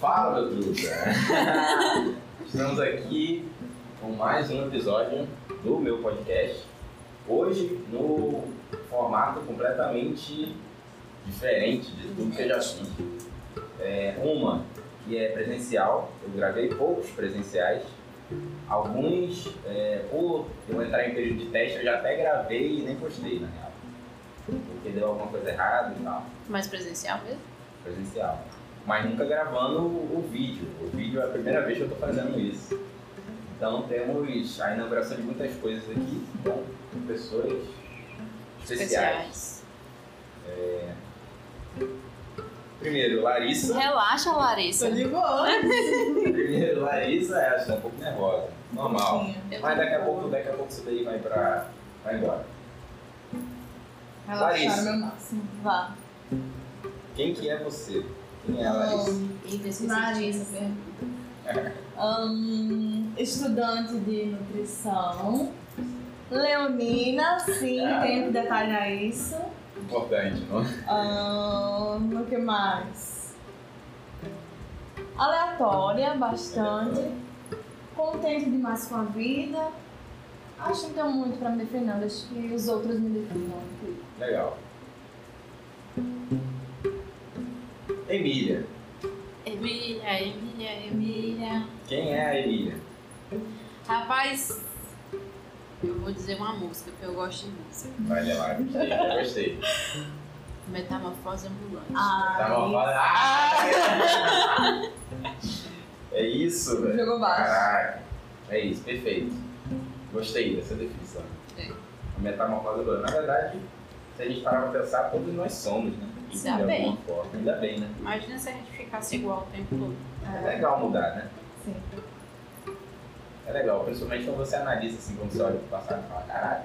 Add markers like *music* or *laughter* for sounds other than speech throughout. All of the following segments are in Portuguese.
Beleza! *laughs* Estamos aqui com mais um episódio do meu podcast. Hoje, no formato completamente diferente de tudo que eu já fiz. É, uma que é presencial, eu gravei poucos presenciais. Alguns, é, por eu entrar em período de teste, eu já até gravei e nem postei, na real. Porque deu alguma coisa errada e tal Mais presencial mesmo? presencial. Mas nunca gravando o, o vídeo. O vídeo é a primeira vez que eu tô fazendo isso. Então temos a inauguração de muitas coisas aqui, então, com pessoas especiais. Primeiro, Larissa. *laughs* Relaxa, Larissa. Tô de boa. né, Primeiro, Larissa, ela está um pouco nervosa. Normal. Mas daqui a pouco, daqui a pouco isso daí vai pra. vai embora. Larissa. Relaxar o meu máximo. Vá. Quem que é você? Quem é a Larissa? Eita, esqueci disso. Larissa. Hum, estudante de nutrição. Leonina, sim, Ah. tenho que detalhar isso. Importante, não? Hum, o que mais? Aleatória, bastante. Contente demais com a vida. Acho que não tenho muito pra me defender, não. Acho que os outros me defendam. Legal. Emília. Emília, Emília, Emília. Quem é a Emília? Rapaz, eu vou dizer uma música, porque eu gosto de música. Olha lá, gostei, já gostei. Metamorfose ambulante. Tá bom, Ah, fala. Ah! É isso, velho. jogou baixo. Caraca. É isso, perfeito. Gostei dessa definição. É. A metamorfose do Na verdade, se a gente parar pra pensar, todos nós somos, né? Isso Ainda de bem. alguma forma. Ainda bem, né? Imagina se a gente ficasse igual o tempo todo. É É, legal mudar, né? sim. É legal, principalmente quando você analisa assim, quando você olha pro passado e fala, caralho,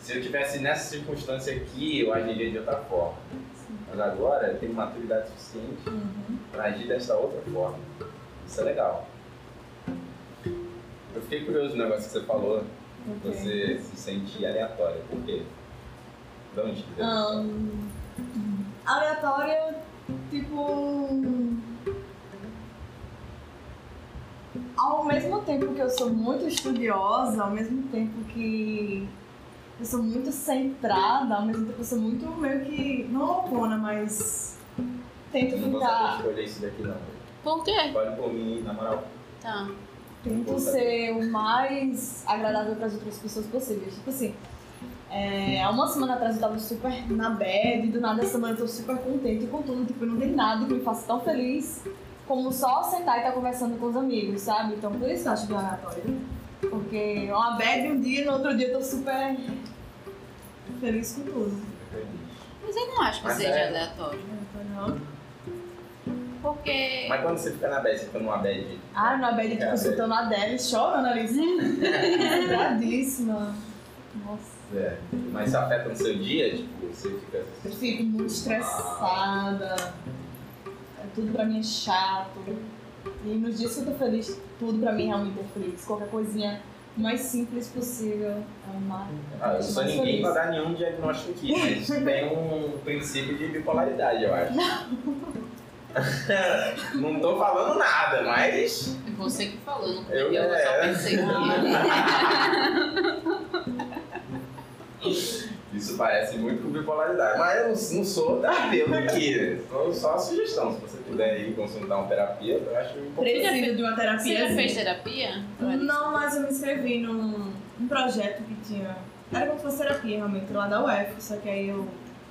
se eu tivesse nessa circunstância aqui, eu agiria de outra forma. Sim. Mas agora eu tenho maturidade suficiente Uhum. para agir dessa outra forma. Isso é legal. Eu fiquei curioso no negócio que você falou, ok. você se sente aleatória. Por quê? De onde que Ah, deu? Ahn, aleatória, tipo. Ao mesmo tempo que eu sou muito estudiosa, ao mesmo tempo que eu sou muito centrada, ao mesmo tempo eu sou muito meio que. não opona, mas. tento não vou saber ficar. escolher isso daqui não. Por quê? Escolhe por mim, na moral. Tá. Tento ser o mais agradável para as outras pessoas possíveis. Tipo assim, é, há uma semana atrás eu tava super na bad, do nada essa semana eu tô super contente com tudo. Tipo, não tem nada que me faça tão feliz como só sentar e estar conversando com os amigos, sabe? Então por isso eu acho que é aleatório. Porque é uma bad um dia e no outro dia eu tô super feliz com tudo. né? Mas eu não acho que Mas seja é. aleatório. Então, Porque. É. Mas quando você fica na bad, você fica numa bad. Ah, na bad É, tipo, escutando a Debbie chorando ali. Lembradíssima. Nossa. É, mas isso afeta no seu dia, tipo, você fica. Eu fico muito estressada. É, Tudo pra mim é chato. E nos dias que eu tô feliz, tudo pra mim realmente é feliz. Qualquer coisinha mais simples possível é uma. Ah, eu sou ninguém pra dar nenhum diagnóstico aqui, mas tem um princípio de bipolaridade, eu acho. *laughs* Não tô falando nada, mas. Você que falou, não Eu- eu, eu só é. pensei *laughs* Isso parece muito com bipolaridade. Mas eu não- não sou terapeuta aqui. Sou só uma sugestão. Se você puder ir consultar um terapeuta, eu acho importante. Preciso de uma terapia. Você já fez terapia? Não, mas eu me inscrevi num num projeto que tinha. Era como se fosse terapia realmente, lá da UF, só que aí eu.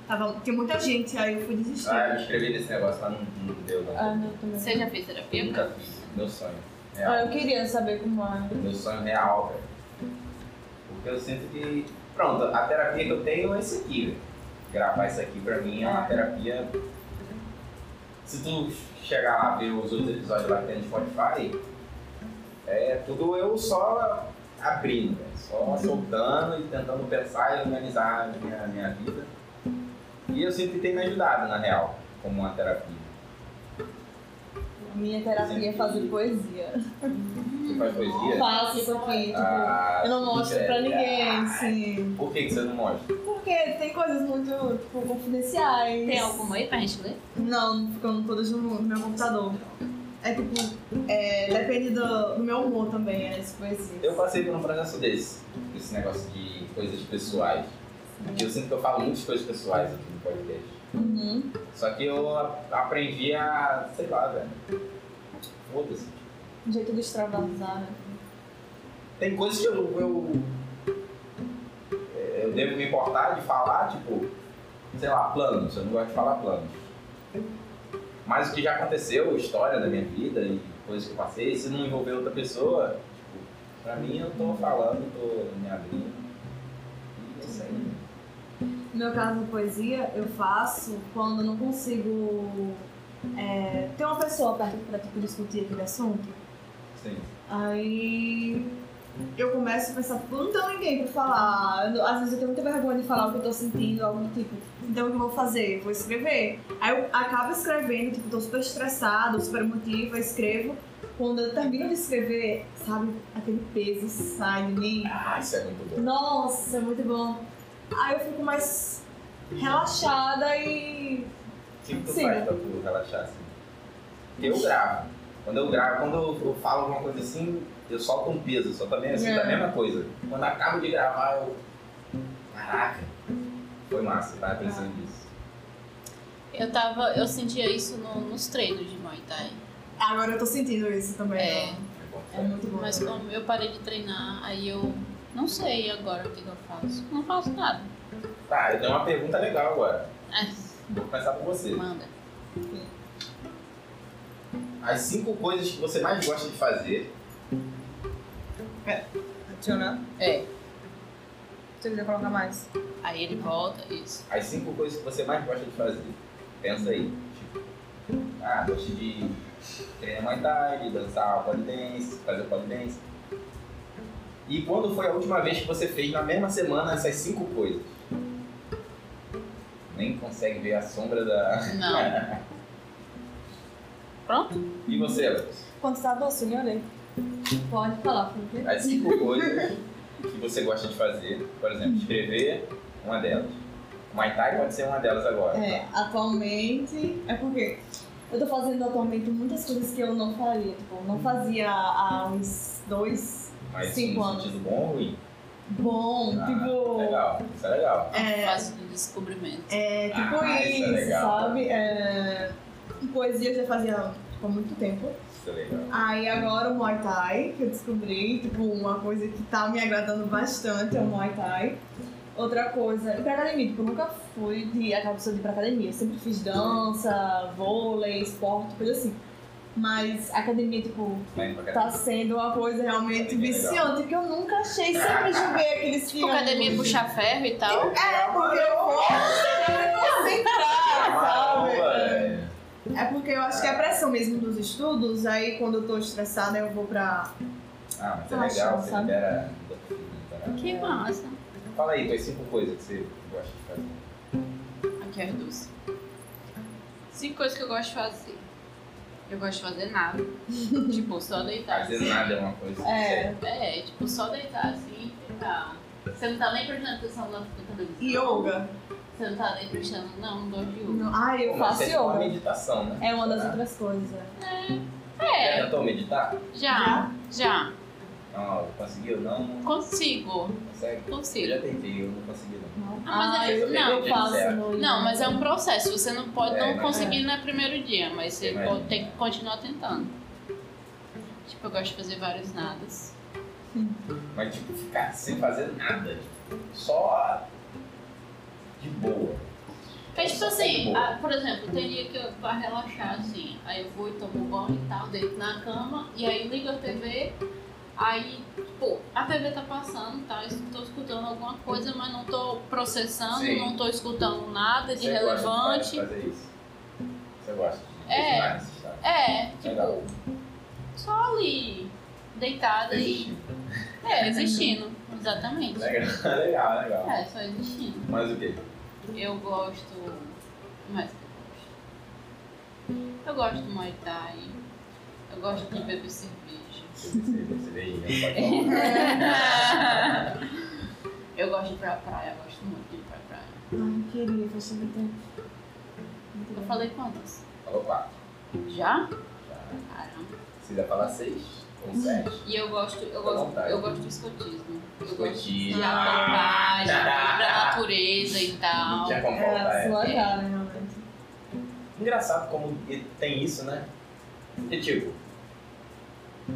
Tava, tinha muita gente, aí eu fui desistir. Ah, eu me inscrevi nesse negócio lá, não, não deu, não. Ah, não, também. Você já fez terapia? né? Nunca fiz. Meu sonho. É, Real. Ah, eu queria saber como é. meu sonho real, velho. Porque eu sinto que. Pronto, a terapia que eu tenho é isso aqui, velho. Gravar isso aqui pra mim é uma terapia. Se tu chegar lá ver os outros episódios lá que tem no Spotify, é tudo eu só abrindo, velho. Só soltando e tentando pensar e organizar a minha, minha vida. E eu sinto que tem me ajudado, na real, como uma terapia. A minha terapia é fazer poesia. Você faz poesia? Faço isso aqui, tipo. Ah, Eu não mostro pra ninguém, sim. Por que, que você não mostra? Porque tem coisas muito, tipo, confidenciais. Tem alguma aí pra gente ler? Não, ficando todas no no meu computador. É tipo, é, depende do, do meu humor também, é, as poesias. Eu passei por um processo desse, esse negócio de coisas pessoais. Porque eu sinto que eu falo muitas coisas pessoais aqui no podcast. Uhum. Só que eu a- aprendi a, sei lá, velho. Foda-se. Um jeito de extravasar, né? Tem coisas que eu, eu. é, Eu devo me importar de falar, tipo, sei lá, planos. Eu não gosto de falar planos. Mas o que já aconteceu, história da minha vida e coisas que eu passei, se não envolver outra pessoa, tipo, pra mim eu tô falando, tô me abrindo. E é isso aí. No meu caso de poesia, eu faço quando eu não consigo é, ter uma pessoa perto pra tipo, discutir aquele assunto. Sim. Aí eu começo a pensar, pô, não tenho ninguém pra falar. Eu- Às vezes eu tenho muita vergonha de falar o que eu tô sentindo, algo do tipo. Então o que eu vou fazer? Eu Vou escrever. Aí eu acabo escrevendo, tipo, tô super estressada, super emotiva, escrevo. Quando eu termino de escrever, sabe, aquele peso sai de mim. Ah, isso é muito bom. Nossa, é muito bom. Aí eu fico mais relaxada e. O que que tu Sim. faz pra tu relaxar assim? Porque eu gravo. Quando eu gravo, quando eu, eu falo alguma coisa assim, eu solto um peso, só também assim, É. da mesma coisa. Quando acabo de gravar, eu. Caraca! Foi massa, É. eu tava pensando nisso. Eu tava, eu sentia isso no- nos treinos de Muay Thai. Agora eu tô sentindo isso também. É. né? É bom, É muito bom. Mas como eu parei de treinar, aí eu não sei agora o que, que eu faço. Não faço nada. Tá, eu tenho uma pergunta legal agora. É. Ah, Vou começar por você. manda. As cinco coisas que você mais gosta de fazer. Adicionar? É. Você quiser colocar mais? Aí ele volta, isso. As cinco coisas que você mais gosta de fazer. Pensa aí. Tipo, ah, gosto de treinar Muay Thai, de dançar pole dance, fazer pole dance. E quando foi a última vez que você fez na mesma semana essas cinco coisas? Nem consegue ver a sombra da. Não. Pronto? E você, Lucas? Quando tá doce, eu nem olhei. Pode falar, Felipe. As cinco coisas que você gosta de fazer. Por exemplo, escrever, uma delas. Muay Thai pode ser uma delas agora. É, atualmente. É porque eu tô fazendo atualmente muitas coisas que eu não faria. Tipo, eu não fazia há uns dois. Mas cinco no anos. sentido bom ou ruim? Bom, Ah, tipo. Legal, isso é legal. É. Fase do descobrimento. É tipo Ah, isso isso, é legal. sabe? É, Poesia eu já fazia tipo, há muito tempo. Isso é legal. Aí agora o Muay Thai, que eu descobri, tipo, uma coisa que tá me agradando bastante é o Muay Thai. Outra coisa, ir pra academia, tipo, eu nunca fui de aquela pessoa de ir pra academia. Eu sempre fiz dança, vôlei, esporte, coisa assim. Mas academia, tipo, Vai é pra tá sendo uma coisa realmente Academia é legal. viciante, que eu nunca achei, sempre julguei aqueles Tipo, academia puxar ferro e tal. É, porque eu vou concentrar, sabe? Caramba, É porque eu acho que é a pressão mesmo dos estudos, aí quando eu tô estressada eu vou pra. Ah, mas é Relaxa, legal, você sabe? Tá libera. Que massa. Fala aí, tuas cinco coisas que você gosta de fazer. Aqui as duas. Cinco coisas que eu gosto de fazer. Eu gosto de fazer nada. tipo, só deitar. Fazer nada é uma coisa. que Tá. É. você- É, tipo, só deitar assim e ficar. Você não tá nem prestando atenção na na televisão. Yoga? Você não tá nem prestando. Não, não gosto de yoga. Não. Ah, eu Pô, mas faço isso é uma yoga. meditação, né? É uma das outras coisas. Já É, tentou meditar? já, já. Não, conseguiu? Não, não Consigo, consegue? Eu consigo. já tentei, eu não consegui não. mas Ah, é- eu não, eu faço zero. no yoga. Não, mas é um processo. Você não pode É, não mas- conseguir no primeiro dia, mas você Mas- pode- tem que continuar tentando. Tipo, eu gosto de fazer vários nadas. Mas tipo, ficar sem fazer nada. tipo, Só de boa. É tipo Só Tá de assim, boa. ah, por exemplo, tem dia que eu pra relaxar assim, aí eu vou e tomo banho e tal, deito na cama, e aí ligo a TV, aí, pô, a TV tá passando e tal, eu tô escutando alguma coisa, mas não tô processando, Sim. não tô escutando nada de Você relevante. Gosta de fazer isso. Você gosta de É. continuar nesse estado. É, tipo, Legal. só ali, deitada e. Existir. É, existindo, exatamente. Legal, *laughs* legal, legal. É, só existindo. Mas o quê? Eu gosto. o mais que eu gosto? Eu gosto do Muay Thai. Eu gosto de beber cerveja. eu gosto de ir pra praia, eu gosto muito de ir pra praia. Ai, queria, faz tanto tempo. Muito Eu bom. falei quantas? Falou quatro. Já? Já. Caramba. Se quiser falar seis ou sete. E eu gosto, eu Fica à gosto, vontade. eu gosto do escotismo. Eu gosto de Escotismo. a paisagem, pra natureza e tal. Não tinha como faltar. É, é. isso é legal, né, realmente. Engraçado como tem isso, né? Porque, tipo,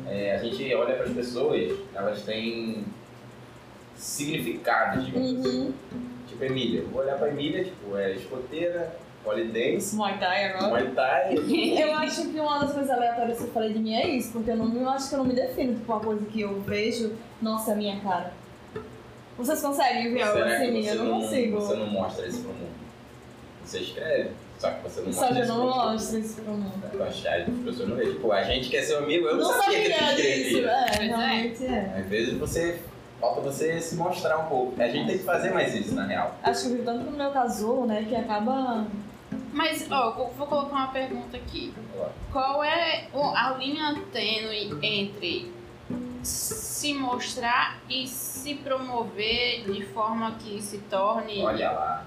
é, a gente olha para as pessoas, elas têm significados, digamos assim. Uhum. Tipo, Emília. Eu Vou olhar pra Emília, tipo, é escoteira, polidense, Muay Thai agora. muay thai. Eu acho que uma das coisas aleatórias que eu falei de mim é isso, porque eu não eu acho que eu não me defino, tipo, uma coisa que eu vejo, nossa, é a minha cara. Vocês conseguem ver algo Será que assim? você Eu não consigo. Você não mostra isso pro mundo. Você escreve, só que você não Só mostra que eu isso não pro mundo. mostro isso pro mundo. Eu acho que as pessoas não veem. Tipo, a gente quer ser amigo, eu não, Não sabia que tu sabia disso, escrevia. é, Pois é. realmente é. Às vezes você. Falta você se mostrar um pouco. A gente tem que fazer mais isso, na real. Acho que eu vivo tanto no meu casulo, né, que acaba... Mas, ó, vou, vou colocar uma pergunta aqui. Ó. Qual é o- a linha tênue entre se mostrar e se promover de forma que se torne. Olha *laughs* lá.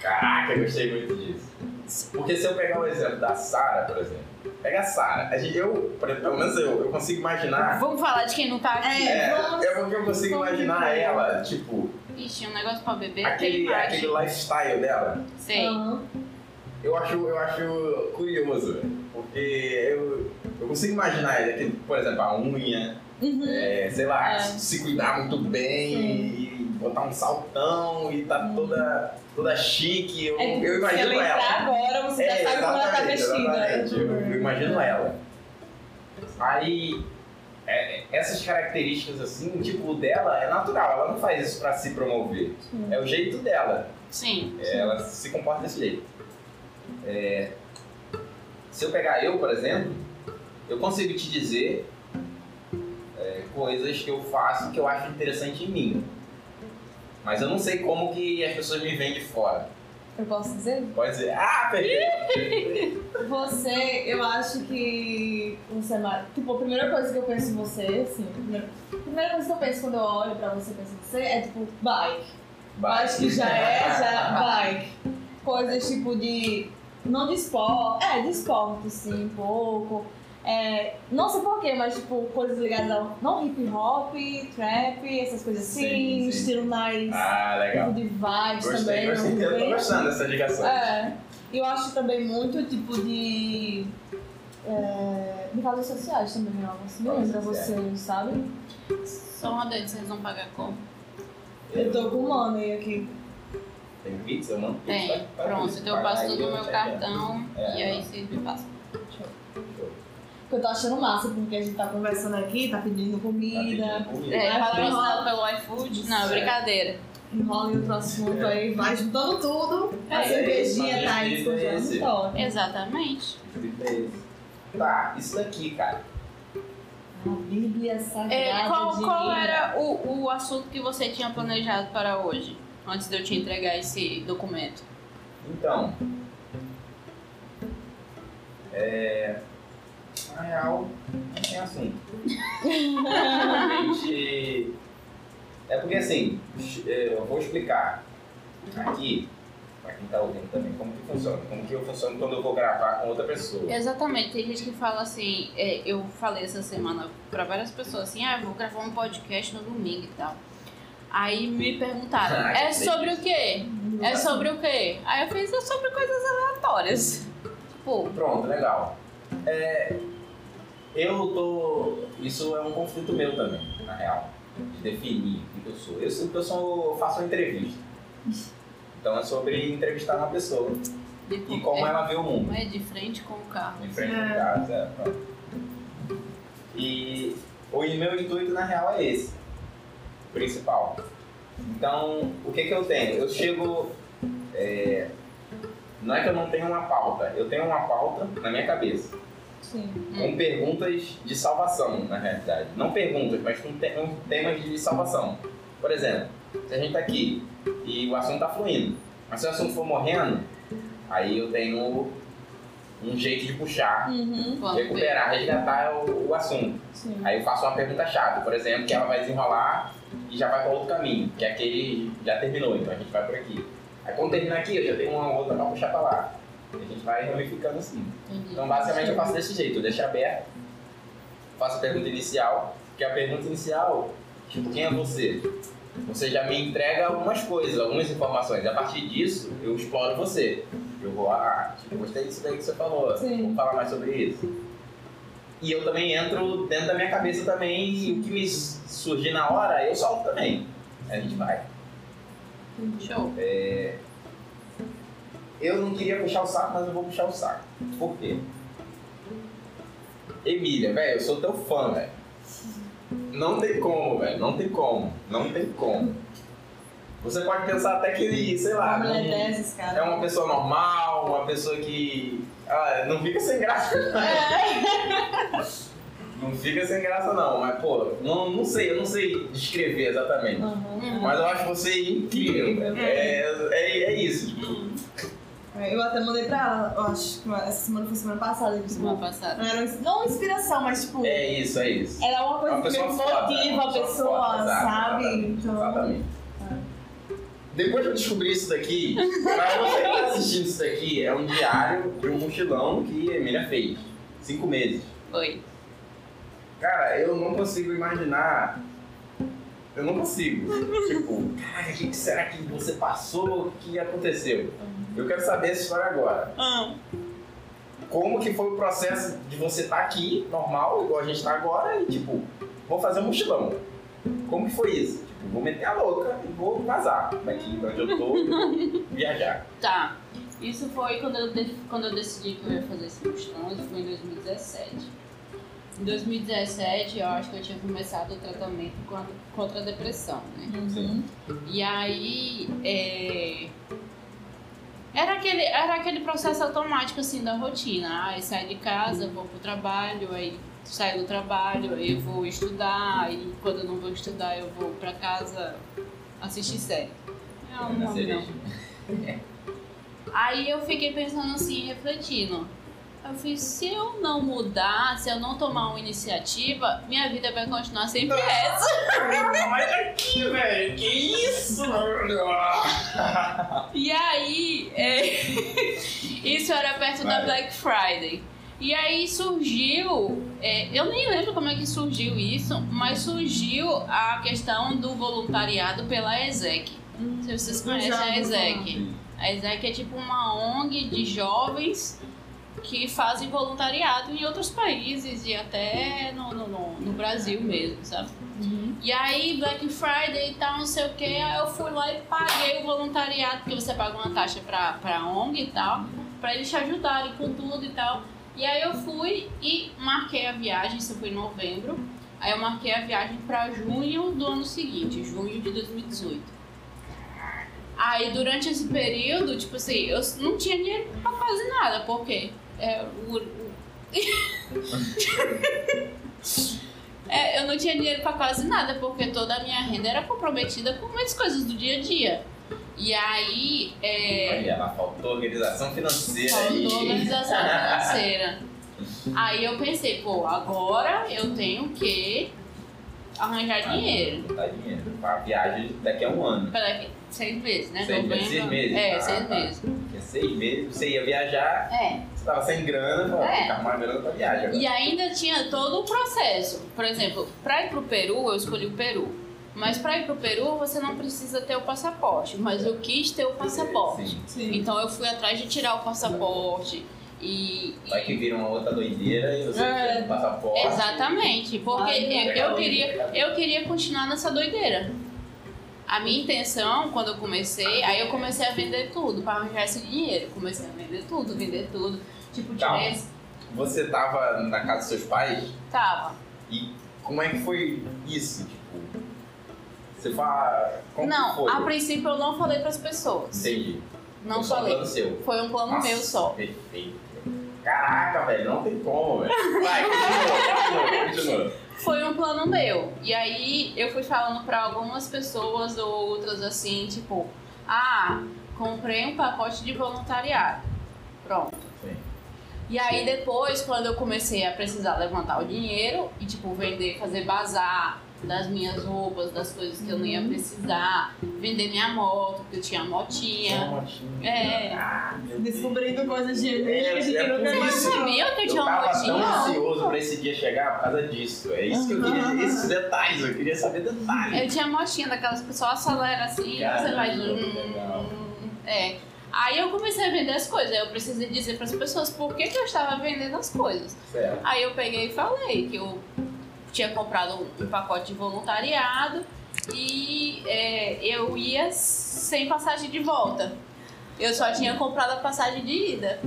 Caraca, eu gostei muito disso. Porque se eu pegar o exemplo da Sara, por exemplo. Pega a Sara. A gente- Eu, por- pelo menos eu, eu consigo imaginar. Vamos falar de quem não tá aqui. É, vamos- é porque eu consigo vamos imaginar ver. ela, tipo, Ixi, um negócio pra beber tem aquele, mais. aquele lifestyle dela. Sei. Aham. Eu acho, eu acho curioso, velho, porque eu, eu consigo imaginar ele aqui, por exemplo, a unha, Uhum. é, sei lá, É. se cuidar muito bem e botar um saltão e tá toda, toda chique. Eu, É que eu se imagino ela entrar ela. É, agora, você já sabe como ela tá exatamente, exatamente, vestida. eu, eu imagino ela. Aí, é, é, essas características assim, tipo, o dela é natural, ela não faz isso pra se promover. Hum. É o jeito dela. Sim. É, ela se comporta desse jeito. É, se eu pegar eu, por exemplo, eu consigo te dizer é, coisas que eu faço que eu acho interessante em mim. Mas eu não sei como que as pessoas me veem de fora. Eu posso dizer? Pode dizer, ah, perfeito. Você, eu acho que. Você é mais. Tipo, a primeira coisa que eu penso em você, assim. A primeira, a primeira coisa que eu penso quando eu olho pra você e penso em você é tipo, bike. Eu Acho que já é, já bike. Coisas tipo de. Não de esporte. É, de esporte, sim, um pouco. É, não sei porquê, mas tipo, coisas ligadas ao. Não hip hop, trap, essas coisas assim, Sim, sim. estilo mais. Ah, tipo legal. de vibes Gostei, também. gostei. Eu tô bem- gostando dessa ligação. é, eu acho também muito tipo de. É, de causas sociais também, né? Assim, não Causas lembra vocês, sabe? Só uma doida, vocês vão pagar como? Eu tô com o money aqui. Tem pizza ou não? Tem. Pronto, então eu passo tudo no meu cartão É. e aí vocês me passam. Tá Que eu tô achando massa, porque a gente tá conversando aqui, tá pedindo comida, Tá É, Vai, patrocinado pelo iFood? Não, Certo. brincadeira. enrola em outro assunto aí, vai juntando tudo. A É, cervejinha mas tá aí esse é escutando esse. história. Exatamente. Tá, isso daqui, cara. A É Bíblia Sagrada. É, qual, de- qual era o, o assunto que você tinha planejado para hoje? Antes de eu te entregar esse documento. Então. É. Na real, é assim. não tem assunto. Realmente. É porque assim, eh, eu vou explicar aqui, pra quem tá ouvindo também, como que funciona. Como que eu funciono quando eu vou gravar com outra pessoa. Exatamente, tem gente que fala assim, é, eu falei essa semana pra várias pessoas assim, ah, eu vou gravar um podcast no domingo e tal. Aí me perguntaram, Ah, é gostei sobre o quê? É sobre o quê? Aí eu fiz, é sobre coisas aleatórias. Tipo, Pronto, legal. É, eu tô. Isso é um conflito meu também, na real. De definir o que eu sou. Eu sinto que eu sou, eu faço uma entrevista. Então é sobre entrevistar uma pessoa de, e como é, ela vê o mundo. é de frente com o carro. Em frente É. ao caso, é, pronto. E o meu intuito, na real, é esse. o Principal. Então, o que que eu tenho? Eu chego... é, não é que eu não tenho uma pauta. Eu tenho uma pauta na minha cabeça Sim. com perguntas de salvação, na realidade. Não perguntas, mas com te- com temas de salvação. Por exemplo, se a gente tá aqui e o assunto tá fluindo, mas se o assunto for morrendo, aí eu tenho um jeito de puxar, Uhum, Vamos ver. recuperar, resgatar o, o assunto. sim. Aí eu faço uma pergunta-chave, por exemplo, que ela vai desenrolar e já vai para outro caminho, que é aquele já terminou, então a gente vai por aqui. Aí quando terminar aqui, eu já tenho uma outra pra puxar pra lá. E a gente vai ramificando assim. Entendi. Então, basicamente, eu faço desse jeito: eu deixo aberto, faço a pergunta inicial, que a pergunta inicial, tipo, quem é você? Você já me entrega algumas coisas, algumas informações. A partir disso, eu exploro você. Eu vou, ah, tipo, gostei disso daí que você falou, Sim. vamos falar mais sobre isso. E eu também entro dentro da minha cabeça também, e o que me surgir na hora, eu solto também. Aí A gente vai. Show. Eu não queria puxar o saco, mas eu vou puxar o saco. Por quê? Emília, velho, eu sou teu fã, velho. Não tem como, velho. Não tem como. Não tem como. Você pode pensar até que, sei lá, Uma Ah, não- mulher dessas, cara. é uma pessoa normal, uma pessoa que. Ah, não fica sem graça. É. Não fica sem graça, não. Mas, pô, não, não sei, eu não sei descrever exatamente. Aham. Mas eu acho você incrível, velho. É, é, é isso. tipo, É, Eu até mandei pra ela, eu acho que uma- essa semana foi semana passada, tipo, Semana passada. não era ins- não inspiração, mas tipo, É isso, é isso. era uma coisa Uma que pessoa meio foda, é motiva uma a pessoa pessoa, foda, exato, sabe? exatamente, Então, Exatamente. É. Depois que eu descobri isso daqui, pra você que tá assistindo isso daqui, é um diário de um mochilão que a Emília fez. Cinco meses. Oi. Cara, eu não consigo imaginar. Eu não consigo. tipo, cara, o que que será que você passou? O que aconteceu? Eu quero saber essa história agora. Ah. Como que foi o processo de você estar aqui, normal, igual a gente tá agora, e tipo, vou fazer um mochilão. Como que foi isso? Tipo, vou meter a louca e vou vazar daqui de onde eu tô e vou viajar. Tá. Isso foi quando eu, de- quando eu decidi que eu ia fazer esse mochilão, isso foi em 2017. Em 2017, eu acho que eu tinha começado o tratamento contra, contra a depressão, né? uhum, Sim. E aí. é, Era aquele, era aquele processo automático assim da rotina. Aí sai de casa, vou pro trabalho, aí saio do trabalho, aí eu vou estudar, aí quando eu não vou estudar eu vou pra casa assistir série. É um Na nome não. cereja. Aí eu fiquei pensando assim, refletindo. Eu fiz, se eu não mudar, se eu não tomar uma iniciativa, minha vida vai continuar sempre essa. Mas aqui, velho, que isso? E aí, é, *laughs* isso era perto da Vai. Black Friday. E aí surgiu, é, eu nem lembro como é que surgiu isso, mas surgiu a questão do voluntariado pela ESEC. Hum, Se vocês eu conhecem já a ouvi falar. ESEC. A ESEC é tipo uma ONG de jovens que fazem voluntariado em outros países e até no, no, no- no Brasil mesmo, sabe? Uhum. E aí, Black Friday e tal, não sei o que, aí eu fui lá e paguei o voluntariado, porque você paga uma taxa pra, pra ONG e tal, pra eles te ajudarem com tudo e tal. E aí eu fui e marquei a viagem, isso foi em novembro, aí eu marquei a viagem pra junho do ano seguinte, junho de 2018. Aí durante esse período, tipo assim, eu não tinha dinheiro pra quase nada, porque é, o- o- *laughs* É, eu não tinha dinheiro pra quase nada, porque toda a minha renda era comprometida com muitas coisas do dia a dia. E aí, é, Olha lá, faltou organização financeira aí. faltou organização financeira. Aí eu pensei, pô, agora eu tenho que arranjar dinheiro. Tá dinheiro. Pra viagem daqui a um ano. Peraí, seis meses, né? Seis meses, seis meses. É, Ah, seis tá. meses. Porque seis meses você ia viajar, É. você tava sem grana, pô, É. é. ficar mais grana pra viagem. agora. E ainda tinha todo o processo. Por exemplo, pra ir pro Peru, eu escolhi o Peru. Mas pra ir pro Peru, você não precisa ter o passaporte. Mas eu quis ter o passaporte. Sim. Sim. Então eu fui atrás de tirar o passaporte. E. Vai que vira uma outra doideira e você É. tem um passaporte. Exatamente, porque Vai, eu, vai. eu queria, eu queria continuar nessa doideira. A minha intenção, quando eu comecei, aí eu comecei a vender tudo para arranjar esse dinheiro. Comecei a vender tudo, vender tudo. Tipo, Calma. tirei. Você tava na casa dos seus pais, Tava. como é que foi isso? Tipo, você fala. Como não, que foi? a princípio eu não falei para as pessoas. Entendi. Não Foi só falei. plano seu. Foi um plano Nossa, meu só. Perfeito. Caraca, velho, não tem como, velho. Vai, continua, continua, continua. Foi um plano meu. E aí eu fui falando pra algumas pessoas ou outras assim, tipo, ah, comprei um pacote de voluntariado. Pronto. Sim. E aí depois, quando eu comecei a precisar levantar o dinheiro e tipo vender, fazer bazar, das minhas roupas, das coisas que eu não ia precisar, vender minha moto, porque eu tinha motinha. É. Ah, meu Deus. Descobrindo coisas de É, que a gente é nunca por Mas isso. sabia que eu tinha Eu uma tava tão assim. motinha? ansioso pra esse dia chegar por causa disso. É isso que eu Aham. queria, esses detalhes, eu queria saber detalhes. Eu tinha motinha daquelas que só acelera assim, Caramba, você vai. legal. É. Aí eu comecei a vender as coisas, aí eu precisei dizer para as pessoas por que, que eu estava vendendo as coisas. Certo. Aí eu peguei e falei que eu tinha comprado um- um pacote de voluntariado e é, eu ia sem passagem de volta. Eu só tinha comprado a passagem de ida.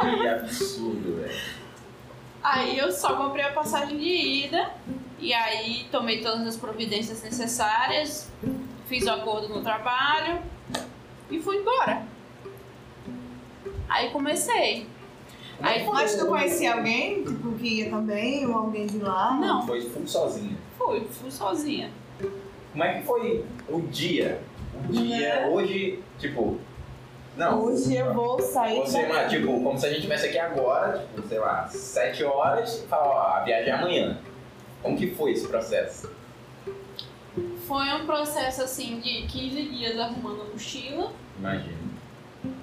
Que é um absurdo, velho. Aí eu só comprei a passagem de ida e aí tomei todas as providências necessárias, fiz o acordo no trabalho e fui embora. Aí comecei. é Aí Mas tu conhecia alguém, tipo, que ia também, ou alguém de lá? Não, Foi fui sozinho. fui, fui sozinha. Como é que foi o dia? O dia, Uhum. hoje, tipo. Não. Hoje eu vou sair Você, daqui. mano, tipo, como se a gente estivesse aqui agora, tipo, sei lá, 7 horas, e fala, ó, a viagem é amanhã. Como que foi esse processo? Foi um processo assim de 15 dias arrumando a mochila Imagino.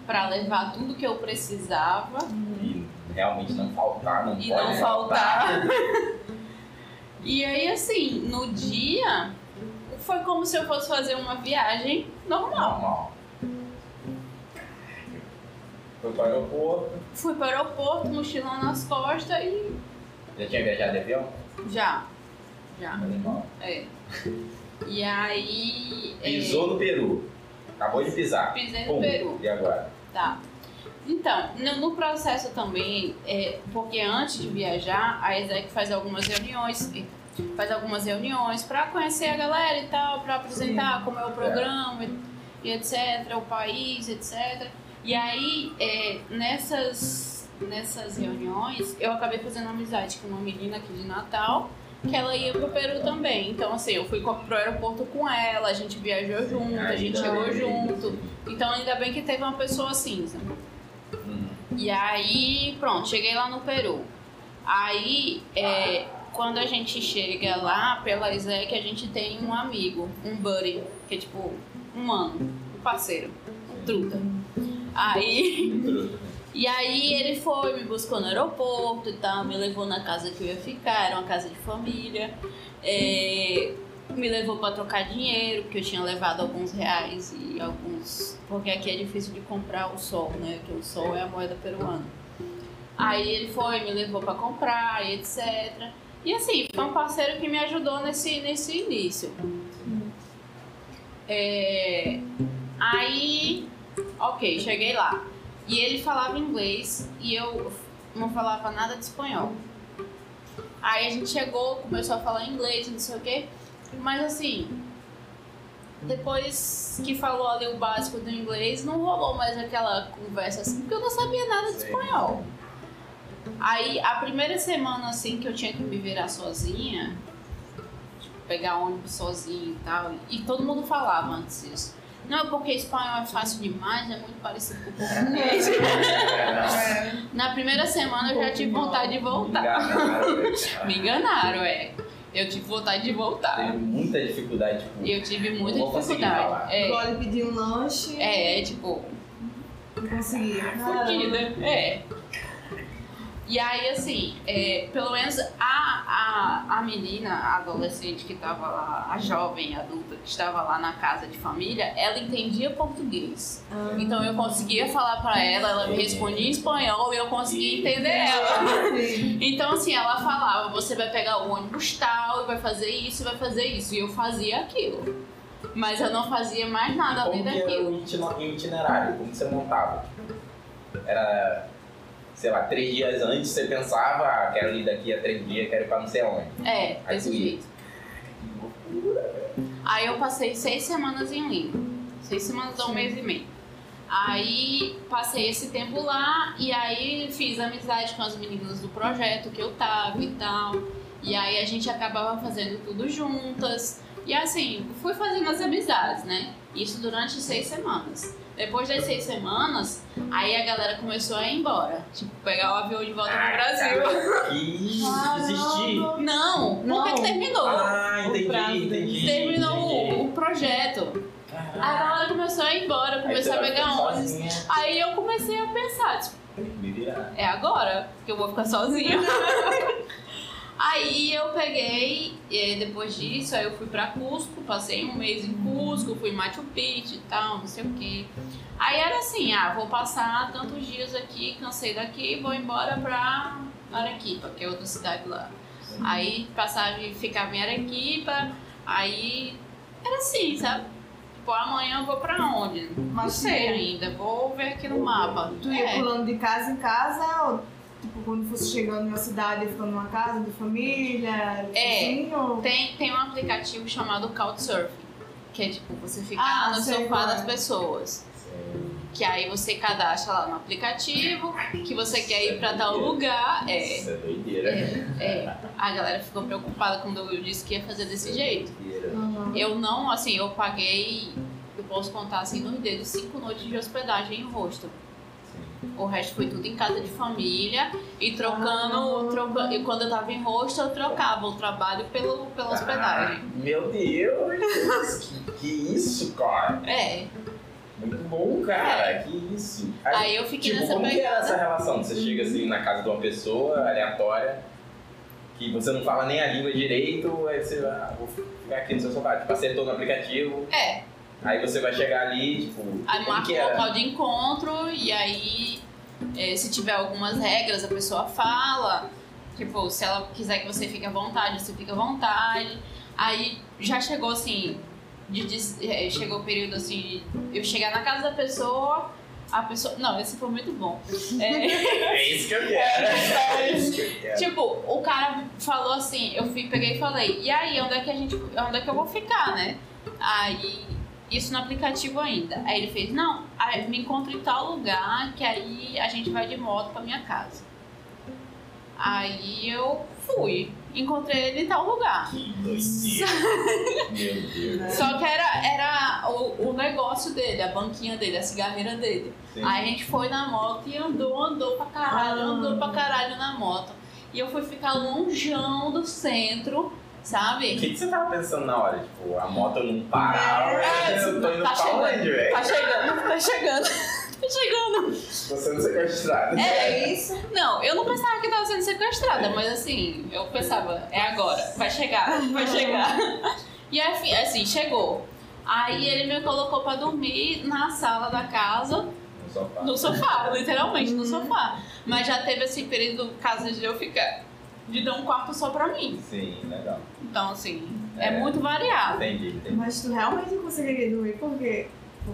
pra levar tudo que eu precisava E realmente não faltar, não e pode não faltar. *laughs* e aí assim, no dia foi como se eu fosse fazer uma viagem normal. é Normal. Foi pro aeroporto, Fui para o aeroporto, mochilão nas costas e já tinha viajado de avião? Ah, já. Já. Animal. É. E aí. é, Pisou no Peru. Acabou de pisar. Pisei Pum. no Peru. E agora? Tá. Então, no, no processo também, é, porque antes de viajar, a ESEC faz algumas reuniões, faz algumas reuniões para conhecer a galera e tal, para apresentar como é o programa e, e etc, o país, etc. E aí, é, nessas, nessas reuniões, eu acabei fazendo amizade com uma menina aqui de Natal, que ela ia pro Peru também. Então, assim, eu fui co- pro aeroporto com ela, a gente viajou junto, Ah, a gente chegou junto. Então ainda bem que teve uma pessoa cinza. Uhum. E aí, pronto, cheguei lá no Peru. Aí, é, quando a gente chega lá, pela ISEC, a gente tem um amigo, um buddy, que é tipo um mano, um parceiro, um truta. Aí, *laughs* e aí ele foi, me buscou no aeroporto e tal, me levou na casa que eu ia ficar, era uma casa de família. É, me levou pra trocar dinheiro, porque eu tinha levado alguns reais e alguns. Porque aqui é difícil de comprar o sol, né? Porque o sol é a moeda peruana. Aí ele foi, me levou pra comprar e etc. E assim, foi um parceiro que me ajudou nesse, nesse início. É, aí, ok, cheguei lá. E ele falava inglês e eu não falava nada de espanhol. Aí a gente chegou, começou a falar inglês, não sei o quê. Mas assim, depois que falou ali o básico do inglês, não rolou mais aquela conversa assim, porque eu não sabia nada de Sei. espanhol. Aí a primeira semana assim que eu tinha que me virar sozinha, tipo, pegar ônibus sozinha e tal, e todo mundo falava antes isso. Não, é porque espanhol é fácil demais, é muito parecido *laughs* com português. É. Na primeira semana eu já tive vontade de voltar. *laughs* Me enganaram, é. Eu tive vontade de voltar. né? Tem muita dificuldade, tipo, Eu tive muita Não vou conseguir dificuldade. falar. É, Agora eu pedi um lanche. é, é, tipo, Não consegui. fodida. É. E aí, assim, é, pelo menos a, a, a menina, a adolescente que tava lá, a jovem adulta que estava lá na casa de família, ela entendia português. Ah. Então eu conseguia falar pra ela, ela me respondia em espanhol e eu conseguia entender ela. Ah, Sim. Então, assim, ela falava: você vai pegar o ônibus tal, e vai fazer isso, e vai fazer isso. E eu fazia aquilo. Mas eu não fazia mais nada além como que era daquilo. o itino- itinerário, como que você montava? Era, sei lá, três dias antes você pensava, ah, quero ir daqui a três dias, quero ir pra não sei onde. É, Aí desse tu ia. jeito. Aí eu passei seis semanas em Lima. Seis semanas a um mês e meio. Aí passei esse tempo lá e aí fiz amizade com as meninas do projeto que eu tava e tal. E aí a gente acabava fazendo tudo juntas. E assim, fui fazendo as amizades, né? Isso durante seis semanas. Depois das seis semanas, aí a galera começou a ir embora. Tipo, pegar o avião de volta pro Ah, Brasil. cara, Que desistir. Caramba. Não, porque Não, Ah, começou a ir embora, Aí você começou a vai pegar ficar ônibus. sozinha, Aí eu comecei a pensar, tipo, Me virar. é agora que eu vou ficar *laughs* sozinha. aí eu peguei, e depois disso, aí eu fui pra Cusco, passei um mês em Cusco, fui em Machu Picchu e tal, não sei o quê. Aí era assim, ah, vou passar tantos dias aqui, cansei daqui, vou embora pra Arequipa, que é outra cidade lá. Aí passava e ficava em Arequipa, aí era assim, sabe? Tipo, amanhã eu vou pra onde? Não Mas sei tipo, ainda, vou ver aqui no mapa. Tu ia É. pulando de casa em casa, ou tipo, quando fosse chegando na cidade, ia ficando numa casa de família, É. assim, ou... Tem, tem um aplicativo chamado Couchsurfing, que é tipo você ficar Ah, no sei sofá qual é. das pessoas. Que aí você cadastra lá no aplicativo que você quer ir pra tal lugar. É, Isso é doideira. é. A galera ficou preocupada quando eu disse que ia fazer desse jeito. Doideira. Uhum. Eu não, assim, eu paguei, eu posso contar assim nos dedos, cinco noites de hospedagem em rosto. O resto foi tudo em casa de família e trocando, Ah. trocando e quando eu tava em rosto, eu trocava o trabalho pelo, pela hospedagem. Ah, Meu Deus! que, que isso, cara? É, Muito bom, cara. Que isso. Aí, Aí eu fiquei tipo, nessa como que é essa pegada. relação? Você chega assim na casa de uma pessoa aleatória, que você não fala nem a língua direito, aí você vai, ah, vou ficar aqui no seu sofá. Tipo, acertou no aplicativo, É, aí você vai chegar ali, tipo, aí como marca que o era? local de encontro e aí é, se tiver algumas regras a pessoa fala. Tipo, se ela quiser que você fique à vontade, você fica à vontade. Aí já chegou assim, de, dis- é, chegou o período assim, de eu chegar na casa da pessoa, a pessoa. Não, esse foi muito bom. É, É isso que eu quero. *laughs* É isso que eu quero. Tipo, o cara falou assim, eu fui, peguei e falei, e aí, onde é que a gente. Onde é que eu vou ficar, né? Aí, isso no aplicativo ainda. Aí ele fez, não, aí me encontra em tal lugar que aí a gente vai de moto pra minha casa. Aí eu fui, encontrei ele em tal lugar. Que doideira. Meu Deus. Só que era, era o, o negócio dele, a banquinha dele, a cigarreira dele. Sim. Aí a gente foi na moto e andou, andou pra caralho, Ah. andou pra caralho na moto. E eu fui ficar longeão do centro, O sabe? que, que você tava pensando na hora? Tipo, a moto não para, É, eu tô indo tá pra chegando. onde, velho? Tá chegando, tá chegando, *laughs* tá chegando. Você não sequestrado. É. isso. Não, eu não pensava que tava sendo sequestrada, mas assim, eu pensava, é agora, vai chegar, vai chegar. E aí, assim, chegou. Aí ele me colocou pra dormir na sala da casa. No sofá. No sofá, literalmente no sofá. Mas já teve esse período, caso de eu ficar, de dar um quarto só pra mim. Sim, legal. Então, assim, é, É. muito variado. Entendi, entendi. Mas tu realmente não conseguiria dormir, porque pô,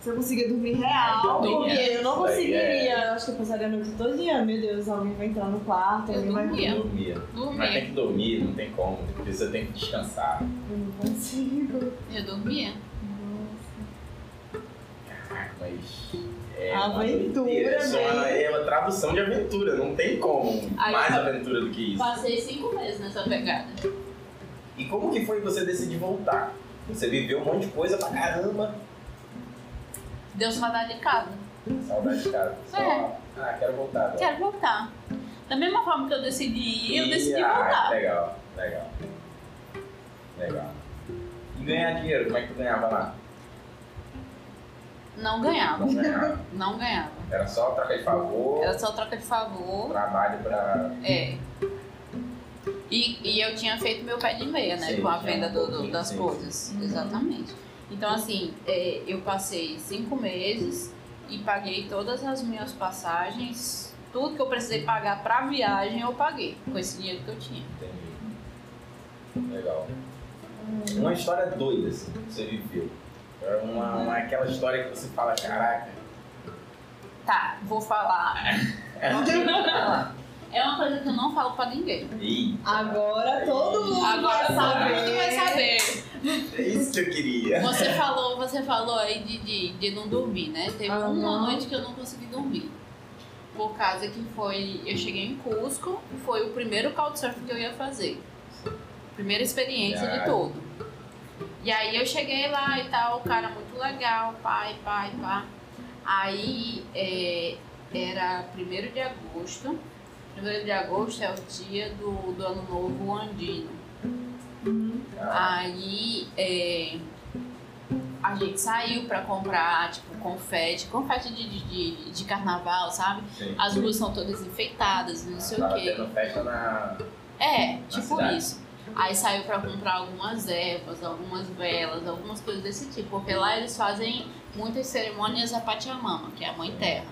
se eu conseguia dormir real, Dormia. porque eu não É, Isso aí é. conseguiria. Eu acho que eu passaria a noite todo dia. Meu Deus, alguém vai entrar no quarto, Eu alguém vai. dormia. Eu Dormia. Mas tem Dormia, que dormir, não tem como. Você tem que descansar. Eu não consigo. eu dormia. Mas. É Aventura, uma doideira, é só uma- né? É uma tradução de aventura, não tem como. Aí mais eu- aventura do que isso. Passei cinco meses nessa pegada. E como que foi você decidir voltar? Você viveu um monte de coisa pra caramba. Deus rodar de casa. Saudade de casa. Só, É. Ah, quero voltar. agora. Quero voltar. Da mesma forma que eu decidi ir, eu E- decidi ah, voltar. Legal, legal. Legal. E ganhar dinheiro, como é que tu ganhava lá? Não Não ganhava. *laughs* ganhava. Não ganhava. Era só troca de favor, Era só troca de favor. trabalho pra. É. E, e eu tinha feito meu pé de meia, né? Sim, com a tinha venda um do- do- pouquinho, das sim, coisas. sim. Uhum. Exatamente. Então, assim, é, eu passei cinco meses e paguei todas as minhas passagens. Tudo que eu precisei pagar pra viagem, eu paguei com esse dinheiro que eu tinha. Entendi. Legal. Uma história doida, assim, que você viveu. Era uma, uma- aquela história que você fala, caraca. Tá, vou falar. É. Vou falar. É uma coisa que eu não falo pra ninguém. Ih, Agora todo mundo Agora vai todo saber. mundo vai saber. é isso que eu queria. Você falou, você falou aí de, de, de não dormir, né? Teve uma Aham. noite que eu não consegui dormir. Por causa que foi. Eu cheguei em Cusco, foi o primeiro couchsurf que eu ia fazer. Primeira experiência de Caralho. todo. E aí eu cheguei lá e tal, o cara muito legal, pai, pai, pá. Aí é, era 1 de agosto. 1 de agosto é o dia do, do ano novo andino. Hum, Ah, Aí é, a gente saiu pra comprar, tipo, confete, confete de, de, de carnaval, sabe? Sim. As ruas são todas enfeitadas, Ah, não sei Tava o quê. tendo festa na. É, tipo cidade. isso. Aí saiu pra comprar algumas ervas, algumas velas, algumas coisas desse tipo. Porque lá eles fazem muitas cerimônias a Pachamama, que é a Mãe Terra.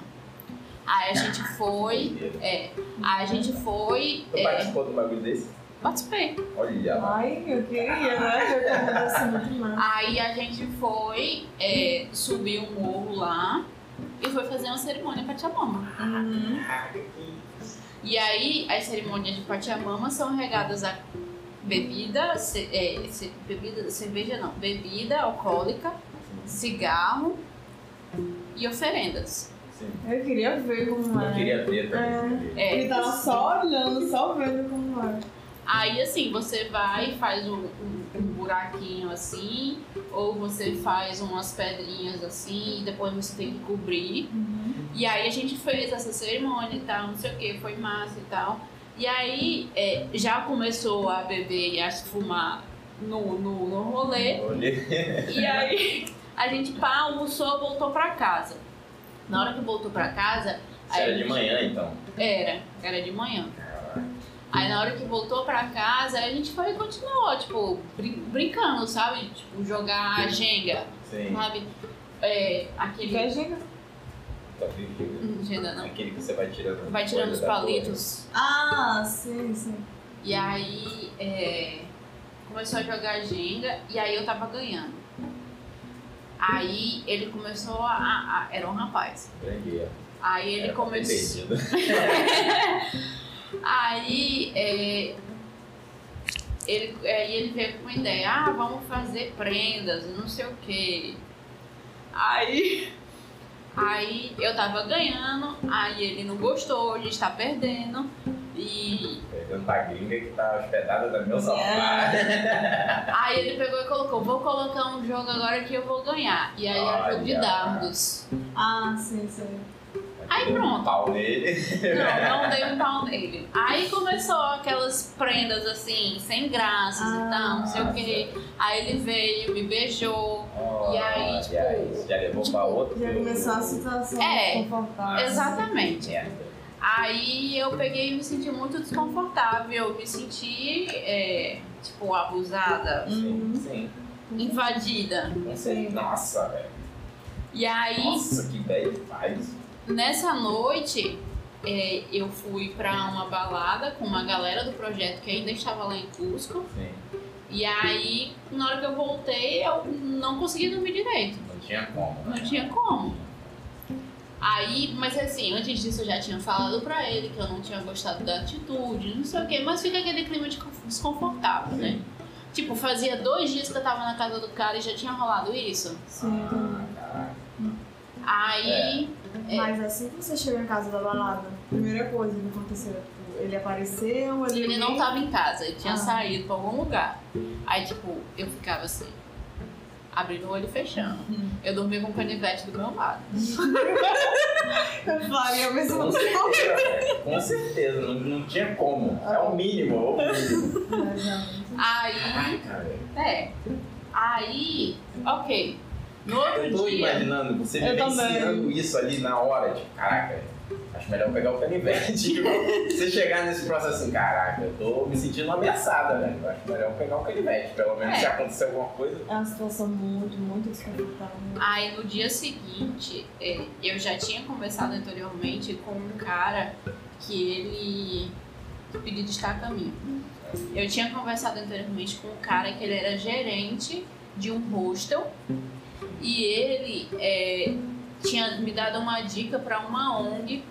Aí a gente foi, é, aí a gente foi, Tu é, participou de um bagulho desse? participei. Olha lá. Ai, eu queria, né? Eu quero assim muito mais. Aí a gente foi é, subir um morro lá e foi fazer uma cerimônia Pachamama. Uhum. E aí as cerimônias de Pachamama são regadas a bebida, ce- é, ce- bebida, cerveja não, bebida alcoólica, cigarro e oferendas. Sim. Eu queria ver como Eu é. queria ver também. É, Ele tava só olhando, só vendo como é. Aí assim, você vai e faz um, um- um buraquinho assim, ou você faz umas pedrinhas assim, e depois você tem que cobrir. E aí a gente fez essa cerimônia e tal, não sei o que, foi massa e tal. E aí é, já começou a beber e a fumar no, no, no rolê. Olhei. *laughs* E aí a gente pá, almoçou, voltou pra casa. Na hora que voltou pra casa, Isso aí era de manhã então. era, era de manhã. Aí na hora que voltou pra casa, a gente foi e continuou, tipo, brin- brincando, sabe? Tipo, jogar Jenga, Sim. sabe? É, Quer aquele. chegar? Tá vivo. Hum, Jenga não. Aquele que você vai tirando. Vai tirando os coisa da palitos. Ah, sim, sim. E aí é, começou a jogar Jenga e aí eu tava ganhando. Aí ele começou a. a- a- era um rapaz. bolha. Aprendi, ó. Aí ele é. Era pra ter começou. perdido. Aí é, ele, é, aí ele veio com uma ideia, ah, vamos fazer prendas, não sei o quê. Aí, aí eu tava ganhando, aí ele não gostou, a gente tá perdendo. E Pegando pra gringa que tá hospedada no meu sofá. aí ele pegou e colocou, vou colocar um jogo agora que eu vou ganhar. E aí era jogo de Olha. *laughs* dardos. Ah, sim, sim. *laughs* Aí Deu pronto. Um pau nele. Não, não dei um pau nele. Aí começou aquelas prendas assim, sem graças Ah. e tal, não sei o quê. Ah. Aí ele veio, me beijou. E aí, Olha, tipo, isso Ah, já levou pra outro. Já começou a situação É. desconfortável. Exatamente. Merda. Aí eu peguei e me senti muito desconfortável. Me senti, é, tipo, abusada, Sim, Uhum. assim, sim. invadida. Com certeza. Nossa, velho. E aí, Nossa, que velho faz. nessa noite, é, eu fui pra uma balada com uma galera do projeto que ainda estava lá em Cusco. Sim. E aí, na hora que eu voltei, eu não consegui dormir direito. Não tinha como. né? Não tinha como. Aí, mas assim, antes disso eu já tinha falado pra ele que eu não tinha gostado da atitude, não sei o quê, mas fica aquele clima de conf- desconfortável, né? Tipo, fazia dois dias que eu tava na casa do cara e já tinha rolado isso. Sim, então. né? Ah, caraca. Aí, É. Mas assim que você chegou em casa da balada, primeira coisa que aconteceu, tipo, ele apareceu, ele... ele *laughs* não tá. tava em casa, ele tinha Ah. saído pra algum lugar. Aí, tipo, eu ficava assim, abrindo o olho e fechando. Hum. Eu dormia com o canivete do meu lado. Eu faria a mesma Com coisa. certeza, velho. Com certeza. Não, não tinha como. É o mínimo. É o *laughs* mínimo. Mas, não. Aí, Ai, cara. É. Aí, ok. No Eu outro tô dia. imaginando você Eu vivenciando isso ali na hora, tipo, caraca, acho melhor eu pegar o *laughs* canivete. Tipo, você chegar nesse processo assim, caraca, eu tô me sentindo ameaçada, velho. Acho melhor eu pegar o canivete. Pelo menos É. se acontecer alguma coisa. É uma situação muito, muito desconfortável. Aí no dia seguinte, é, eu já tinha conversado anteriormente com um cara que ele. que o pedido está a caminho. Eu tinha conversado anteriormente com um cara que ele era gerente de um hostel e ele é, tinha me dado uma dica para uma ONG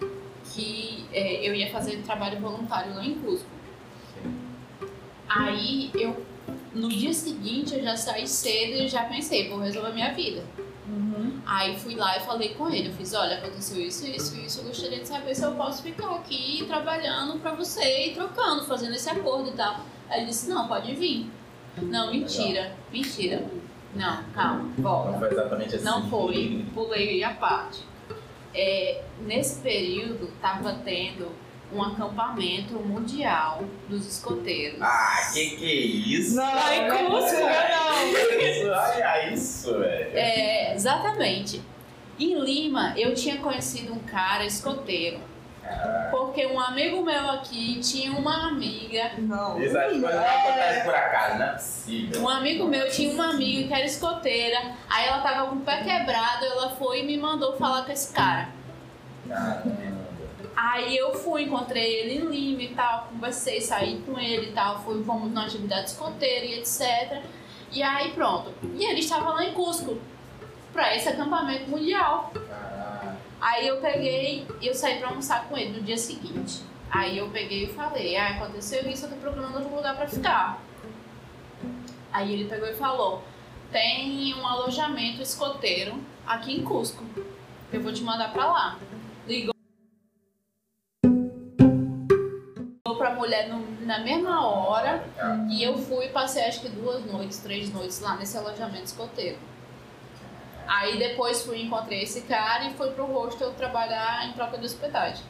que é, eu ia fazer trabalho voluntário lá em Cusco. Aí eu, no dia seguinte, eu já saí cedo e já pensei, vou resolver minha vida. Uhum. Aí fui lá e falei com ele, eu fiz, olha, aconteceu isso, isso, isso, eu gostaria de saber se eu posso ficar aqui trabalhando pra você e trocando, fazendo esse acordo e tal. Aí ele disse, não, pode vir. Não, mentira, mentira. Não, calma, volta. Não foi exatamente assim. Não foi, pulei a parte. É, nesse período, tava tendo um acampamento mundial dos escoteiros. Ah, que que é isso? Não, aí velho? como assim, não? Isso, Olha isso, velho. É, exatamente. Em Lima, eu tinha conhecido um cara escoteiro. Porque um amigo meu aqui tinha uma amiga. Não. Isso acho que não acontece por acaso, não é possível. Um amigo meu tinha uma amiga que era escoteira. Aí ela tava com o pé quebrado, ela foi e me mandou falar com esse cara. Caramba. Aí eu fui, encontrei ele em Lima e tal, conversei, saí com ele e tal, fui, fomos na atividade escoteira e etc. E aí pronto. E ele estava lá em Cusco, pra esse acampamento mundial. Caralho. Aí eu peguei, eu saí pra almoçar com ele no dia seguinte. Aí eu peguei e falei, ah, aconteceu isso, eu tô procurando outro lugar pra ficar. Aí ele pegou e falou, tem um alojamento escoteiro aqui em Cusco. Eu vou te mandar pra lá. Ligou pra mulher no- na mesma hora Cara, e eu fui e passei acho que duas noites, três noites lá nesse alojamento escoteiro. Aí depois fui encontrei esse cara e fui pro hostel trabalhar em troca de hospedagem.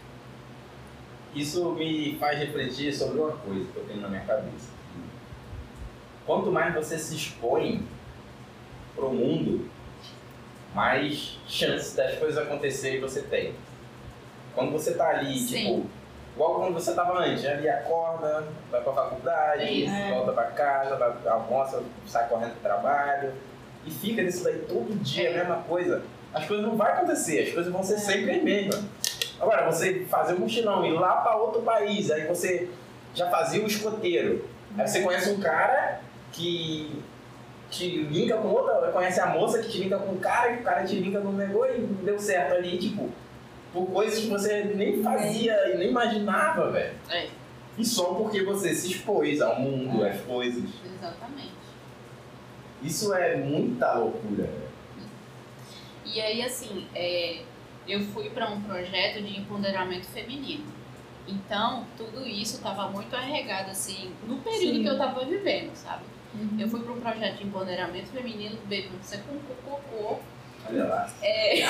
Isso me faz refletir sobre uma coisa que eu tenho na minha cabeça. Quanto mais você se expõe pro mundo, mais chances das coisas acontecerem você tem. Quando você tá ali, Sim. tipo, igual quando você tava antes, né? ali acorda, vai pra faculdade, É Isso. volta pra casa, vai, almoça, sai correndo pro trabalho, e fica nisso daí todo dia, a mesma coisa. As coisas não vão acontecer, as coisas vão ser sempre as mesmas. Agora, você fazer um mochilão, ir lá pra outro país, aí você já fazia o escoteiro. Aí você conhece um cara que te linka com outra, conhece a moça que te linka com o cara, e o cara te linka com o negócio e deu certo ali, tipo, por coisas que você nem fazia e nem imaginava, velho. É, E só porque você se expôs ao mundo, às coisas. exatamente. Isso é muita loucura, velho. E aí, assim, é, eu fui para um projeto de empoderamento feminino. Então, tudo isso estava muito arregado, assim, no período Sim. que eu estava vivendo, sabe? Uhum. Eu fui para um projeto de empoderamento feminino, bebo você com cocô. Olha lá. É,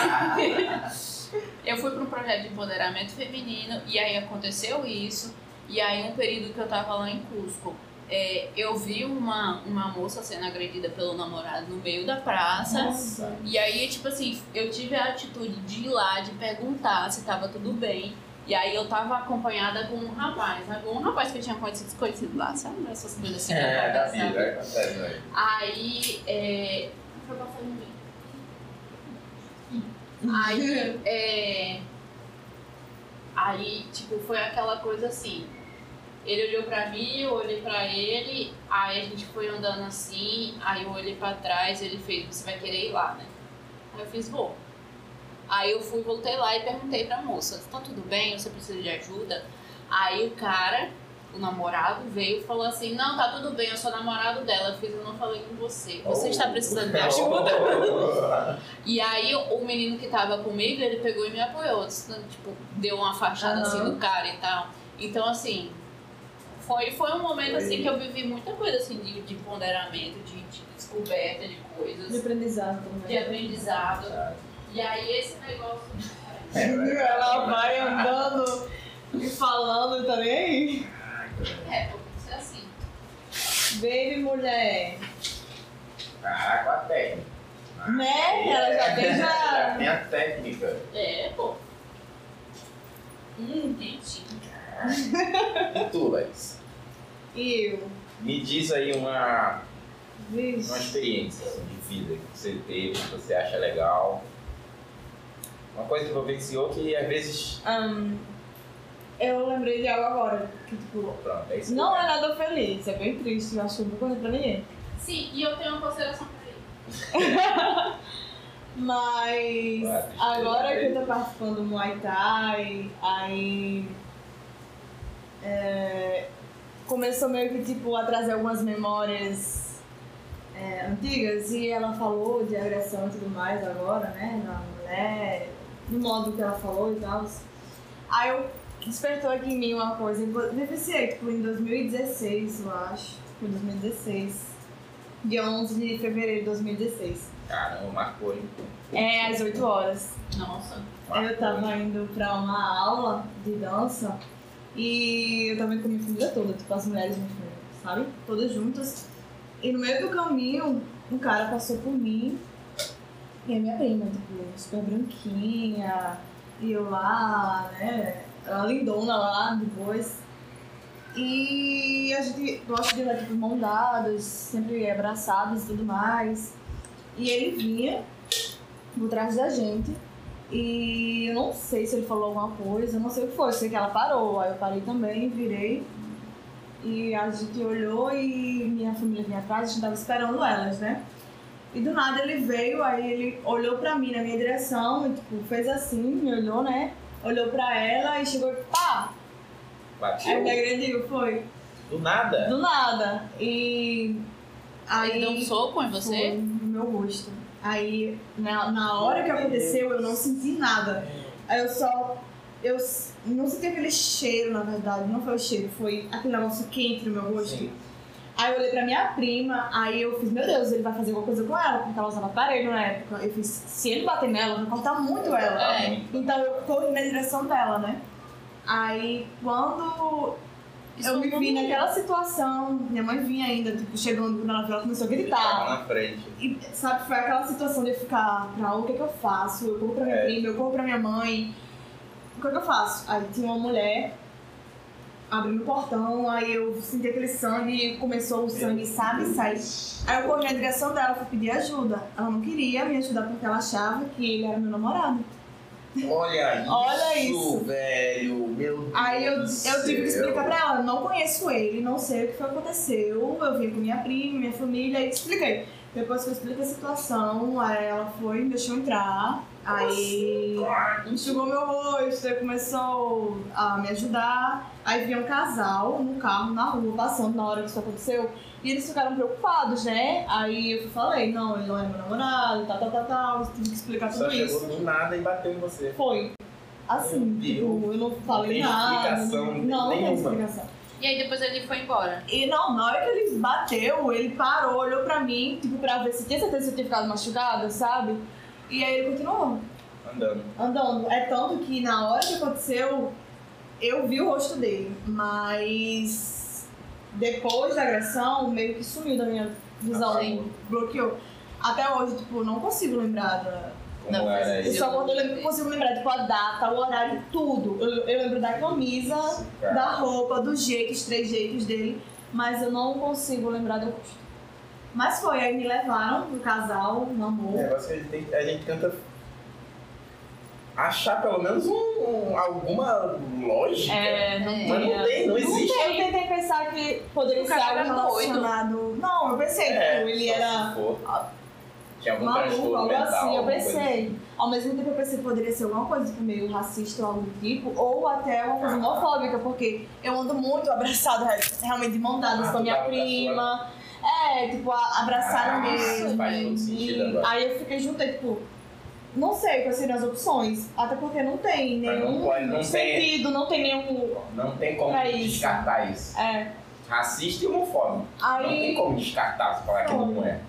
eu fui para um projeto de empoderamento feminino e aí aconteceu isso. E aí, um período que eu tava lá em Cusco, é, eu vi uma, uma moça sendo agredida pelo namorado no meio da praça. Nossa. E aí, tipo assim, eu tive a atitude de ir lá, de perguntar se tava tudo bem. E aí eu tava acompanhada com um rapaz, né? um rapaz que eu tinha conhecido, conhecido lá, sabe? Essas coisas assim. que É, da acontecem, vida, acontece, velho. Aí, é... Aí, é... Aí, tipo, foi aquela coisa assim. Ele olhou pra mim, eu olhei pra ele, aí a gente foi andando assim, aí eu olhei pra trás, ele fez, você vai querer ir lá, né? Aí eu fiz, vou. Aí eu fui, voltei lá e perguntei pra moça, tá tudo bem? Você precisa de ajuda? Aí o cara o namorado veio e falou assim: Não, tá tudo bem, eu sou namorado dela. Eu fiz, eu não falei com você. Você está precisando de ajuda? E aí o menino que tava comigo, ele pegou e me apoiou. disse, Tipo, deu uma afastada Aham. assim do cara e tal. Então, assim, foi, foi um momento Foi. assim que eu vivi muita coisa assim de, de ponderamento, de, de descoberta de De coisas, aprendizado. né? de aprendizado. E aí esse negócio. Ela vai andando e falando também. *laughs* É, vou ser assim. Baby mulher. Caraca, a técnica. Né? Ela já tem Já já. tem a técnica. É, pô. Hum, gente. E tu, Lex? E eu. Me diz aí uma, uma Vixe. experiência assim, de vida que você teve, que você acha legal. Uma coisa que vivenciou que às vezes. Ahn, eu lembrei de algo agora. Que, tipo, Pronto, é isso. não é nada feliz, é bem triste, eu acho que eu não vou contar pra ninguém. Sim, e eu tenho uma consideração pra ele. Mas Ah, tristeza, agora que né? eu tô participando do Muay Thai, aí. é, começou meio que tipo a trazer algumas memórias é, antigas e ela falou de agressão e tudo mais agora, né? Na mulher, no modo que ela falou e tal. Aí eu despertou aqui em mim uma coisa, eu vivenciei tipo, em 2016, eu acho. Foi 2016. Dia 11 de fevereiro de 2016. Caramba, marcou, hein? É, às 8 horas. Nossa. Marcou, Eu tava hein? indo pra uma aula de dança E eu tava indo com a minha família toda, tipo, as mulheres da minha família, sabe? Todas juntas. E no meio do caminho, um cara passou por mim e a minha prima, tipo, super branquinha. E eu lá, né? Ela lindona lá, depois. E a gente gosta de ir lá, tipo, mão dadas, sempre abraçadas e tudo mais. E ele vinha por trás da gente. E eu não sei se ele falou alguma coisa, eu não sei o que foi, eu sei que ela parou. Aí eu parei também, virei. E a gente olhou e minha família vinha atrás, a gente tava esperando elas, né? E do nada ele veio, aí ele olhou pra mim na minha direção, e, tipo, fez assim, me olhou, né? Olhou pra ela e chegou e pá! Aí me Bateu agrediu, foi. do nada. Do nada. E. Ele Aí deu um soco em você? foi no meu rosto. Aí, na, na hora que aconteceu, eu não senti nada. Aí eu só. Eu s- não senti aquele cheiro, na verdade. Não foi o cheiro, foi aquele negócio quente no meu rosto. Sim. Aí eu olhei pra minha prima, aí eu fiz, meu Deus, ele vai fazer alguma coisa com ela, porque ela usava aparelho na época. Eu fiz, se ele bater nela, vai cortar muito ela. Ah, É. muito. Então eu corri na direção dela, né? Aí quando Isso é um eu me foi vi bom. naquela situação, minha mãe vinha ainda, tipo, chegando na favela, começou a Ele gritar. tava na frente. E, sabe, foi aquela situação de eu ficar, pra o que é que eu faço? Eu corro pra minha É. prima, eu corro pra minha mãe. O que é que eu faço? Aí tinha uma mulher abrindo o portão, aí eu senti aquele sangue, começou o sangue, sabe, sair. Aí eu corri na direção dela pra pedir ajuda. Ela não queria me ajudar porque ela achava que ele era meu namorado. Olha isso, Olha isso. velho. Meu Deus. Aí eu, eu tive que do céu. explicar pra ela, não conheço ele, não sei o que foi que aconteceu, eu vim com minha prima, minha família, e expliquei. Depois que eu expliquei a situação, aí ela foi, me deixou entrar, aí enxugou meu rosto, aí começou a me ajudar. Aí vinha um casal no carro, na rua, passando na hora que isso aconteceu, e eles ficaram preocupados, né? Aí eu falei, não, ele não é meu namorado, tal, tal, tal, tal, tive que explicar Só tá tudo chegou isso. do nada e bateu em você. Foi. Assim, Meu tipo, eu não falei tem nada. explicação não, não tem nenhuma. explicação. E aí depois ele foi embora. E não, na hora que ele bateu, ele parou, olhou pra mim, tipo, pra ver se tinha certeza se eu tinha ficado machucada, sabe? E aí ele continuou Andando. andando. É tanto que na hora que aconteceu, eu vi o rosto dele, mas depois da agressão, meio que sumiu da minha visão, né? Apagou. bloqueou. Até hoje, tipo, não consigo lembrar da, Como Não, mas era eu isso? só eu lembro, consigo lembrar, tipo, a data, o horário, tudo. Eu, eu lembro da camisa, cara? da roupa, do jeito, os três jeitos dele, mas eu não consigo lembrar do rosto. Mas foi, aí me levaram pro casal, no O amor. negócio é que a gente, tem- a gente tenta achar pelo menos um, um- alguma lógica. É, É. Mas não tem, não existe. Não tem, eu tentei pensar que poderia O ser cara era algo doido. relacionado. Não, eu pensei, É, tipo, ele só era se for. Tinha algum maluco, transtorno algo mental. assim, eu alguma coisa pensei. Ao mesmo tempo eu pensei que poderia ser alguma coisa tipo, meio racista ou algo do tipo, ou até uma coisa homofóbica, porque eu ando muito abraçado, realmente de mão dadas Ah, com a minha tá, tá, prima. É, tipo, a- abraçaram Ah, mesmo. faz todo sentido E agora. aí eu fiquei junto, aí, tipo, não sei quais seriam as opções, até porque não tem Mas não nenhum pode, não tem, sentido, não tem nenhum. não tem como pra É isso. descartar isso. É. Racista e homofóbico. Aí... Não tem como descartar se falar que não é.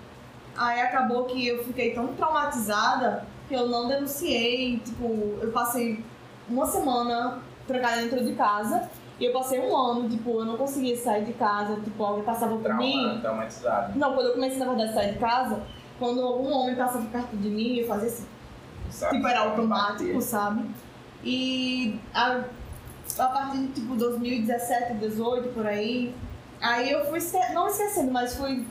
Aí acabou que eu fiquei tão traumatizada que eu não denunciei. Tipo, eu passei uma semana trancada dentro de casa. E eu passei um ano, tipo, eu não conseguia sair de casa. Tipo, alguém passava por mim. Trauma, traumatizado. Não, quando eu comecei, na verdade, a sair de casa, quando algum homem passava perto de mim, eu fazia assim. Sabe? Tipo, era automático, sabe? E a, a partir de tipo 2017, 2018, por aí, aí eu fui, esque- não esquecendo, mas fui,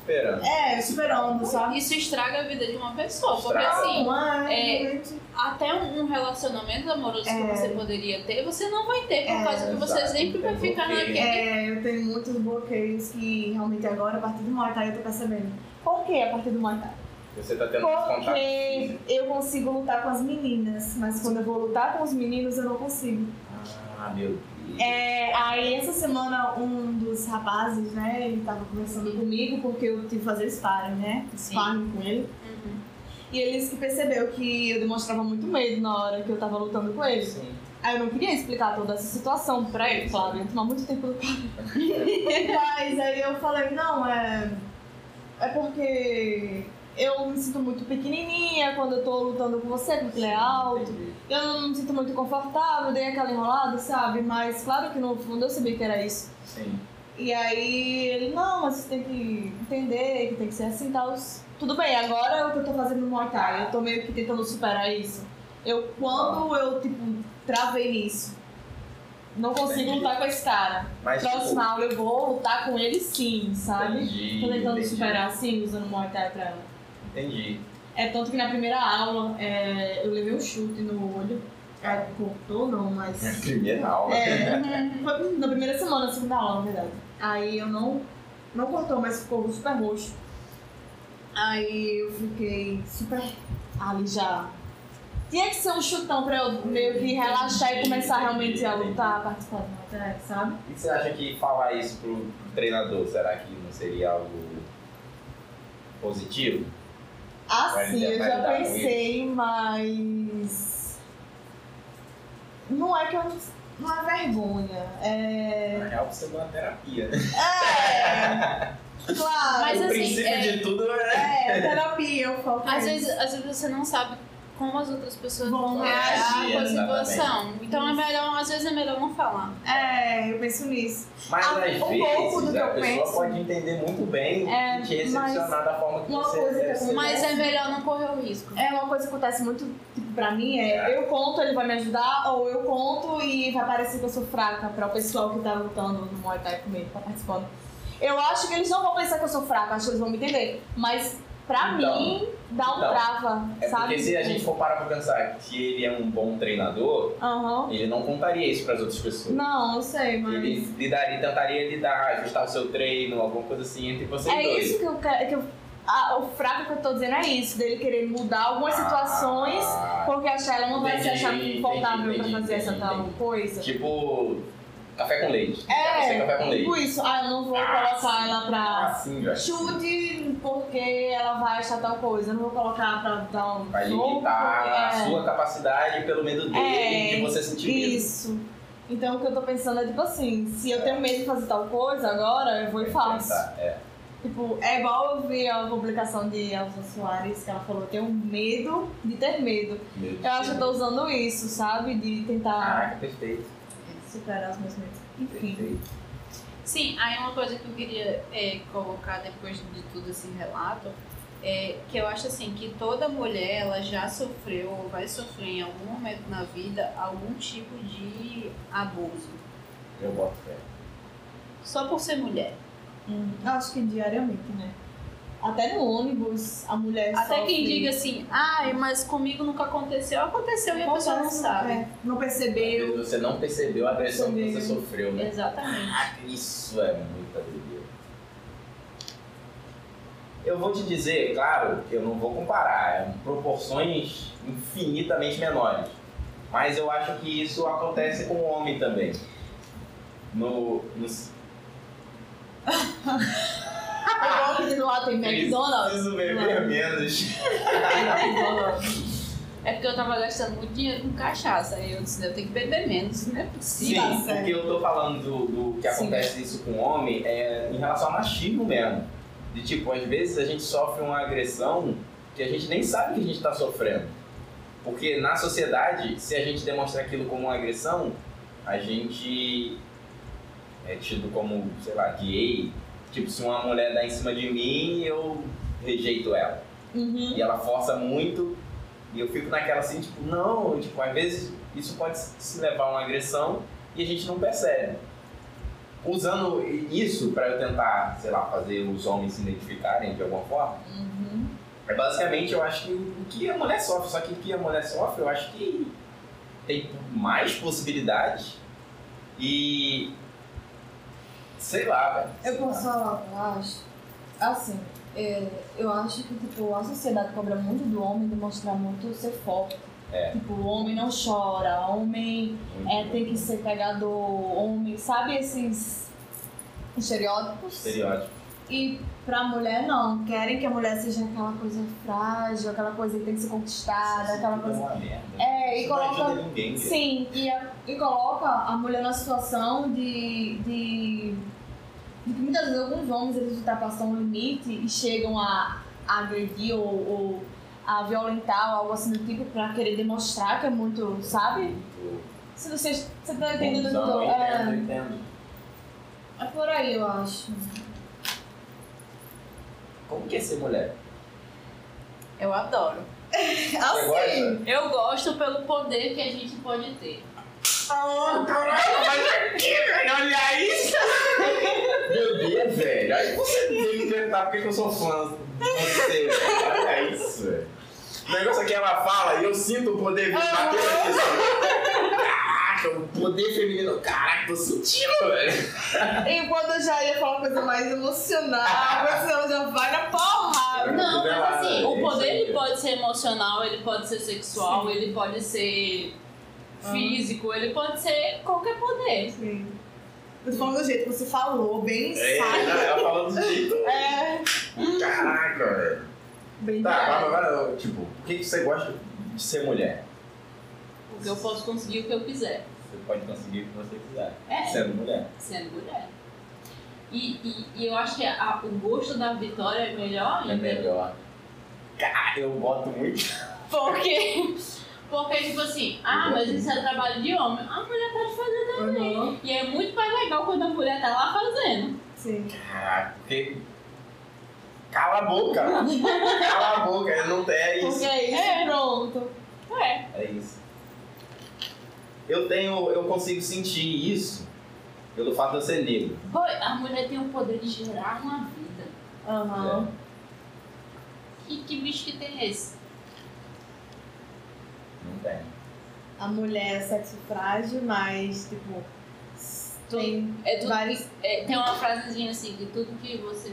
Esperando. é, superando, sabe? Isso estraga a vida de uma pessoa, porque Estraga. assim, é, é, até um relacionamento amoroso que É. você poderia ter, você não vai ter, por É. causa que você Exato, sempre vai tem ficar bloqueio. naquele. é, eu tenho muitos bloqueios que realmente agora, a partir do Muay Thai, eu tô percebendo. Por que a partir do Muay Thai? Você tá tendo um contato Porque físico. eu consigo lutar com as meninas, mas quando eu vou lutar com os meninos, eu não consigo. Ah, meu Deus. É, aí essa semana, um dos rapazes, né, ele tava conversando comigo, porque eu tive que fazer sparring, né, sparring com ele. Uhum. E ele disse que percebeu que eu demonstrava muito medo na hora que eu tava lutando com ele. Sim. Aí eu não queria explicar toda essa situação pra ele, claro, ia tomar muito tempo do *laughs* cara. Mas aí eu falei, não, é. É porque eu me sinto muito pequenininha quando eu tô lutando com você, porque ele é alto. Eu não me sinto muito confortável, dei aquela enrolada, sabe? Mas claro que no fundo eu sabia que era isso. Sim. E aí ele, não, mas você tem que entender que tem que ser assim e tal. Tudo bem, agora é o que eu tô fazendo no Muay Thai. Eu tô meio que tentando superar isso. Eu, quando eu, tipo, travei nisso, não consigo Entendi. lutar com esse cara. Mas, tipo, Próxima aula eu vou lutar com ele sim, sabe? entendi, Tô tentando entendi, superar assim, usando Muay Thai pra ela. Entendi. É tanto que na primeira aula é, eu levei um chute no olho. Ah, cortou não, mas. É a primeira aula. É, *laughs* foi na primeira semana, na segunda aula, na verdade. Aí eu não. Não cortou, mas ficou super roxo. Aí eu fiquei super. Ali já. Tinha que ser um chutão pra eu meio que relaxar e começar realmente a lutar, a participar do Muay Thai, sabe? O que você acha que falar isso pro, pro treinador, será que não seria algo positivo? Ah, Vai sim, lidar- eu vai já lidar com pensei, mas. Não é que eu. Não é vergonha. É. Na real, precisa de uma terapia, né? Claro. Mas o assim, princípio é- de tudo é... É, terapia, eu falo. Às vezes, às vezes você não sabe como as outras pessoas vão Vão reagir com a reagir, exatamente. situação. Então é melhor, às vezes é melhor não falar. É, eu penso nisso. Mas Ah, às vezes um pouco do que a eu pessoa penso. pode entender muito bem É, e te recepcionar mas da forma que uma você coisa que deve eu- ser. Mas é melhor não correr o risco. É uma coisa que acontece muito tipo, pra mim, é eu conto, ele vai me ajudar, ou eu conto e vai parecer que eu sou fraca pra o pessoal que tá lutando no Muay Thai comigo, tá participando. Eu acho que eles não vão pensar que eu sou fraca, acho que eles vão me entender. Mas pra Então, mim, dá um então, trava, É sabe? porque se a gente for parar pra pensar que ele é um bom treinador, Aham. ele não contaria isso pras outras pessoas. Não, eu sei, mas. Ele lidaria, tentaria lidar, ajustar o seu treino, alguma coisa assim entre vocês É dois. isso que eu quero. Que eu, ah, o fraco que eu tô dizendo é isso, dele querer mudar algumas situações, Ah, porque achar ela não vai se Entendi, achar entendi, confortável pra entendi, fazer essa entendi, tal entendi. coisa. tipo, café com leite. Você café com É, leite. tipo isso. Ah, eu não vou Ah, colocar sim. ela Ah, pra sim, velho. chute porque ela vai achar tal coisa. Eu não vou colocar pra dar um. Vai soco, limitar a é. sua capacidade pelo medo dele É, de você sentir medo. Isso. Então o que eu tô pensando é tipo assim, se eu tenho medo de fazer tal coisa agora, eu vou e faço. Tá, é. Tipo, é igual eu vi a publicação de Elza Soares, que ela falou, eu tenho medo de ter medo. Meu Eu acho que eu tô usando isso, sabe? De tentar Caraca, perfeito. superar os meus medos. Enfim. perfeito. Sim, aí uma coisa que eu queria é, colocar depois de tudo esse relato é que eu acho assim que toda mulher ela já sofreu ou vai sofrer em algum momento na vida algum tipo de abuso Eu boto fé. só por ser mulher. Hum, eu acho que diariamente, né? Até no ônibus, a mulher Até sofre- quem diga assim, ai, mas comigo nunca aconteceu, aconteceu e a pessoa não Acontece, sabe. é, não Às percebeu. vezes Você não percebeu a agressão que você Percebi. sofreu, é. né? *laughs* Exatamente. Isso é muita doideira. Eu vou te dizer, claro, que eu não vou comparar, é em proporções infinitamente menores. Mas eu acho que isso acontece com o homem também. No, no Ah, porque lá É tem McDonald's. Preciso beber menos. McDonald's. É porque eu tava gastando muito dinheiro com cachaça. Aí eu disse, eu tenho que beber menos, não é Sim, possível. Tá o certo. que eu tô falando do, do que Sim. acontece isso com o homem é em relação ao machismo mesmo. De tipo, às vezes a gente sofre uma agressão que a gente nem sabe que a gente tá sofrendo. Porque na sociedade, se a gente demonstra aquilo como uma agressão, a gente é tido como, sei lá, gay. Tipo, se uma mulher dá em cima de mim, eu rejeito ela. Uhum. E ela força muito. E eu fico naquela assim, tipo, não, tipo, às vezes isso pode se levar a uma agressão e a gente não percebe. Usando isso para eu tentar, sei lá, fazer os homens se identificarem de alguma forma, Uhum. é basicamente eu acho que o que a mulher sofre, só que o que a mulher sofre, eu acho que tem mais possibilidades e. sei lá, velho. Eu posso falar o que eu acho? Assim, é, eu acho que tipo, a sociedade cobra muito do homem demonstrar muito ser forte. É. Tipo, o homem não chora, o homem é, tem que ser pegador, o homem. Sabe esses estereótipos? Estereótipo. E pra mulher, não. Querem que a mulher seja aquela coisa frágil, aquela coisa que tem que ser conquistada, Isso aquela é coisa. uma merda. Ah, É, e Isso não coloca ajuda ninguém, velho. Sim, e, a- e coloca a mulher na situação de, de, de que muitas vezes alguns homens eles ultrapassam o limite e um chegam a agredir ou, ou a violentar ou algo assim do tipo pra querer demonstrar que é muito, sabe? Se você, você tá entendendo o que eu Então, tô- é, eu entendo, eu entendo. é por aí, eu acho. Como que é ser mulher? Eu adoro. Você gosta? Assim! Eu gosto pelo poder que a gente pode ter. Oh, caralho, mas aqui, velho, olha isso! Meu Deus, velho, aí você tem que perguntar porque que eu sou fã de você, velho. Olha isso, velho. O negócio aqui é ela fala e eu sinto o poder vindo naquele episódio. Caraca, o poder feminino, caraca, tô sentindo, velho. Enquanto eu já ia falar coisa mais emocional, *laughs* mas ela já vai na porrada. Não, Tudo errado, mas assim, é o isso poder aí, ele cara. pode ser emocional, ele pode ser sexual, ele pode ser Ah. físico, ele pode ser qualquer poder. Sim. Eu tô falando do jeito que você falou, bem É, sábio. ela falando do jeito. É, Caraca, velho. bem Tá, sábio. mas agora, tipo, por que que você gosta de ser mulher? Porque eu posso conseguir o que eu quiser. Você pode conseguir o que você quiser, É, sendo mulher. sendo mulher. E, e, e eu acho que a- o gosto da vitória é melhor ainda. É melhor. Cara, eu boto muito. Porque, porque, tipo assim, ah, mas isso é trabalho de homem. A mulher pode fazer também. Uhum. E é muito mais legal quando a mulher tá lá fazendo. é Sim. Caraca, Ah, porque. Cala a *laughs* boca! Cala a boca, não tem, é Porque isso. é isso, É. pronto. É. É isso. Eu tenho. Eu consigo sentir isso pelo fato de eu ser negro. Boy, a mulher tem o poder de gerar uma vida. Aham. Né? É. Que, que bicho que tem esse? Não tem. A mulher é sexo frágil, mas, tipo, tem É tudo, vários. é, tem uma frasezinha assim, que tudo que você.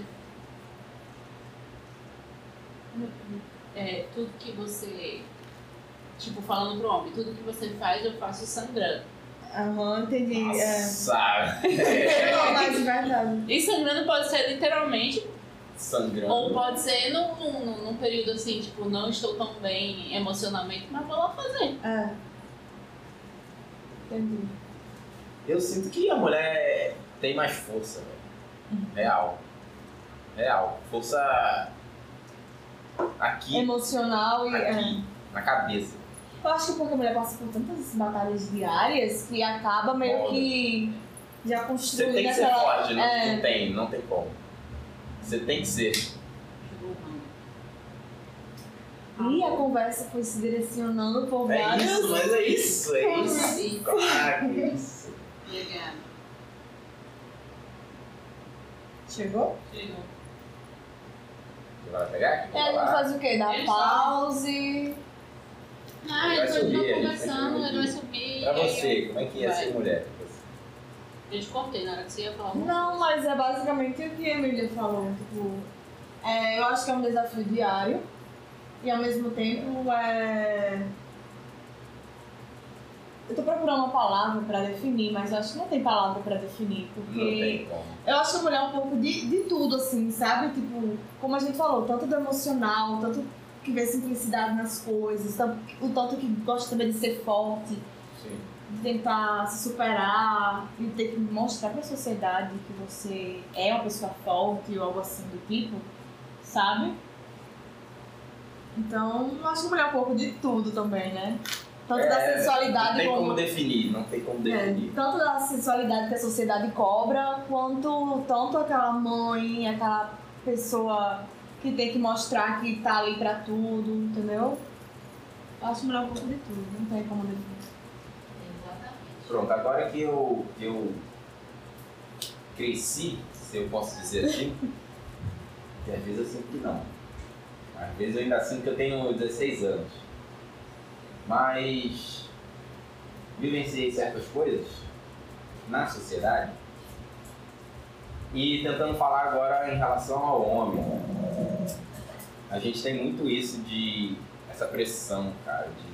É, tudo que você. Tipo, falando pro homem, tudo que você faz eu faço sangrando. Aham, entendi. É. Nossa! *laughs* Não, É. mas de verdade. E sangrando pode ser literalmente Ou Sangrando. pode ser num, num, num período assim, tipo, não estou tão bem emocionalmente, mas vou lá fazer. É. Entendi. Eu sinto que a mulher tem mais força, velho. Uhum. Real. Real. Força. Aqui. Emocional e. é. Aqui. Na cabeça. Eu acho que porque a mulher passa por tantas batalhas diárias que acaba meio Foda. que já Você construindo tem que ser aquela. forte, não, é. não tem, não tem como. Você tem que ser. É Chegou o rango. E a conversa foi se direcionando por É vários. isso, mas é isso, é isso. E- Caraca, isso. Legal. Chegou? Chegou. Você vai pegar aqui? E a gente É, faz o quê? Dá Ele pause. Ah, Ele ele vai subir, continua ele conversando, vai ele vai subir. Pra e aí você, como é que é Vai. ser mulher? Eu, eu te cortei na hora que você ia falar. Não, mas é basicamente o que a Emília falou. Tipo, é, eu acho que é um desafio diário. E ao mesmo tempo é. Eu tô procurando uma palavra pra definir, mas eu acho que não tem palavra pra definir, porque. Não tem como. Eu acho que a mulher é um pouco de, de tudo, assim, sabe? Tipo, como a gente falou, tanto do emocional, tanto que vê simplicidade nas coisas, tanto- o tanto que gosta também de ser forte, Sim. de tentar se superar, e ter que mostrar pra sociedade que você é uma pessoa forte ou algo assim do tipo, sabe? Então, eu acho que a mulher é um pouco de tudo também, né? Tanto da É, Não sensualidade tem como como definir, não tem como é, definir. tanto da sensualidade que a sociedade cobra, quanto tanto aquela mãe, aquela pessoa que tem que mostrar que tá ali pra tudo, entendeu? Eu acho melhor um pouco de tudo, não tem como definir. Exatamente. Pronto, agora que eu, que eu cresci, se eu posso dizer assim, e às vezes eu sinto que não. Às vezes eu ainda sinto que eu tenho 16 anos. Mas vivenciei certas coisas na sociedade e tentando falar agora em relação ao homem. A gente tem muito isso de. essa pressão, cara, de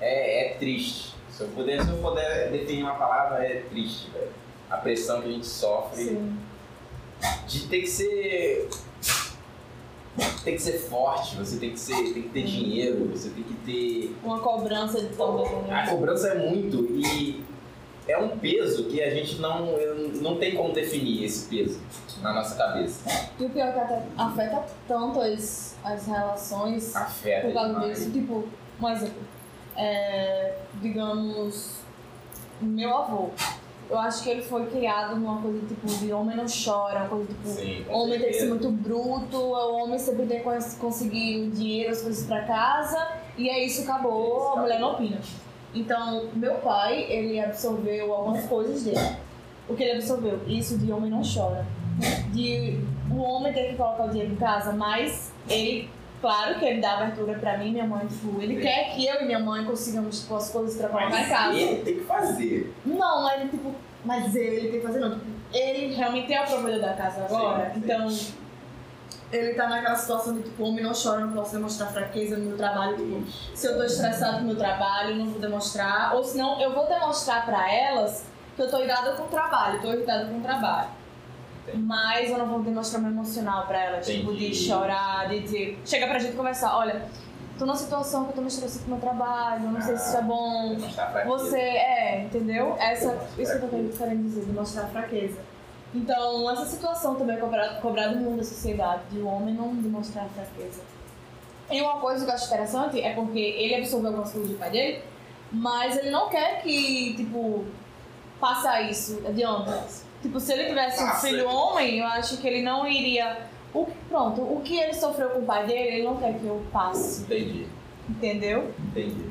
É, é triste. Se eu, puder, se eu puder definir uma palavra, é triste, velho. A pressão que a gente sofre Sim. de ter que ser. Tem que ser forte, você tem que ser. Tem que ter dinheiro, você tem que ter. Uma cobrança de também, A né? cobrança é muito e é um peso que a gente não, eu- não tem como definir esse peso na nossa cabeça. E o pior é que até afeta tanto as, as relações Afeta por causa demais. disso. Tipo, um exemplo. É, digamos, meu avô. Eu acho que ele foi criado numa coisa tipo de homem não chora, uma coisa tipo. Sim, com Homem tem que ser certeza. muito bruto, é o homem sempre tem que cons- conseguir o dinheiro, as coisas pra casa, e é isso, acabou, Isso, a mulher não acabou. opina. Então, meu pai, ele absorveu algumas coisas dele. O que ele absorveu? Isso de homem não chora. De o homem ter que colocar o dinheiro em casa, mas ele, claro que ele dá abertura pra mim e minha mãe, tipo, ele Sim. quer que eu e minha mãe consigamos tipo, as coisas pra colocar em Mas casa. ele tem que fazer. Não, mas ele, tipo, mas ele, ele tem que fazer não. Tipo, ele realmente é o provedor da casa agora. Sim, sim. Então, ele tá naquela situação de tipo, homem não chora, eu não posso demonstrar fraqueza no meu trabalho. Tipo, se eu tô estressado com o meu trabalho, eu não vou demonstrar. Ou senão eu vou demonstrar pra elas que eu tô irada com o trabalho, tô irritada com o trabalho. Entendi. Mas eu não vou demonstrar meu emocional pra elas. Tipo, de Entendi. chorar, de dizer. Chega pra gente conversar, olha, tô numa situação que eu tô me estressando com o meu trabalho, eu não sei se isso é bom. Demonstrar pra Você, é, entendeu? Essa, Demonstrar isso que eu tô fraqueza. querendo dizer, demonstrar fraqueza. Então, essa situação também é cobrada cobrar do mundo da sociedade, de o homem não demonstrar fraqueza. E uma coisa que eu acho interessante é porque ele absorveu algumas coisas do pai dele, mas ele não quer que, tipo, faça isso adianta. Tipo, se ele tivesse um Ah, filho sim. homem, eu acho que ele não iria... O, pronto, o que ele sofreu com o pai dele, ele não quer que eu passe, Entendi, entendeu? entendi.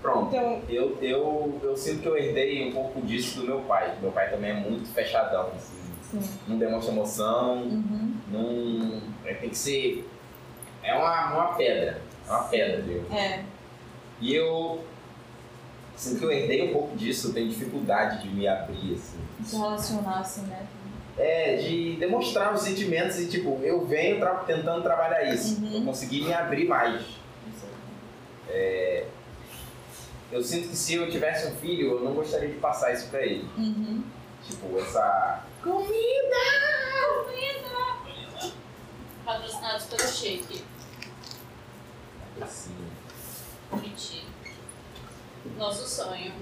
Pronto. Então, Eu, eu, eu sinto que eu herdei um pouco disso do meu pai. Meu pai também é muito fechadão, assim. sim. Não demonstra emoção, Uhum. não. é, Tem que ser. É uma, uma pedra. É uma pedra, viu? É. E eu. Sinto que eu herdei um pouco disso, eu tenho dificuldade de me abrir, assim. se relacionar assim, né? É, de demonstrar os sentimentos e, tipo, eu venho tra- tentando trabalhar isso. Uhum. Eu consegui me abrir mais. Eu sinto que se eu tivesse um filho, eu não gostaria de passar isso pra ele. Uhum. Tipo, essa. Comida! Patrocinados pelo shake. Assim, Mentira. Nosso sonho.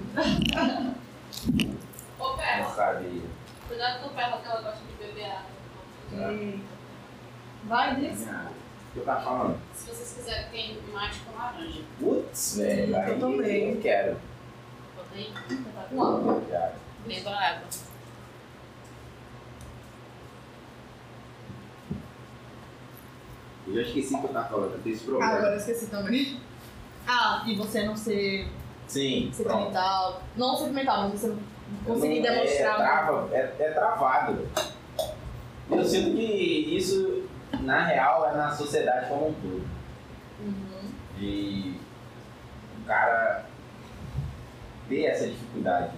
Ô, não Perla. sabe. Cuidado com o Perla que ela gosta de beber água. Vai disso. O que eu tava falando? Se vocês quiserem, tem mate com laranja. Putz, velho. eu aí também. Eu quero. Botei. Uau. Cara, Beba água. Eu já esqueci o que eu tava falando, eu tenho esse Ah, problema. agora eu esqueci também. Ah, e você não ser Sim, pronto. sentimental. Não sentimental, mas você conseguir Não, é- É, demonstrar. trava, é, é travado. Eu sinto que isso, na real, é na sociedade como um todo. Uhum. De o cara ter essa dificuldade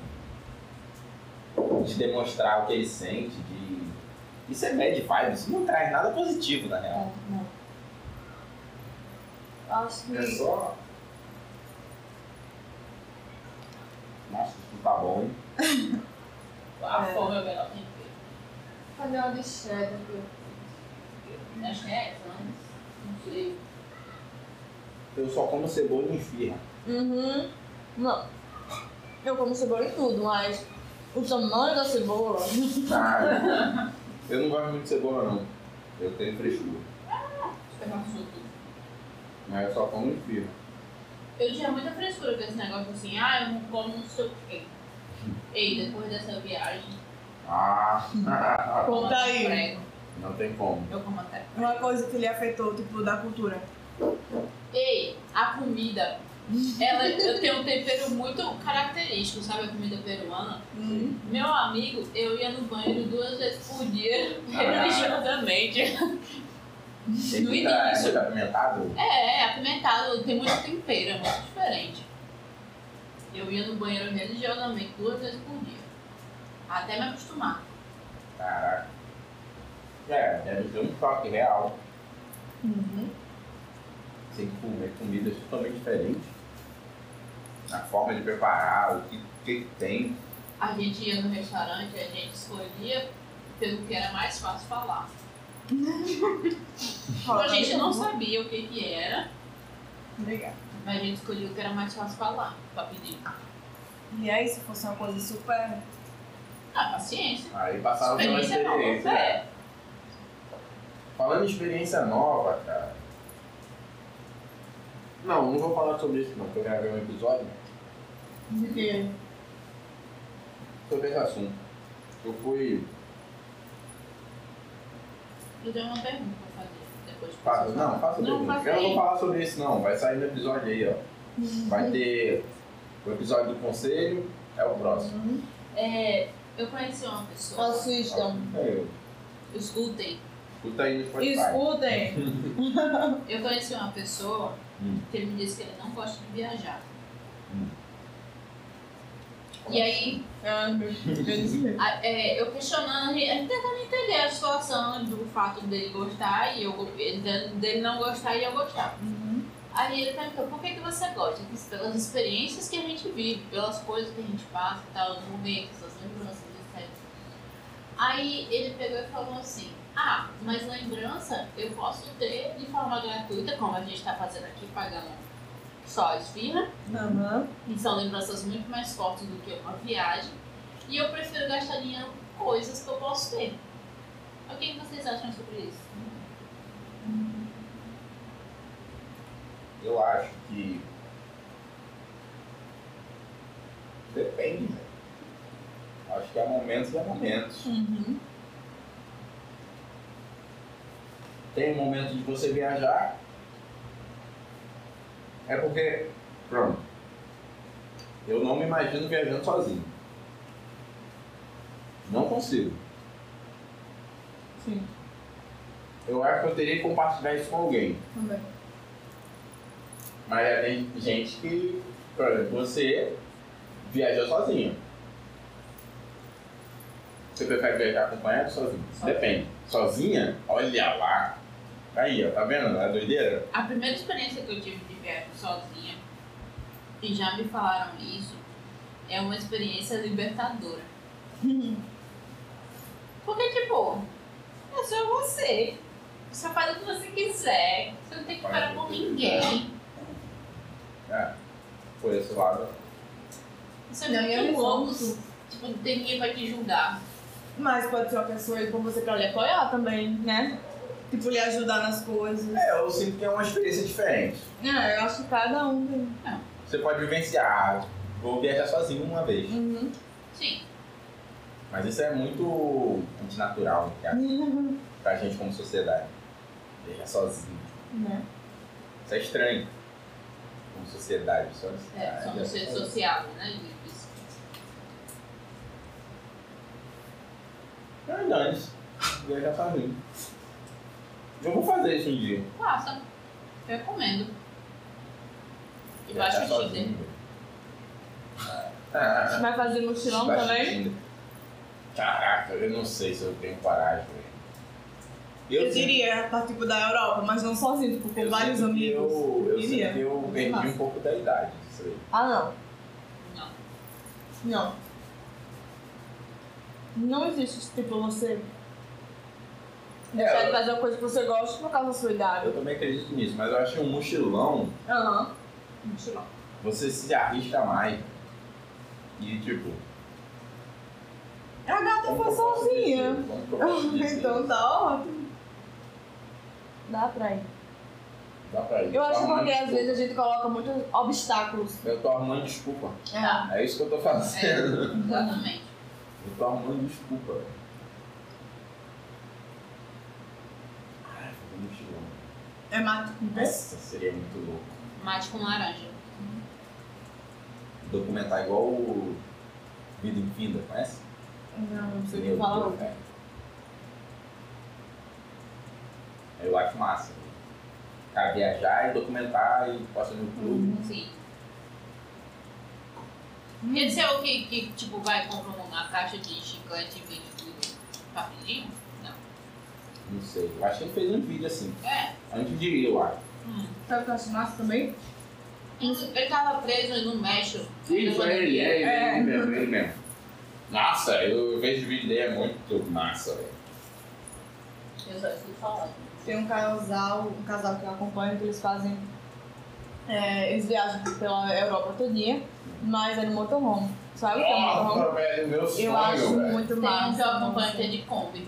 de demonstrar o que ele sente, de. Isso é bad vibe, isso não traz nada positivo, na real. É, não. Acho que. É só. Nossa, isso não tá bom, hein? A É. fome é o melhor tempero. Fazer uma de shredder, viu? Acho que é essa, né? Não sei. Eu só como cebola e enfirra. Uhum. Não. Eu como cebola em tudo, mas o tamanho da cebola. Ah, eu não gosto muito de cebola, não. Eu tenho frescura. Acho que é mais suco. Mas eu só como enfirra. Eu tinha muita frescura com esse negócio assim, ah, eu não como não sei o quê. Ei, depois dessa viagem, Ah, Tá. eu como Conta aí. até prego. não tem como. Eu como até prego. Uma coisa que lhe afetou, tipo, da cultura. Ei, a comida. Ela, eu tenho um tempero muito característico, sabe? A comida peruana. Uhum. Meu amigo, eu ia no banheiro duas vezes por dia, Ah. religiosamente. Tem No muita, início. é muito apimentado? É, é apimentado, tem muito tempero, é muito diferente. Eu ia no banheiro religiosamente duas vezes por dia. Até me acostumar. Caraca. É, deve ter um choque real. Uhum. Tem que comer comidas totalmente diferentes. A forma de preparar, o que, o que que tem. A gente ia no restaurante, a gente escolhia pelo que era mais fácil falar. Tipo, A gente não sabia o que, que era, Obrigada. mas a gente escolhia o que era mais fácil falar pra pedir. E aí, se fosse uma coisa super. Ah, paciência. Aí passaram pela Experiência nova, experiência. é. Falando em experiência nova, cara. Não, não vou falar sobre isso não, porque eu gravei um episódio De quê? sobre esse assunto. Eu fui. Eu tenho uma pergunta pra fazer depois de Faço, não, faço Não, pergunta. Eu faça não aí. Uhum. vou falar sobre isso não. Vai sair no episódio aí, ó. Vai ter o episódio do conselho, é o próximo. É, eu conheci uma pessoa. Assistam. É eu. Escutem. Escuta aí no Spotify. Escutem. Eu conheci uma pessoa Hum. que ele me disse que ele não gosta de viajar. Hum. E aí, *laughs* Ah, meu Deus. a- é, eu questionando, é, tentando entender a situação do fato dele gostar e eu go- ele- dele não gostar e eu gostar. Uhum. Aí ele perguntou, por que, que você gosta? Eu disse, pelas experiências que a gente vive, pelas coisas que a gente passa, e tal, os momentos, as lembranças, etc. Aí ele pegou e falou assim, ah, mas lembrança eu posso ter de forma gratuita, como a gente está fazendo aqui, pagando só a esfirra, Uhum. Aham. e são lembranças muito mais fortes do que uma viagem, e eu prefiro gastar dinheiro com coisas que eu posso ter. O que que vocês acham sobre isso? Eu acho que. Depende, velho. Acho que há momentos e há momentos. Uhum. Tem um momento de você viajar. É porque. Pronto. Eu não me imagino viajando sozinho. Não consigo. Sim, Eu acho que eu teria que compartilhar isso com alguém. também. Mas já tem gente que, por exemplo, você viajou sozinho. Você prefere viajar acompanhado ou sozinho? Sozinho. Depende. Sozinha? Olha lá. Aí, ó, tá vendo a doideira? A primeira experiência que eu tive de viagem sozinha, e já me falaram isso, é uma experiência libertadora. *laughs* Porque, tipo, é só você. Você faz o que você quiser. Você não tem que parar com ninguém. Foi esse lado. Você Não, e é é muito bom. louco. Tipo, não tem ninguém vai te julgar. Mas pode ser uma pessoa aí com você pra lhe apoiar também, né? Tipo, lhe ajudar nas coisas. É, eu sinto que é uma experiência diferente. Ah, eu acho que cada um tem. Você pode vivenciar. ah, Vou viajar sozinho uma vez. Uhum. *laughs* Sim. Mas isso é muito antinatural né, cara, Uhum. pra gente como sociedade. Viajar sozinho. Né? Isso é estranho. Como sociedade. Só É, Ah, somos já- seres sociáveis, né? Isso. Verdade. Viajar sozinho. tá Eu vou fazer isso um dia. Faça. Recomendo. E Viajar baixa o Tinder. tá sozinho. Ah, Vai fazer mochilão baixa o também? Tinder. Caraca, eu não sei se eu tenho coragem, velho. Eu, sinto- diria partir tipo, da Europa, mas não sozinho, tipo, com eu vários sinto que amigos. Eu, eu Iria. sinto que eu perdi Massa. um pouco da idade. disso aí. Ah, não. Não. Não. Não existe, tipo, você deixar É, de eu, fazer uma coisa que você gosta por causa da sua idade. eu também acredito nisso, mas eu acho que um mochilão, Aham. Mochilão. você se arrisca mais. E tipo. um A gata como que foi eu posso sozinha. dizer? Como que eu posso dizer? *laughs* então tá ótimo. Dá pra ir. Dá pra ir. um Eu acho Arrumando porque às desculpa. vezes a gente coloca muitos obstáculos. Eu tô arrumando desculpa. Tá. É isso que eu tô *laughs* É. fazendo. É, Exatamente. Eu tô arrumando desculpa, velho. Ai, vou no mochilão. É mato com Nossa, seria muito louco. Mate com laranja. Documentar igual o Vida Infinda, conhece? né? Não, não sei o Meu que falar. Deus, não. velho. É, Eu acho massa. Cara, viajar e documentar e passar no clube. Sim. Quer dizer o que, que tipo, vai e compra uma caixa de chiclete e vende tudo rapidinho? Não. Não sei. Eu acho que ele fez um vídeo assim. É. Antes de ir, eu acho. Hum. Sabe o que eu acho massa também? Ele tava preso no México. é É. ele mesmo, ele mesmo. Nossa, eu vejo o vídeo dele, é muito massa, velho. Eu só escuto falar. Tem um casal, um casal que eu acompanho que eles fazem É, eles viajam pela Europa todinha, mas é no motorhome. Sabe o que é motorhome? Nossa, velho, meu sonho, Eu acho tá velho. muito Tem um massa. que eu acompanho nossa. que é de Kombi.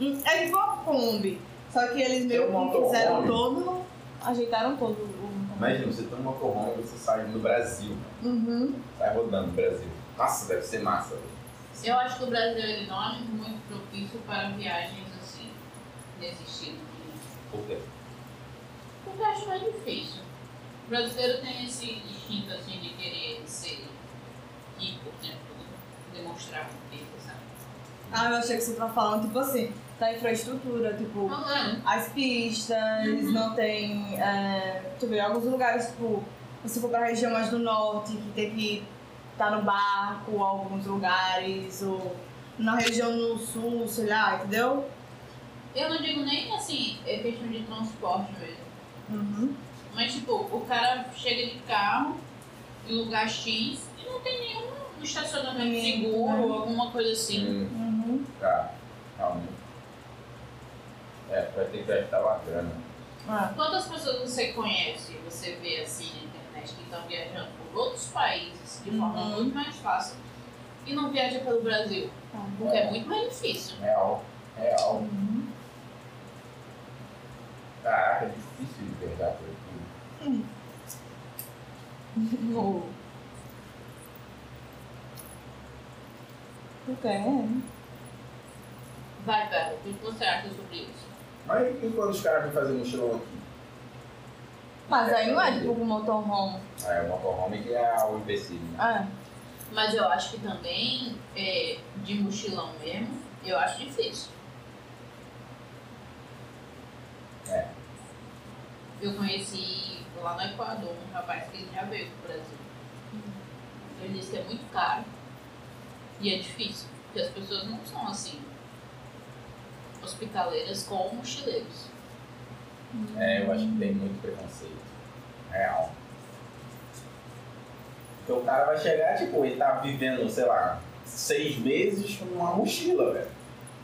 Hum, É tipo uma Kombi, só que eles meio Tem um que fizeram motorhome. Né? todo, ajeitaram todo o. Imagina, você toma uma corrompe e você sai do Brasil. Uhum. Sai rodando no Brasil. Nossa, deve ser massa. Eu acho que o Brasil ele não é muito propício para viagens assim, nesse estilo. Por quê? Porque eu acho mais difícil. O brasileiro tem esse instinto assim de querer ser rico, né? Demonstrar rico, sabe? Ah, eu achei que você tava falando, tipo assim, da infraestrutura, tipo. Não, não. as pistas, não tem. É, deixa eu ver, alguns lugares, tipo, você for pra região mais do norte, que tem que estar no barco, alguns lugares, ou na região no sul, sei lá, entendeu? Eu não digo nem assim, é questão de transporte mesmo. Uhum. Mas, tipo, o cara chega de carro em lugar X e não tem nenhum estacionamento Hum, seguro né? ou alguma coisa assim. Hum, Uhum. tá. Calma. É, vai ter que gastar uma grana. Ah, Quantas pessoas você conhece, você vê assim na internet, que estão viajando por outros países de forma Uhum. muito mais fácil e não viaja pelo Brasil? tá. Porque é muito mais difícil. Real. Real. Uhum. Caraca, é difícil de viajar por aqui. Ou- Tu quer? Vai, Bela, o que você acha sobre isso? Mas e quando os caras vêm fazer mochilão aqui? Mas aí não é tipo um motorhome. Ah, é o motorhome que é o empecilho. né? É. Mas eu acho que também, é, de mochilão mesmo, eu acho difícil. É. Eu conheci lá no Equador um rapaz que ele já veio pro Brasil. Ele disse que é muito caro e é difícil, porque as pessoas não são assim hospitaleiras com mochileiros. É, eu acho que tem muito preconceito. Real. Então o cara vai chegar, tipo, ele tá vivendo, sei lá, seis meses com uma mochila, velho.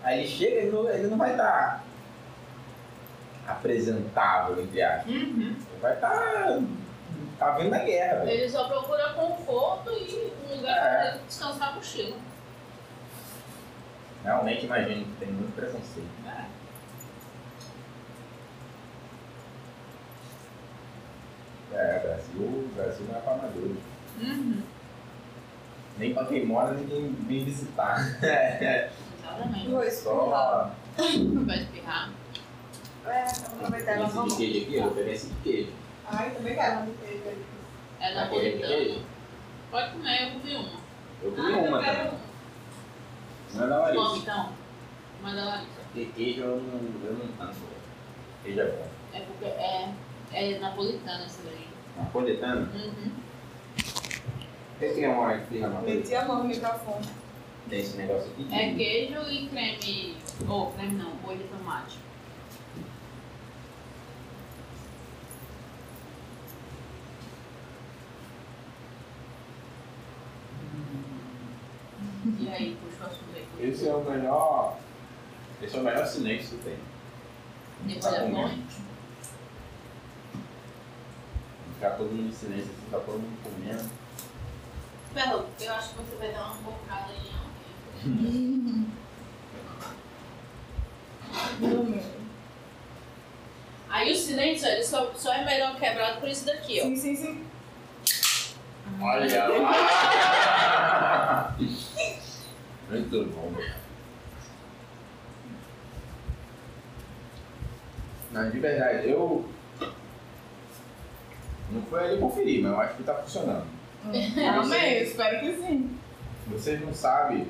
Aí ele chega, ele não, ele não vai estar apresentável, entre aspas. Uhum. Ele vai estar. Tá, tá vindo da guerra, velho. Ele só procura conforto e um lugar para É. ele descansar a mochila. Realmente imagino que tem muito preconceito. É. É, Brasil, Brasil não é pra maduro. Uhum. Nem pra quem mora, ninguém vem visitar. Exatamente. Vou escovar. Só. Vai espirrar. É, aproveitar ela. Esse de vamos. queijo aqui, eu peguei esse de queijo. Ai, também quero. não tem. É Vai querer de napolitano. queijo? Pode comer, eu comi uma. Eu Ah, comi uma né? também. Não é da Bom, Larissa. então, manda lá, Lisa. Porque queijo eu não, eu não tanto. velho. Queijo é bom. É porque é, é napolitano esse daí. Napolitano? Uhum. Esse que é uma aqui na Meti Napolitano. a mão no microfone. Tem esse negócio aqui. É queijo e creme. Ou creme não, molho de tomate. E aí, puxa o assunto aí. puxa. Esse é o melhor. Esse é o melhor silêncio que tem. Tá Depois é bom. Ficar Tá todo mundo em silêncio, assim, tá todo mundo comendo. Belo, eu acho que você vai dar uma bocada em alguém. Meu Deus. Aí o silêncio ele só, só é melhor quebrado por isso daqui, ó. Sim, sim, sim. Olha lá! *laughs* Muito bom. Não, de verdade, eu. Não foi ali conferir, mas eu acho que tá funcionando. Amei, espero que sim. Vocês não sabem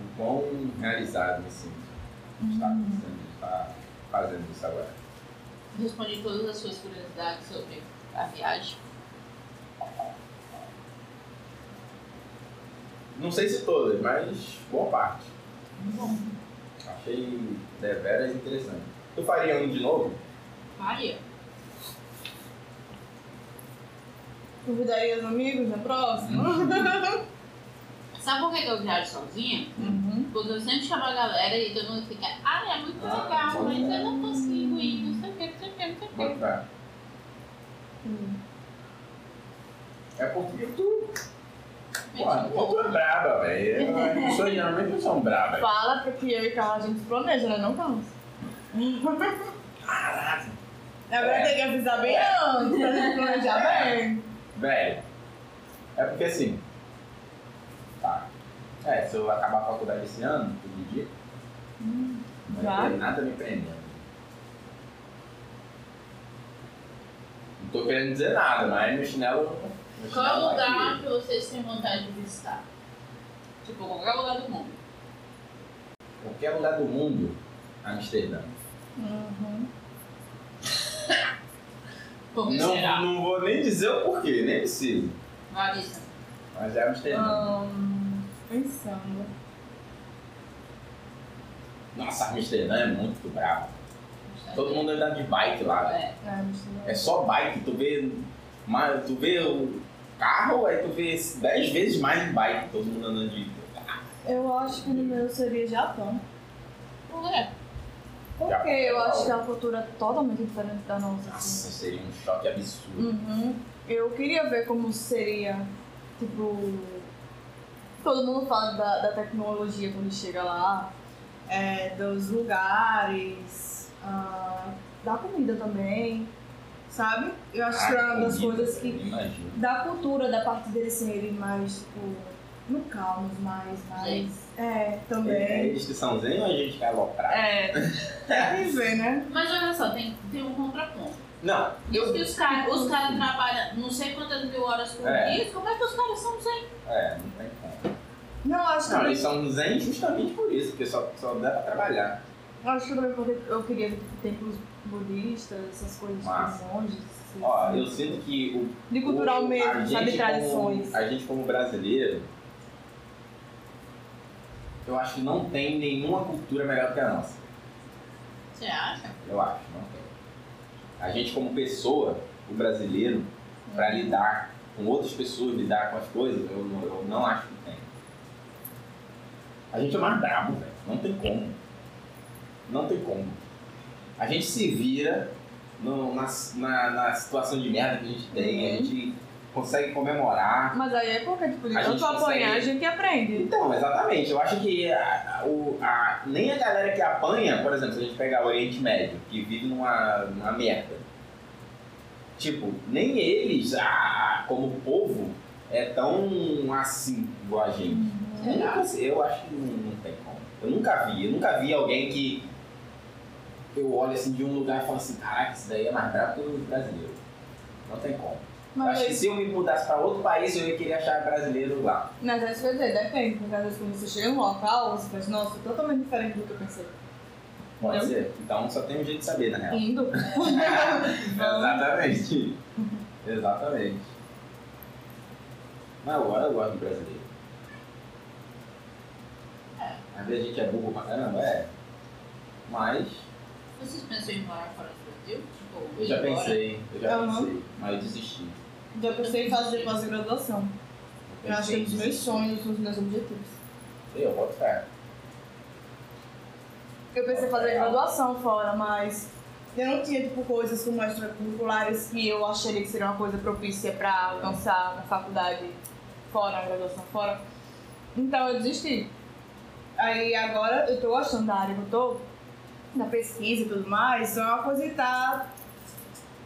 o quão realizado me sinto de estar pensando, de estar fazendo isso agora. Respondi todas as suas curiosidades sobre a viagem. Não sei se todas, mas boa parte. Bom, Achei deveras interessante. Tu faria um de novo? Maria, Convidaria os amigos na próxima? Hum. sabe por que que eu viajo sozinha? Uhum. Porque Tipo, eu sempre chamo a galera e todo mundo fica, ah, é muito Ah, legal, bom, mas né? eu não consigo ir, não sei o que, não sei o que, não sei o que. cara. Hum. É porque tu. Pô, Mete um pô, tu é braba, velho. As pessoas geralmente não são brabas. Fala porque eu e Carla a gente se planeja, né? Não, Carlos? Uhum. Caraca. Agora tem que avisar bem antes, pra gente planejar bem. Velho. É porque assim. Tá. É, se eu acabar a faculdade esse ano, todo dia, não já? Hum, vai ter nada me prendendo. Não tô querendo dizer nada, mas meu chinelo. Meu Qual é chinelo o aqui. lugar que vocês têm vontade de visitar? Tipo, qualquer lugar do mundo. Qualquer lugar do mundo, Amsterdã. Uhum. Como Não, será? não vou nem dizer o porquê, nem preciso. Larissa. Mas é Amsterdã. Ahn, pensando. Nossa, Amsterdã é muito bravo. Amsterdã. Todo mundo anda de bike lá. velho. É. É, não sei. É só bike. Tu vê, mas tu vê o carro, aí tu vê 10 vezes mais de bike. Todo mundo andando de Eu acho que no meu seria Japão. Por quê? Porque eu acho que é uma cultura totalmente diferente da nossa. assim. Nossa, seria um choque absurdo. Uhum. Eu queria ver como seria, tipo. Todo mundo fala da, da tecnologia quando chega lá, é, dos lugares, ah, da comida também, sabe? Eu acho que é uma das Ah, Comida, coisas que velho, Imagina. da cultura da parte deles serem mais, tipo, no calmo, mais, mais. É, também. Eles que são zen ou a gente quer aloprar? É. Tem que ver, né? Mas olha só, tem, tem um contraponto. Não, Diz que os caras os cara trabalham não sei quantas mil horas por É. dia, como é que os caras são sem? é, não tem como. Não, acho que Não, eles são zen justamente por isso, porque só, só dá pra trabalhar. Acho que também porque eu queria ver tipo, templos budistas, essas coisas Massa. de monges. assim. Ó, eu sinto que o De cultural O- a mesmo, sabe? gente Tradições. Como, a gente como brasileiro, eu acho que não tem nenhuma cultura melhor do que a nossa. Você acha? Eu acho, não tem. A gente como pessoa, o brasileiro, pra lidar com outras pessoas, lidar com as coisas, eu, não- eu não acho que tem. A gente é mais brabo, velho. Não tem como. Não tem como. A gente se vira no- na, na- na situação de merda que a gente tem, a Uhum. gente consegue comemorar. Mas aí é porque, tipo, de A gente tanto apanhar, consegue- a gente aprende. Então, exatamente. Eu acho que a- a- o- a- nem a galera que apanha, por exemplo, se a gente pegar o Oriente Médio, que vive numa, numa merda. Tipo, nem eles, ah, como povo, é tão assim igual a gente. Eu Será? nunca sei, Eu acho que não, não tem como. Eu nunca vi. Eu nunca vi alguém que eu olho assim de um lugar e falo assim, caraca, isso daí é mais brabo que o brasileiro. Não tem como. Eu Mas, é acho que aí- se eu me mudasse pra outro país, eu ia querer achar brasileiro lá. mas é isso que eu ia dizer, depende, porque às vezes quando você chega num local, você pensa, nossa, é totalmente diferente do que eu pensei. Pode Não? ser. Então só tem um jeito de saber, na real. *laughs* Indo. Então, né? *laughs* Exatamente. Exatamente. Mas agora eu gosto do brasileiro. Às vezes a gente é burro pra caramba, é. Mas Vocês pensam em morar fora do Brasil? Tipo, eu já ir embora? pensei, eu já Aham. pensei, mas eu desisti. Já pensei em fazer pós-graduação. Eu acho que é um dos pensei em meus desistir. sonhos, um dos meus objetivos. Eu boto fé. Eu pensei em fazer graduação fora, mas eu não tinha tipo coisas como extracurriculares que eu acharia que seria uma coisa propícia pra alcançar na faculdade fora, na graduação fora. Então eu desisti. Aí agora eu tô gostando da área que eu tô, da pesquisa e tudo mais, então é uma coisa que tá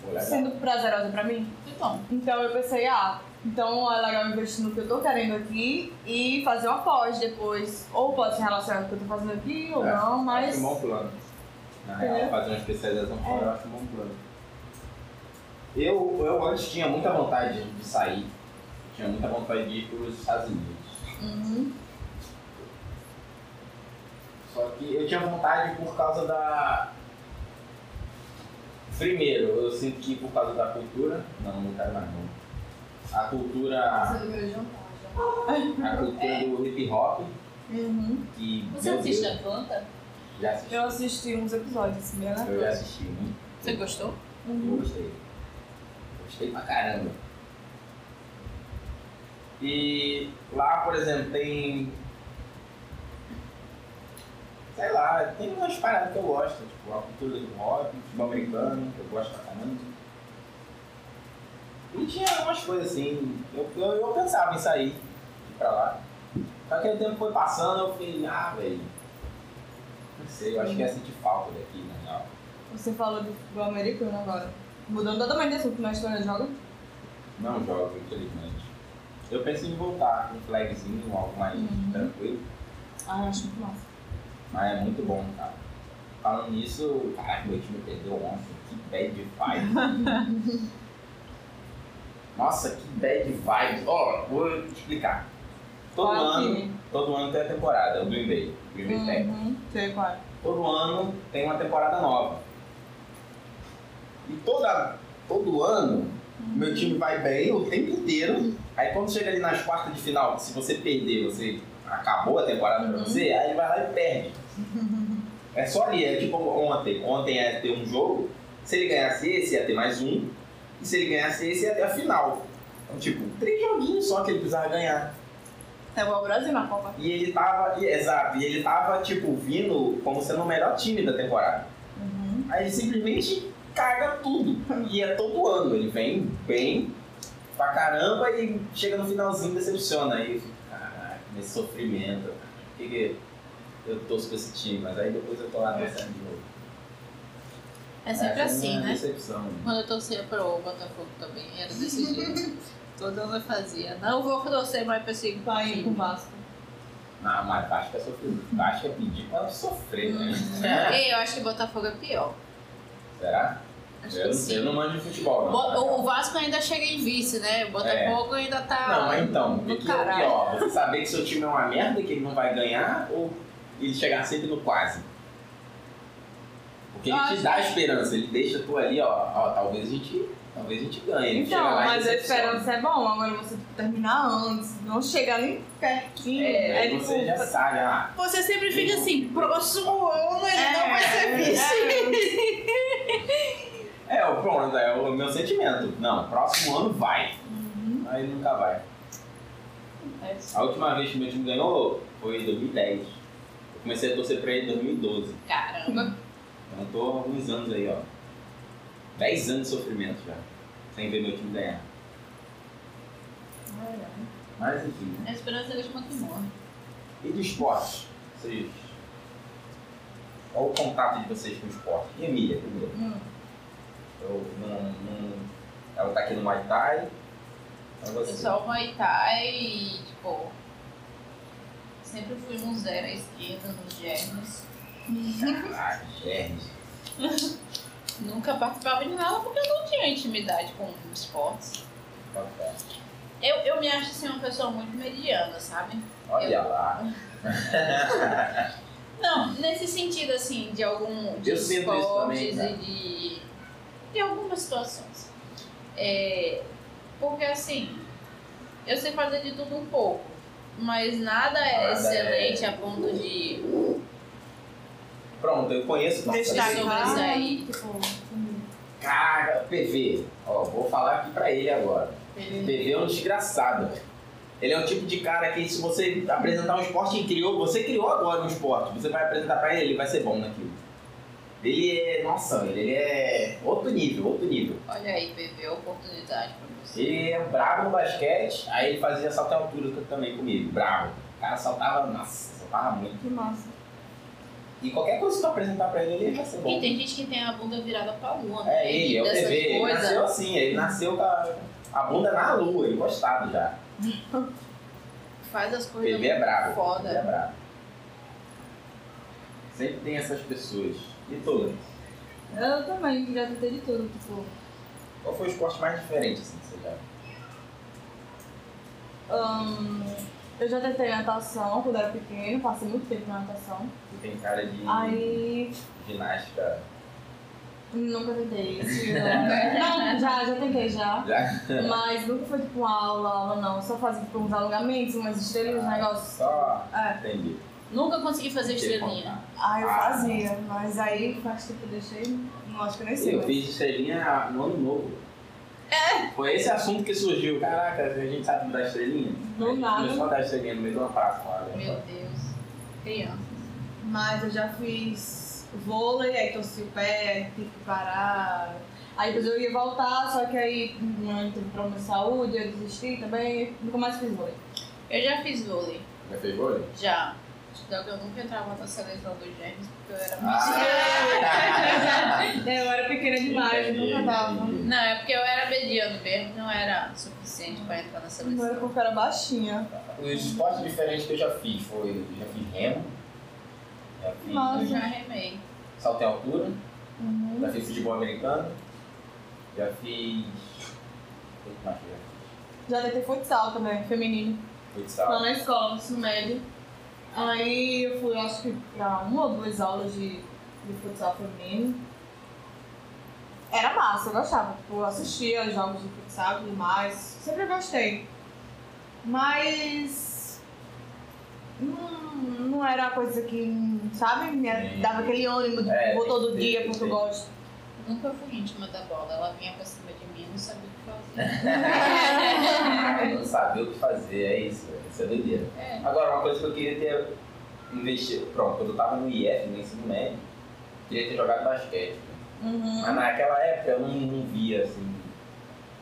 Vou levar. sendo prazerosa pra mim. Que bom. Então eu pensei, ah, então é legal investir no que eu tô querendo aqui e fazer uma pós depois. Ou pode ser relacionado com o que eu tô fazendo aqui ou É, não, mas. É. Acho um bom plano. Na real, Entendeu? fazer uma especialização fora, eu acho um bom plano. Eu, eu antes tinha muita vontade de sair. Tinha muita vontade de ir para os Estados Unidos. Uhum. Só que eu tinha vontade por causa da. Primeiro, eu sinto que por causa da cultura. Não, não quero mais não. A cultura. A é. cultura do hip hop, Uhum. que. Você é um meu assiste Deus, a planta? Já assisti. né? Eu assisti uns episódios, né? Eu já assisti muito. Você gostou? Eu Uhum. gostei. Gostei pra caramba. E lá, por exemplo, tem. sei lá, tem umas paradas que eu gosto, tipo a cultura do rock, futebol americano, que eu gosto pra caramba. E tinha umas coisas assim, eu, eu, eu pensava em sair de pra lá. Só que aí o tempo foi passando, eu fiquei, ah, velho. Não sei, eu acho que ia sentir falta daqui, na real. Você falou do futebol americano agora. Mudando totalmente de assunto, mas quando joga, Não jogo, infelizmente. Eu penso em voltar com um flagzinho, algo mais Uhum. tranquilo, ah, eu acho muito massa. mas é muito bom, cara. Falando nisso, caralho, meu time perdeu ontem. Que bad vibe. Nossa, que bad vibe. Ó, vou te explicar. Todo Qual é ano, time? todo ano tem a temporada, o Green Bay. Green Bay tem. Uhum, sei qual. é. Todo ano tem uma temporada nova. E toda, todo ano, meu time vai bem o tempo inteiro. Aí quando chega ali nas quartas de final, se você perder, você acabou a temporada pra Uhum. você, aí vai lá e perde. é só ali, é tipo ontem. Ontem ia ter um jogo, se ele ganhasse esse, ia ter mais um. E se ele ganhasse esse, ia ter a final. Então, tipo, três joguinhos só que ele precisava ganhar. É igual o Brasil na Copa. E ele tava, e- exato, e ele tava, tipo, vindo como sendo o melhor time da temporada. Uhum. Aí ele simplesmente caga tudo. E é todo ano, ele vem bem pra caramba e chega no finalzinho e decepciona. Aí eu fico, caraca, nesse sofrimento, cara. Por que que eu torço pra esse time? Mas aí depois eu tô lá pensando de novo. É Essa sempre é a assim, minha né? Decepção. Quando eu torcia pro Botafogo também, era *laughs* desse jeito. Todo ano eu fazia. Não vou torcer mais pra esse Vai ir com o time. Vasco. Não, mas Vasco é sofrido. Vasco é pedir pra sofrer, né? Ei, eu acho que o Botafogo é pior. Será? Acho Eu que não, sim. eu não manjo de futebol, não. Bo- o Vasco ainda chega em vice, né? O Botafogo ainda tá. Não, mas então, Ah, o que, do que é caralho. pior? Você saber que seu time é uma merda, que ele não vai ganhar, ou ele chegar sempre no quase? Porque ele Eu te acho dá que- esperança, ele deixa tu ali, ó, ó, talvez a gente, talvez a gente ganhe. Ele chega Então, lá e assim, mas a decepciona. esperança é bom. Agora você tem que terminar antes, não chegar nem pertinho. É, aí tipo, você já sabe, ah, Você sempre fica assim, próximo ano ele É, não vai ser vice. é, o- pronto, é o meu sentimento. Não, próximo ano vai. Uhum. Aí nunca vai. A última vez que meu time ganhou foi em 2010. Eu comecei a torcer pra ele em 2012. É, Caramba. Então eu tô há alguns anos aí, ó. 10 anos de sofrimento já. Sem ver meu time ganhar. Mas enfim. né? A esperança é a última que morre. E do esporte? Vocês. Qual o contato de vocês com o esporte? E Emília, primeiro. Hum. Eu não, não- Ela tá aqui no Muay Thai. Então Eu você. só o Muay Thai tá e, tipo, sempre fui um zero à esquerda nos germes. Ah, germes. Nunca participava de nada porque eu não tinha intimidade com esportes. Café. Eu, eu me acho, assim, uma pessoa muito mediana, sabe? Olha lá. Não, nesse sentido, assim, de algum... De Eu sinto isso também, esportes cara. e de... De algumas situações. É, porque, assim, eu sei fazer de tudo um pouco. Mas nada é Nada é- excelente a ponto de... Pronto, eu conheço nossa, Destaque. esse- Mas aí- Tipo, Cara, PV. Ó, vou falar aqui pra ele agora. Bebê é um desgraçado. Ele é o tipo de cara que se você apresentar um esporte, ele criou, você criou agora um esporte, você vai apresentar pra ele, ele vai ser bom naquilo. Ele é, nossa, ele é outro nível, outro nível. Olha aí, bebê, oportunidade pra você. Ele é brabo no basquete, aí ele fazia salto em altura também comigo, brabo. O cara saltava, nossa, saltava muito. que massa. E qualquer coisa que tu apresentar pra ele, ele vai ser E bom. tem gente que tem a bunda virada pra lua, né? É ele, é o Dessas TV, ele coisas. nasceu assim, ele nasceu com a, a bunda na lua, encostado já. Faz as coisas Bebê é muito brabo. foda. Bebê é brabo. Sempre tem essas pessoas. E tu? Eu também já tentei de tudo, tipo. Qual foi o esporte mais diferente assim, que você já? hum, eu já tentei natação quando era pequeno, passei muito tempo na natação. Tu tem cara de Aí ginástica. nunca *laughs* tentei isso. Não, já, já tentei já. Já? Mas nunca foi tipo uma aula, aula não. Só fazia tipo uns alongamentos, umas estrelas, Ah. uns negócios. Só. É. Entendi. Nunca consegui fazer é estrelinha. Aí eu Ah. fazia, mas aí faz tempo eu deixei. Não acho que eu nem sei. Eu mas- fiz estrelinha no ano novo. É? Foi esse assunto que surgiu. Caraca, a gente sabe dar estrelinha? Do A gente nada. Começou a dar estrelinha no meio de uma praça lá. né? Meu Deus. Crianças. Mas eu já fiz vôlei, aí torci o pé, tive que parar. Aí depois eu ia voltar, só que aí hum, teve problema de saúde, eu desisti também, nunca mais fiz vôlei. Eu já fiz vôlei, Já fez vôlei? *laughs* já. Só que eu nunca entrava na seleção dos germes, porque eu era muito... Ah, É, eu era pequena demais, Entendi, nunca dava. entendi. Não, é porque eu era mediano mesmo, não era suficiente pra entrar na Não era seleção. porque eu era baixinha. Os esportes diferentes que eu já fiz foi. Já fiz remo. Já fiz Eu Nossa. já remei. salto em altura. Uhum. Já fiz futebol americano. Já fiz. O que mais que eu já Já tentei futsal também, feminino. fiz? Lá Futsal. na escola, no ensino médio. Aí eu fui, acho que, pra uma ou duas aulas de, de futsal feminino. Era massa, eu gostava. Tipo, eu assistia aos jogos de futsal e tudo mais. Sempre gostei. Mas. Não, não era a coisa que, sabe, me Sim. dava aquele ânimo de É, vou tem todo que ter, dia tem porque que eu ter. gosto. Nunca fui íntima da bola, ela vinha pra cima de mim, eu não sabia o que fazer. Não saber o que fazer, é isso. Isso é doideira. É. Agora, uma coisa que eu queria ter investido. Pronto, quando eu tava no IF, no ensino médio, queria ter jogado basquete. Uhum, Mas naquela época eu não, não via, assim.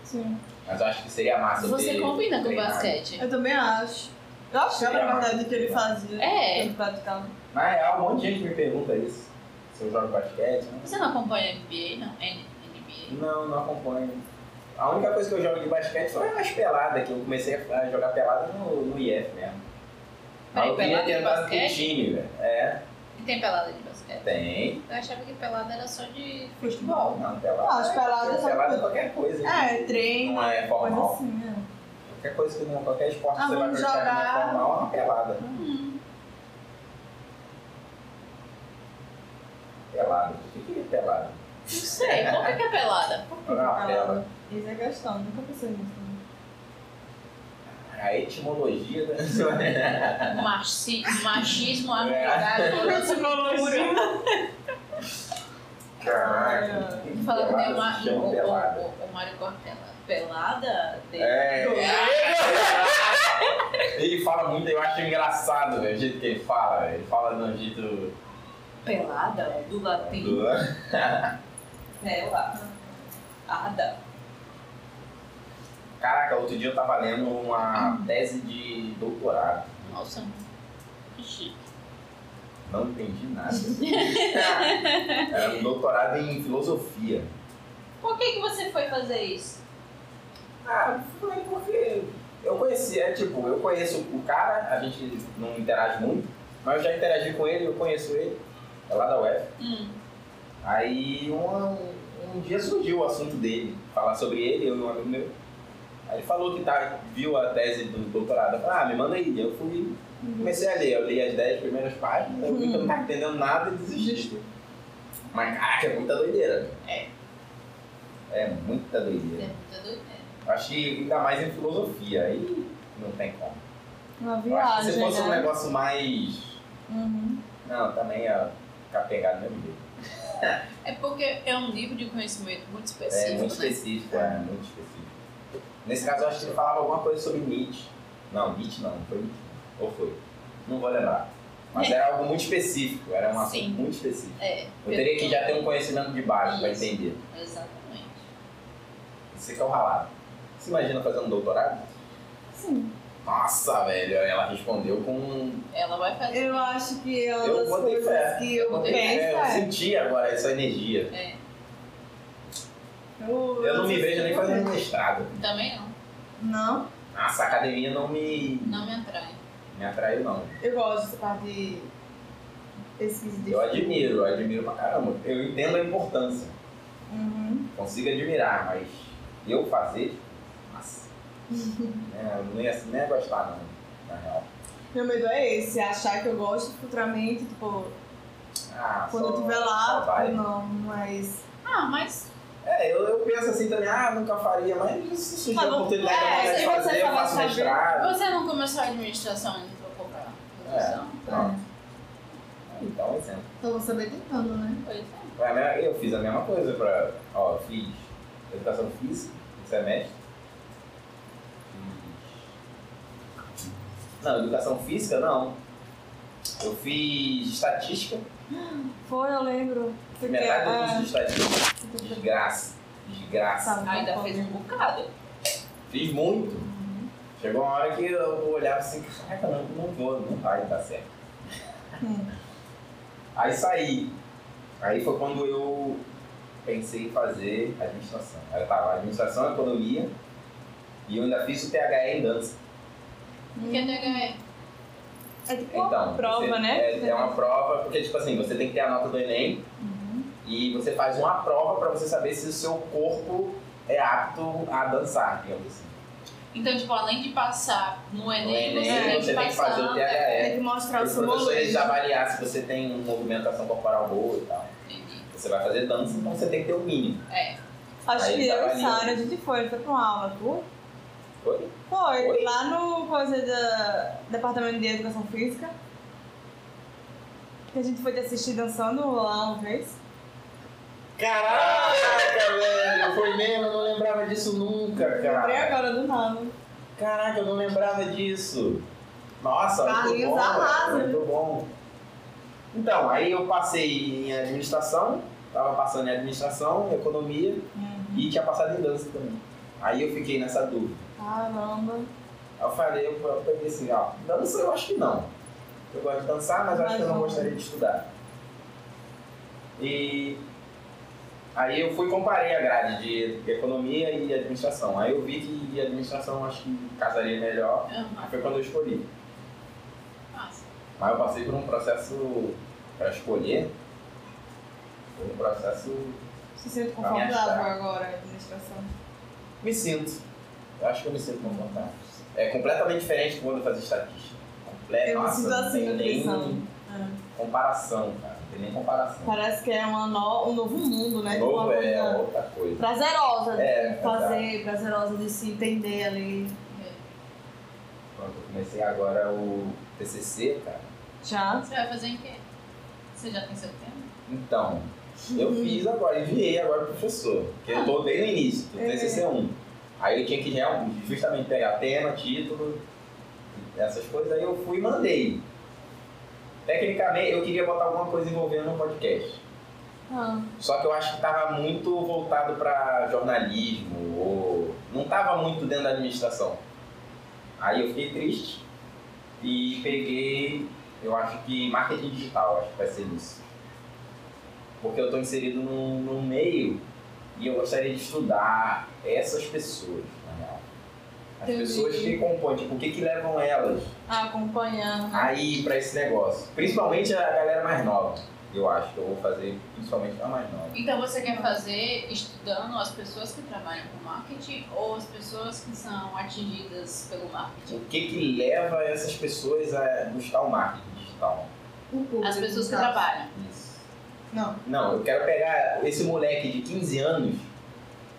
sim. Mas eu acho que seria massa eu *laughs* Você ter combina com treinado. basquete? Eu também acho. Eu achava, na verdade, que ele fazia. É. que Ele praticava. Na real, um monte de gente me pergunta isso. Se eu jogo basquete, né? Você não acompanha NBA, não? N- NBA? Não, não acompanho. A única coisa que eu jogo de basquete foi umas peladas, que eu comecei a jogar pelada no, no IF mesmo. Mas Peraí, eu queria pelada tentar de ter um basquete? time, velho. É, E tem pelada de basquete? tem. Eu achava que pelada era só de Futebol, futebol. não, pelada. Ah, as peladas são- Pelada é qualquer coisa. É, treino, Não é Coisa formal. assim, né? Qualquer coisa que não, qualquer esporte Ah, que você vai vamos praticar que não é jogar. Uhum. formal é uma pelada. Hum, Pelada. O que que é pelada? não sei, como é que é *laughs* pelada? Jogar uma pelada. Isso é questão, nunca pensei nisso. né? A etimologia da. Machi- machismo É. *laughs* agregado. Caraca. Olha, que Fala que pelada nem o, Ma- se chama o- o- pelada? o- o Mário Cortella. Pelada? De... É. Ele fala muito, eu acho engraçado velho, o jeito que ele fala. velho. Ele fala de um jeito. Pelada? Do latim? Pelada. Ada. Caraca, outro dia eu tava lendo uma tese de doutorado. Nossa. que chique. Não entendi nada. *laughs* Era um doutorado em filosofia. Por que, que você foi fazer isso? Ah, foi porque eu conheci, é tipo, eu conheço o cara, a gente não interage muito, mas eu já interagi com ele, eu conheço ele, é lá da UF. Hum, Aí um, um dia surgiu o assunto dele, falar sobre ele, eu e um amigo meu. Aí ele falou que tá, viu a tese do doutorado. Eu falei, ah, me manda aí. Eu fui, comecei a ler. Eu li as 10 primeiras páginas, eu vi que eu não tava entendendo nada e desisti. Mas caraca, é muita doideira. É. É muita doideira. é muita doideira. Eu acho que ainda mais em filosofia, aí não tem como. Uma Eu acho que se viagem, fosse um né? negócio mais. Uhum. Não, também ia ficar pegado no mesmo jeito. É porque é um nível de conhecimento muito específico. É muito né? específico, é muito específico. Nesse caso, eu acho que ele falava alguma coisa sobre Nietzsche. Não, Nietzsche não, não foi Nietzsche. não. Ou foi? Não vou lembrar. Mas era algo muito específico, era um assunto Sim. muito específico. É. Eu teria que já ter um conhecimento de base para Isso. entender. Exatamente. Isso que é o ralado. Você imagina fazer um doutorado? Sim. Nossa, velho, ela respondeu com. um Ela vai fazer. Eu acho que é uma Eu das botei coisas fé. que eu penso É, eu é. senti agora essa energia. Eu, Eu não me vejo nem fazendo mestrado. Também não. Não, Nossa, a academia não me, Não me atrai. me atraiu, não. eu gosto dessa parte de pesquisa de. Eu admiro, eu admiro pra caramba. Eu entendo a importância. Uhum. Consigo admirar, mas eu fazer, *laughs* nossa. É, eu não ia, não ia gostar, não, na real. Meu medo é esse, achar que eu gosto futuramente, tipo, Ah, quando só- eu estiver só lá, vai. tipo, não, mas. Ah, mas. É, eu, eu penso assim também, ah, nunca faria, mas se surgir Mas a não- oportunidade é, eu se vou você fazer, eu só vai faço saber. mestrado. Você não começou a administração e trocou pra produção? Pronto. é. Então, exemplo. Então eu vou saber tentando, né? Pois é. Pra mim, Eu fiz a mesma coisa pra. Ó, eu fiz educação física no semestre. Fiz- Não, educação física não. Eu fiz estatística, Foi, eu lembro. Você quer- metade do curso de estatística. é, Desgraça, desgraça. Sabe, Ainda tá fez bom. um bocado. Fiz muito. Chegou uma hora que eu olhava assim, caraca, não, não vou, não vai dar certo. Hum. Aí saí. Aí foi quando eu pensei em fazer administração. Aí eu tava administração, economia e eu ainda fiz o THE em dança. Porque THE É tipo uma Então, prova, você- né? É, é uma prova, porque tipo assim, você tem que ter a nota do Enem Uhum. e você faz uma prova pra você saber se o seu corpo é apto a dançar, digamos assim. Então, Então, tipo, além de passar no No Enem, Enem, É, você tem você que tem que passar. fazer o THE. Tem que mostrar o Os seu professores molejo. avaliar se você tem uma movimentação corporal boa e tal. Entendi. Você vai fazer dança, então você tem que ter o mínimo. É, Acho Aí que eu trabalha. e Sara, a gente foi, foi pra uma aula, tu? Foi? Foi, Foi? lá no coisa da Departamento de Educação Física. Que a gente foi te assistir dançando lá uma vez. *laughs* Caraca, velho! Foi mesmo, eu não lembrava disso nunca, Lembrei cara. agora do nada. Caraca, eu não lembrava disso. Nossa, muito Carlinhos bom, arrasa. velho, muito bom. Então, aí eu passei em administração, tava passando em administração, economia e tinha passado em dança também. Aí eu fiquei nessa dúvida. Caramba. Aí eu falei, eu eu peguei assim, ó, dança eu acho que não. Eu gosto de dançar, mas eu acho que eu não Mas não. gostaria de estudar. E aí eu fui e comparei a grade de economia e administração. Aí eu vi que administração eu acho que casaria melhor. Aí Aham, foi quando eu escolhi. massa. Mas eu passei por um processo para escolher. Foi um processo. Se sente Pra me confortável achar. agora, administração. Me sinto. Eu acho que eu me sinto confortável. É completamente diferente quando eu fazia estatística. Completo, Eu É, me nossa, sinto não assim, tem nutrição. nem- É. comparação, cara. Não tem nem comparação. Parece que é uma no- um novo mundo, né? Tipo, Novo uma é coisa outra coisa. prazerosa de É, exato. fazer, prazerosa de se entender ali. É. Pronto, eu comecei agora o TCC, cara. Já? Você vai fazer em quê? Você já tem seu tempo? Então, eu fiz agora, enviei agora pro professor. Porque eu tô bem no início, do É. TCC1. Aí eu tinha que realmente, justamente pegar tema, título, essas coisas. Aí eu fui e mandei. Tecnicamente, eu queria botar alguma coisa envolvendo um podcast. Ah. Só que eu acho que tava muito voltado para jornalismo, ou não tava muito dentro da administração. Aí eu fiquei triste e peguei, eu acho que marketing digital, acho que vai ser isso. Porque eu tô inserido num, num meio e eu gostaria de estudar essas pessoas, na real. As Entendi. pessoas que compõem, tipo, o que que levam elas Acompanhando. aí pra esse negócio. Principalmente a galera mais nova, eu acho que eu vou fazer principalmente a mais nova. Então você quer fazer estudando as pessoas que trabalham com marketing ou as pessoas que são atingidas pelo marketing? O que que leva essas pessoas a buscar o marketing digital? O público, As pessoas que sabe? trabalham. Isso. Não. Não, eu quero pegar esse moleque de 15 anos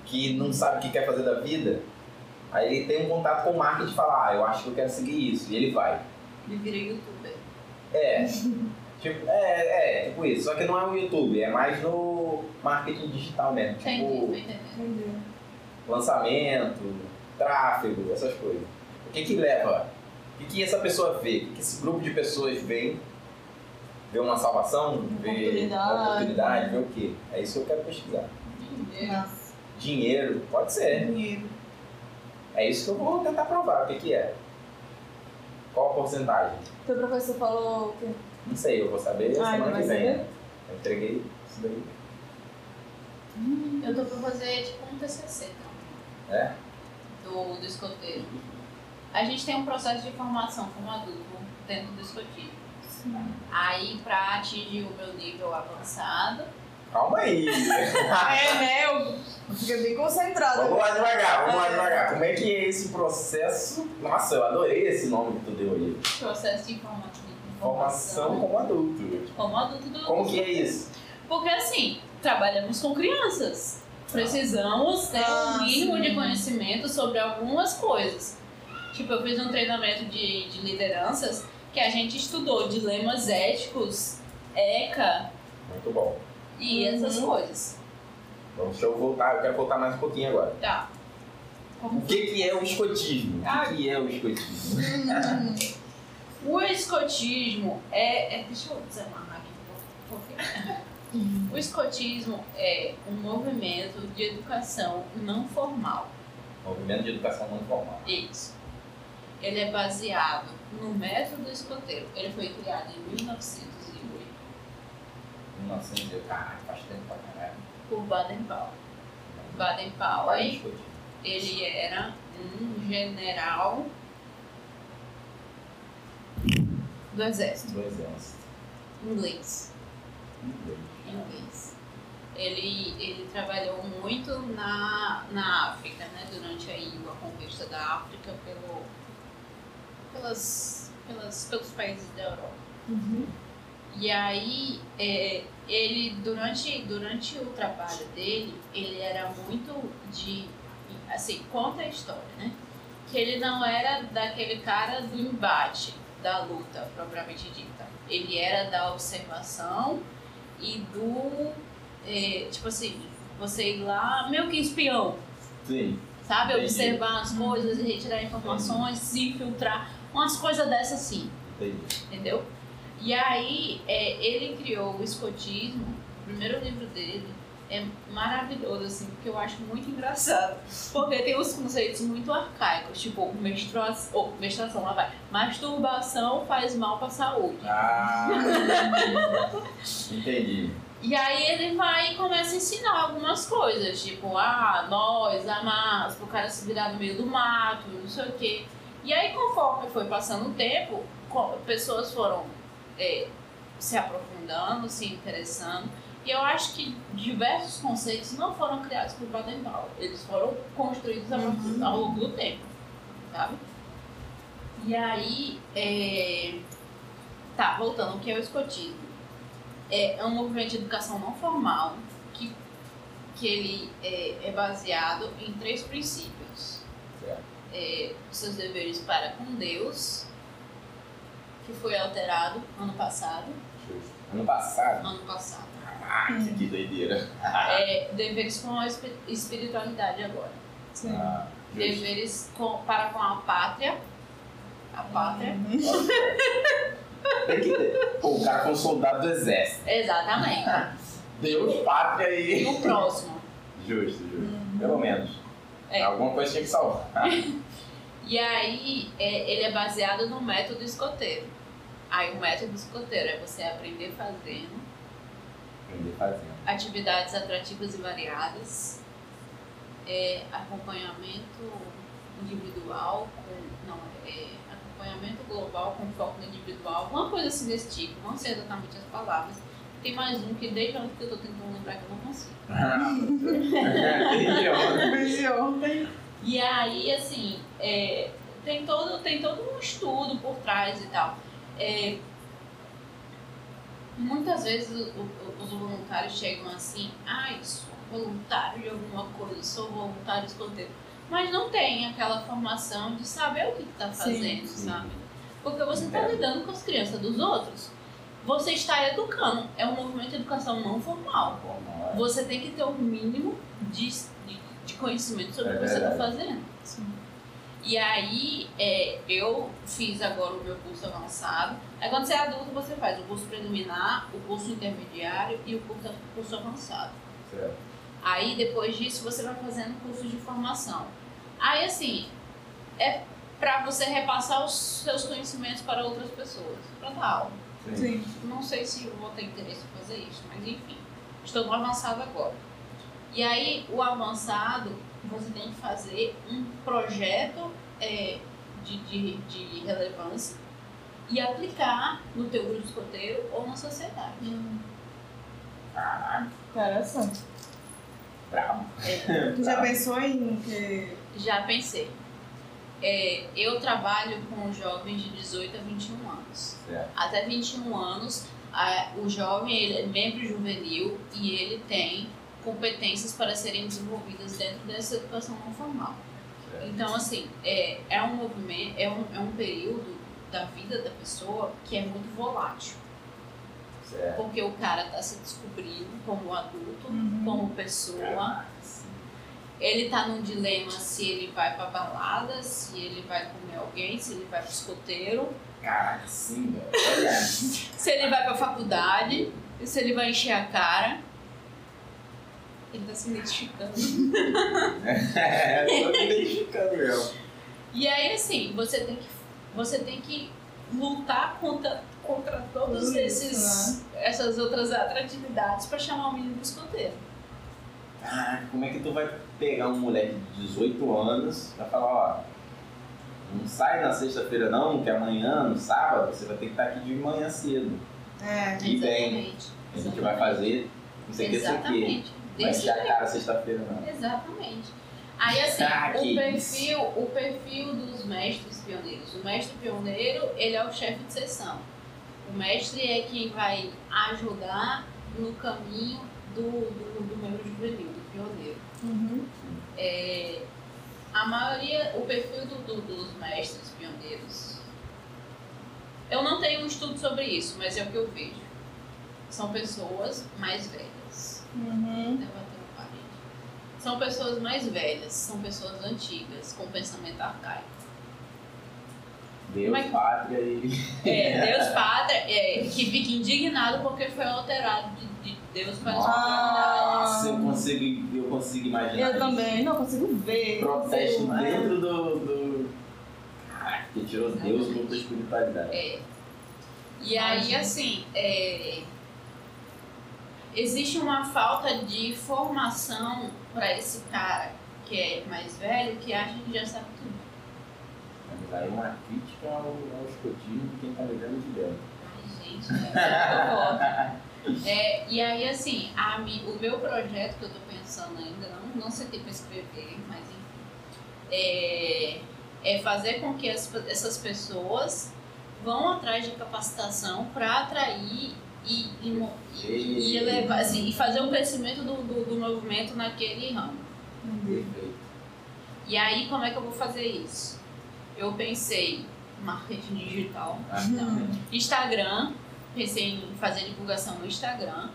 que não sabe o que quer fazer da vida. Aí ele tem um contato com o marketing e fala, ah, eu acho que eu quero seguir isso. E ele vai. Ele vira youtuber. É. tipo, é, é, tipo isso. Só que não é um YouTube, é mais no marketing digital mesmo. Entendi, Tipo, tô entendendo. Entendi. lançamento, tráfego, essas coisas. O que que leva? O que, que essa pessoa vê? O que, que esse grupo de pessoas vê? Vê uma salvação? Vê uma Oportunidade. oportunidade? Vê o quê? É isso que eu quero pesquisar. Entendi. Nossa. Dinheiro? Pode ser. Dinheiro. É isso que eu vou tentar provar. O que, que é? Qual a porcentagem? Teu professor falou o quê? Não sei, eu vou saber Ah, ele semana vai que vem. saber? Eu entreguei isso daí. Eu tô pra fazer tipo um TCC, então. É? Do, do escoteiro. A gente tem um processo de formação como adulto dentro do escotismo. Aí, pra atingir o meu nível avançado, Calma *laughs* aí. É, né? Eu fiquei bem concentrada. Ah. vamos lá devagar, vamos lá devagar. Como é que é esse processo? Nossa, eu adorei esse nome que tu deu aí. processo de forma- de Formação informação como adulto. como adulto do Como que é isso? Porque assim, trabalhamos com crianças. Precisamos ter Ah, um mínimo sim. de conhecimento sobre algumas coisas. Tipo, eu fiz um treinamento de, de lideranças que a gente estudou dilemas éticos, ECA Muito bom. e Uhum. essas coisas. Então, deixa eu voltar, eu quero voltar mais um pouquinho agora. Tá. O que, que é o escotismo? O que, que é o escotismo? O escotismo é. é- deixa eu desamarrar aqui um pouco. *laughs* porque- O escotismo é um movimento de educação não formal. Movimento de educação não formal. Isso. Ele é baseado no método escoteiro. Ele foi criado em 1908 1900, caralho, faz tempo pra caralho. por Baden-Powell. Baden-Powell Aí, escute. ele era um general do exército Dois anos. inglês. inglês. Ele, ele trabalhou muito na, na África, né? Durante aí a conquista da África pelo, pelas, pelas, pelos países da Europa. Uhum. E aí, é, ele, durante, durante o trabalho dele, ele era muito de. Assim, conta a história, né? Que ele não era daquele cara do embate, da luta propriamente dita. Ele era da observação e do. é, tipo assim, você ir lá, meio que espião, Sim. sabe? Entendi. Observar as coisas, retirar informações, se infiltrar, umas coisas dessas assim Entendi. entendeu? E aí é, ele criou o escotismo, o primeiro livro dele é maravilhoso, assim, porque eu acho muito engraçado. Porque tem uns conceitos muito arcaicos, tipo menstruação, ou, menstruação lá vai, masturbação faz mal pra saúde. Ah, entendi. E aí ele vai e começa a ensinar algumas coisas, tipo, ah, nós, amas, pro cara se virar no meio do mato, não sei o quê. E aí, conforme foi passando o tempo, co- pessoas foram é, se aprofundando, se interessando. E eu acho que diversos conceitos não foram criados por Baden-Powell, eles foram construídos ao, ao longo do tempo, sabe? E aí, é, tá, voltando, o que é o escotismo? é, é um movimento de educação não formal que, que ele é, é baseado em três princípios. Certo. É, seus deveres para com Deus, que foi alterado ano passado. Ano passado. Ano passado. Ah, que doideira. É, deveres com a espi- espiritualidade agora. Sim. Ah, justo. Deveres com- para com a pátria. A pátria. Uhum. *laughs* Tem que ter. Pô, o cara foi um soldado do exército. Exatamente. Deus, pátria E e. o próximo. Justo, justo. Pelo menos. Uhum. É. Alguma coisa tinha que salvar. E aí, é, ele é baseado no método escoteiro. Aí, o método escoteiro é você aprender fazendo Aprender *laughs* fazendo. atividades atrativas e variadas, é, acompanhamento individual, com, não, é, acompanhamento global com foco no individual, alguma coisa assim desse tipo, não sei exatamente as palavras. Tem mais um que desde ontem que eu tô tentando lembrar que eu não consigo. Entendi, ó. Desde ontem. E aí, assim, é, tem, todo, tem todo um estudo por trás e tal. É, muitas vezes o- o- os voluntários chegam assim, ai, sou voluntário de alguma coisa, sou voluntário escoteiro. Mas não tem aquela formação de saber o que está Sim. fazendo, Sim. sabe? Porque você está Entendo. lidando com as crianças dos outros. Você está educando. É um movimento de educação não formal. Pô, não, é. Você tem que ter o mínimo de, de, de conhecimento sobre É o que você está verdade. fazendo. E aí, é, eu fiz agora o meu curso avançado. Aí, quando você é adulto, você faz o curso preliminar, o curso intermediário e o curso, curso avançado. Certo. Aí, depois disso, você vai fazendo cursos de formação. Aí, assim, é para você repassar os seus conhecimentos para outras pessoas, para dar aula. Sim. Sim. Não sei se eu vou ter interesse em fazer isso, mas enfim. Estou no avançado agora. E aí, o avançado, você tem que fazer um projeto é, de, de, de relevância e aplicar no teu grupo escoteiro ou na sociedade. Caraca, Interessante. brabo. É, Já pensou em que. Já pensei. É, eu trabalho com jovens de 18 a 21 anos. Certo. até 21 anos, a- o jovem ele é membro juvenil e ele tem competências para serem desenvolvidas dentro dessa educação não formal. Certo. Então, assim, é, é um movimento, é um, é um período da vida da pessoa que é muito volátil, Certo. porque o cara está se descobrindo como adulto, Uhum. como pessoa, ele tá num dilema se ele vai pra balada, se ele vai comer alguém, se ele vai pro escoteiro, caraca, sim, *laughs* velho. Olha aí. Se ele vai pra faculdade, e se ele vai encher a cara, ele tá se identificando. É, tô me identificando mesmo. E aí, assim, você tem que, você tem que lutar contra, contra todas Tudo isso, essas outras atratividades pra chamar o menino pro escanteio. Ah, como é que tu vai pegar um moleque de 18 anos e vai falar, ó, não sai na sexta-feira não, que amanhã, no sábado, você vai ter que estar aqui de manhã cedo. É. E bem, Exatamente. a gente vai fazer, não sei o que, não sei o que. Exatamente. Vai Desse encher a cara é sexta-feira não. Exatamente. Aí assim, Ah, que o, isso. perfil, o perfil dos mestres pioneiros. O mestre pioneiro, ele é o chefe de sessão. O mestre é quem vai ajudar no caminho do, do, do membro juvenil, do pioneiro. Uhum. É, a maioria, o perfil do, do- dos mestres pioneiros. Eu não tenho um estudo sobre isso, mas é o que eu vejo. São pessoas mais velhas. Uhum. Né, bateu na parede. São pessoas mais velhas, são pessoas antigas, com pensamento arcaico. Deus, Mas- pátria e... É, Deus Padre, é, que fica indignado porque foi alterado de, de Deus para Ah. Nossa, eu consigo, eu consigo imaginar Eu isso. também, não consigo ver. protesto né? é. não consigo, dentro do. do... Caraca, que tirou Deus da tua espiritualidade. É. E aí, assim, é, existe uma falta de formação para esse cara que é mais velho, que acha que já sabe tudo. Mas aí é uma crítica ao, ao escotismo de quem tá ligando de Deus. Ai, gente, né? Eu tô foda. é, e aí, assim, a mi- o meu projeto que eu tô pensando ainda, não, não sei tempo pra escrever, mas enfim, é, é fazer com que as- essas pessoas vão atrás de capacitação para atrair e, e, mo- e- e elevar, assim, e fazer um crescimento do, do, do movimento naquele ramo. Hum. Perfeito. E aí, como é que eu vou fazer isso? Eu pensei, marketing digital. Ah, Instagram, pensei em fazer divulgação no Instagram,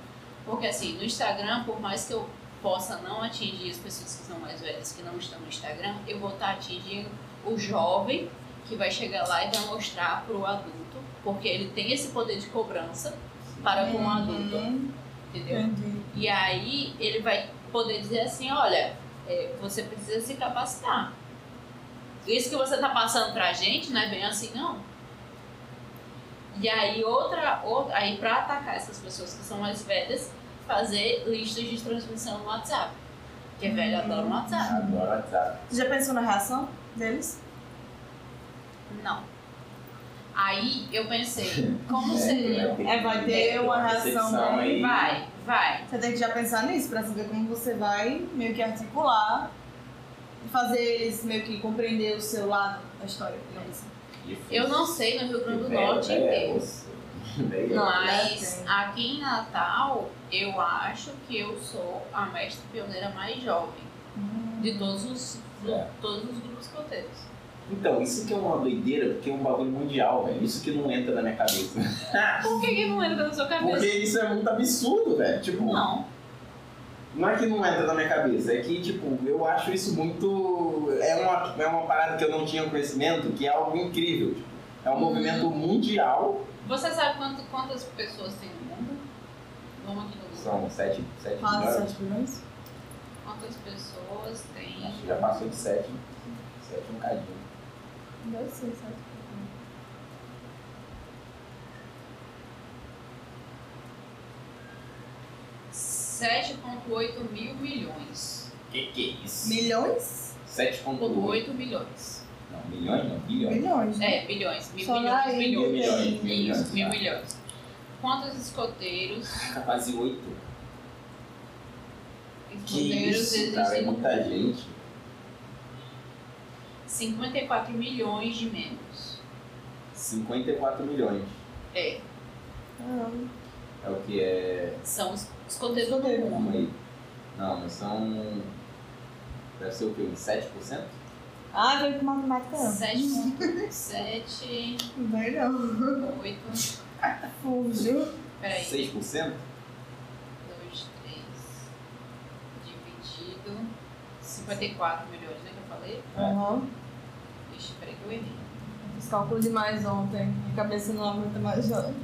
porque assim, no Instagram, por mais que eu possa não atingir as pessoas que são mais velhas, que não estão no Instagram, eu vou estar atingindo o jovem que vai chegar lá e vai mostrar para o adulto, porque ele tem esse poder de cobrança para com o adulto, Uhum. entendeu? Entendi. E aí ele vai poder dizer assim, olha, é, você precisa se capacitar. Isso que você tá passando pra gente não é bem assim, não. E aí outra, outra aí para atacar essas pessoas que são mais velhas, fazer listas de transmissão no WhatsApp. Porque velho adora o WhatsApp. Adoro WhatsApp. Você já pensou na reação deles? Não. Aí eu pensei, *laughs* como seria? ter- É, vai né? ter uma reação recepção aí. né? Vai, vai. Você tem que já pensar nisso pra saber como você vai meio que articular e fazer eles meio que compreender o seu lado da história, digamos assim. Difícil. Eu não sei no Rio Grande do Velho, é, Norte velho, inteiro. é? você. *laughs* Velho. Mas Sim. aqui em Natal, eu acho que eu sou a mestre pioneira mais jovem de todos os, de É. todos os grupos que eu tenho. Então, isso que é uma doideira, porque é um bagulho mundial, velho. Isso que não entra na minha cabeça. Ah, Por que, que não entra na sua cabeça? Porque isso é muito absurdo, velho. Tipo, Não. Não é que não entra na minha cabeça, é que, tipo, eu acho isso muito. É uma, é uma parada que eu não tinha conhecimento, que é algo incrível. tipo. É um Uhum. movimento mundial. Você sabe quanto- quantas pessoas tem no mundo? Vamos aqui no Google. São 7 sete Fala milhões. sete bilhões? Quantas pessoas tem? Acho que né? já passou de 7. 7 um cadinho. Deve ser, sete. sete 7,8 mil milhões. Que que é isso? Milhões? 7,8. 8 milhões. Não, milhões não, bilhões. Milhões. né? É, bilhões. Mil Só lá milhões, em Mil milhões. milhões. Mil milhões. Isso, mil tá. milhões. Quantos escoteiros Quase 8. Que Escoteiros isso, cara, é existem muita gente. 54 milhões de membros. 54 milhões. É, Caramba. É o que é. são os escoteiros do Escoteiros. mundo. Calma aí. Não, mas são. Deve ser o quê? Uns 7%? Ah, veio com matemática. 7,78. Não vai não. Fugiu. Peraí. 2, 6%? 3. Dividido. 54 milhões, né? Que eu falei? É. Aham. Ixi, peraí que eu errei. fiz cálculo demais ontem. Minha cabeça não aguenta mais não.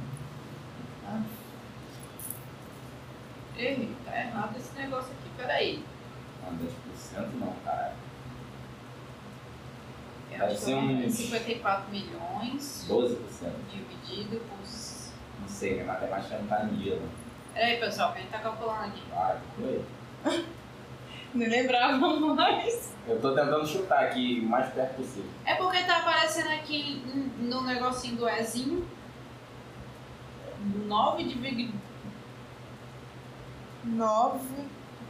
Ei, tá errado esse negócio aqui, peraí. Não, 10% não, cara. Eu Deve acho que ser eu vou- uns- 54 milhões 12%. dividido por. Não sei, minha matemática não tá em dia, não. Peraí, pessoal, quem tá calculando aqui? Ah, foi. Não lembrava mais. Eu tô tentando chutar aqui o mais perto possível. É porque tá aparecendo aqui hum, no negocinho do Ezinho. 9 dividido. 9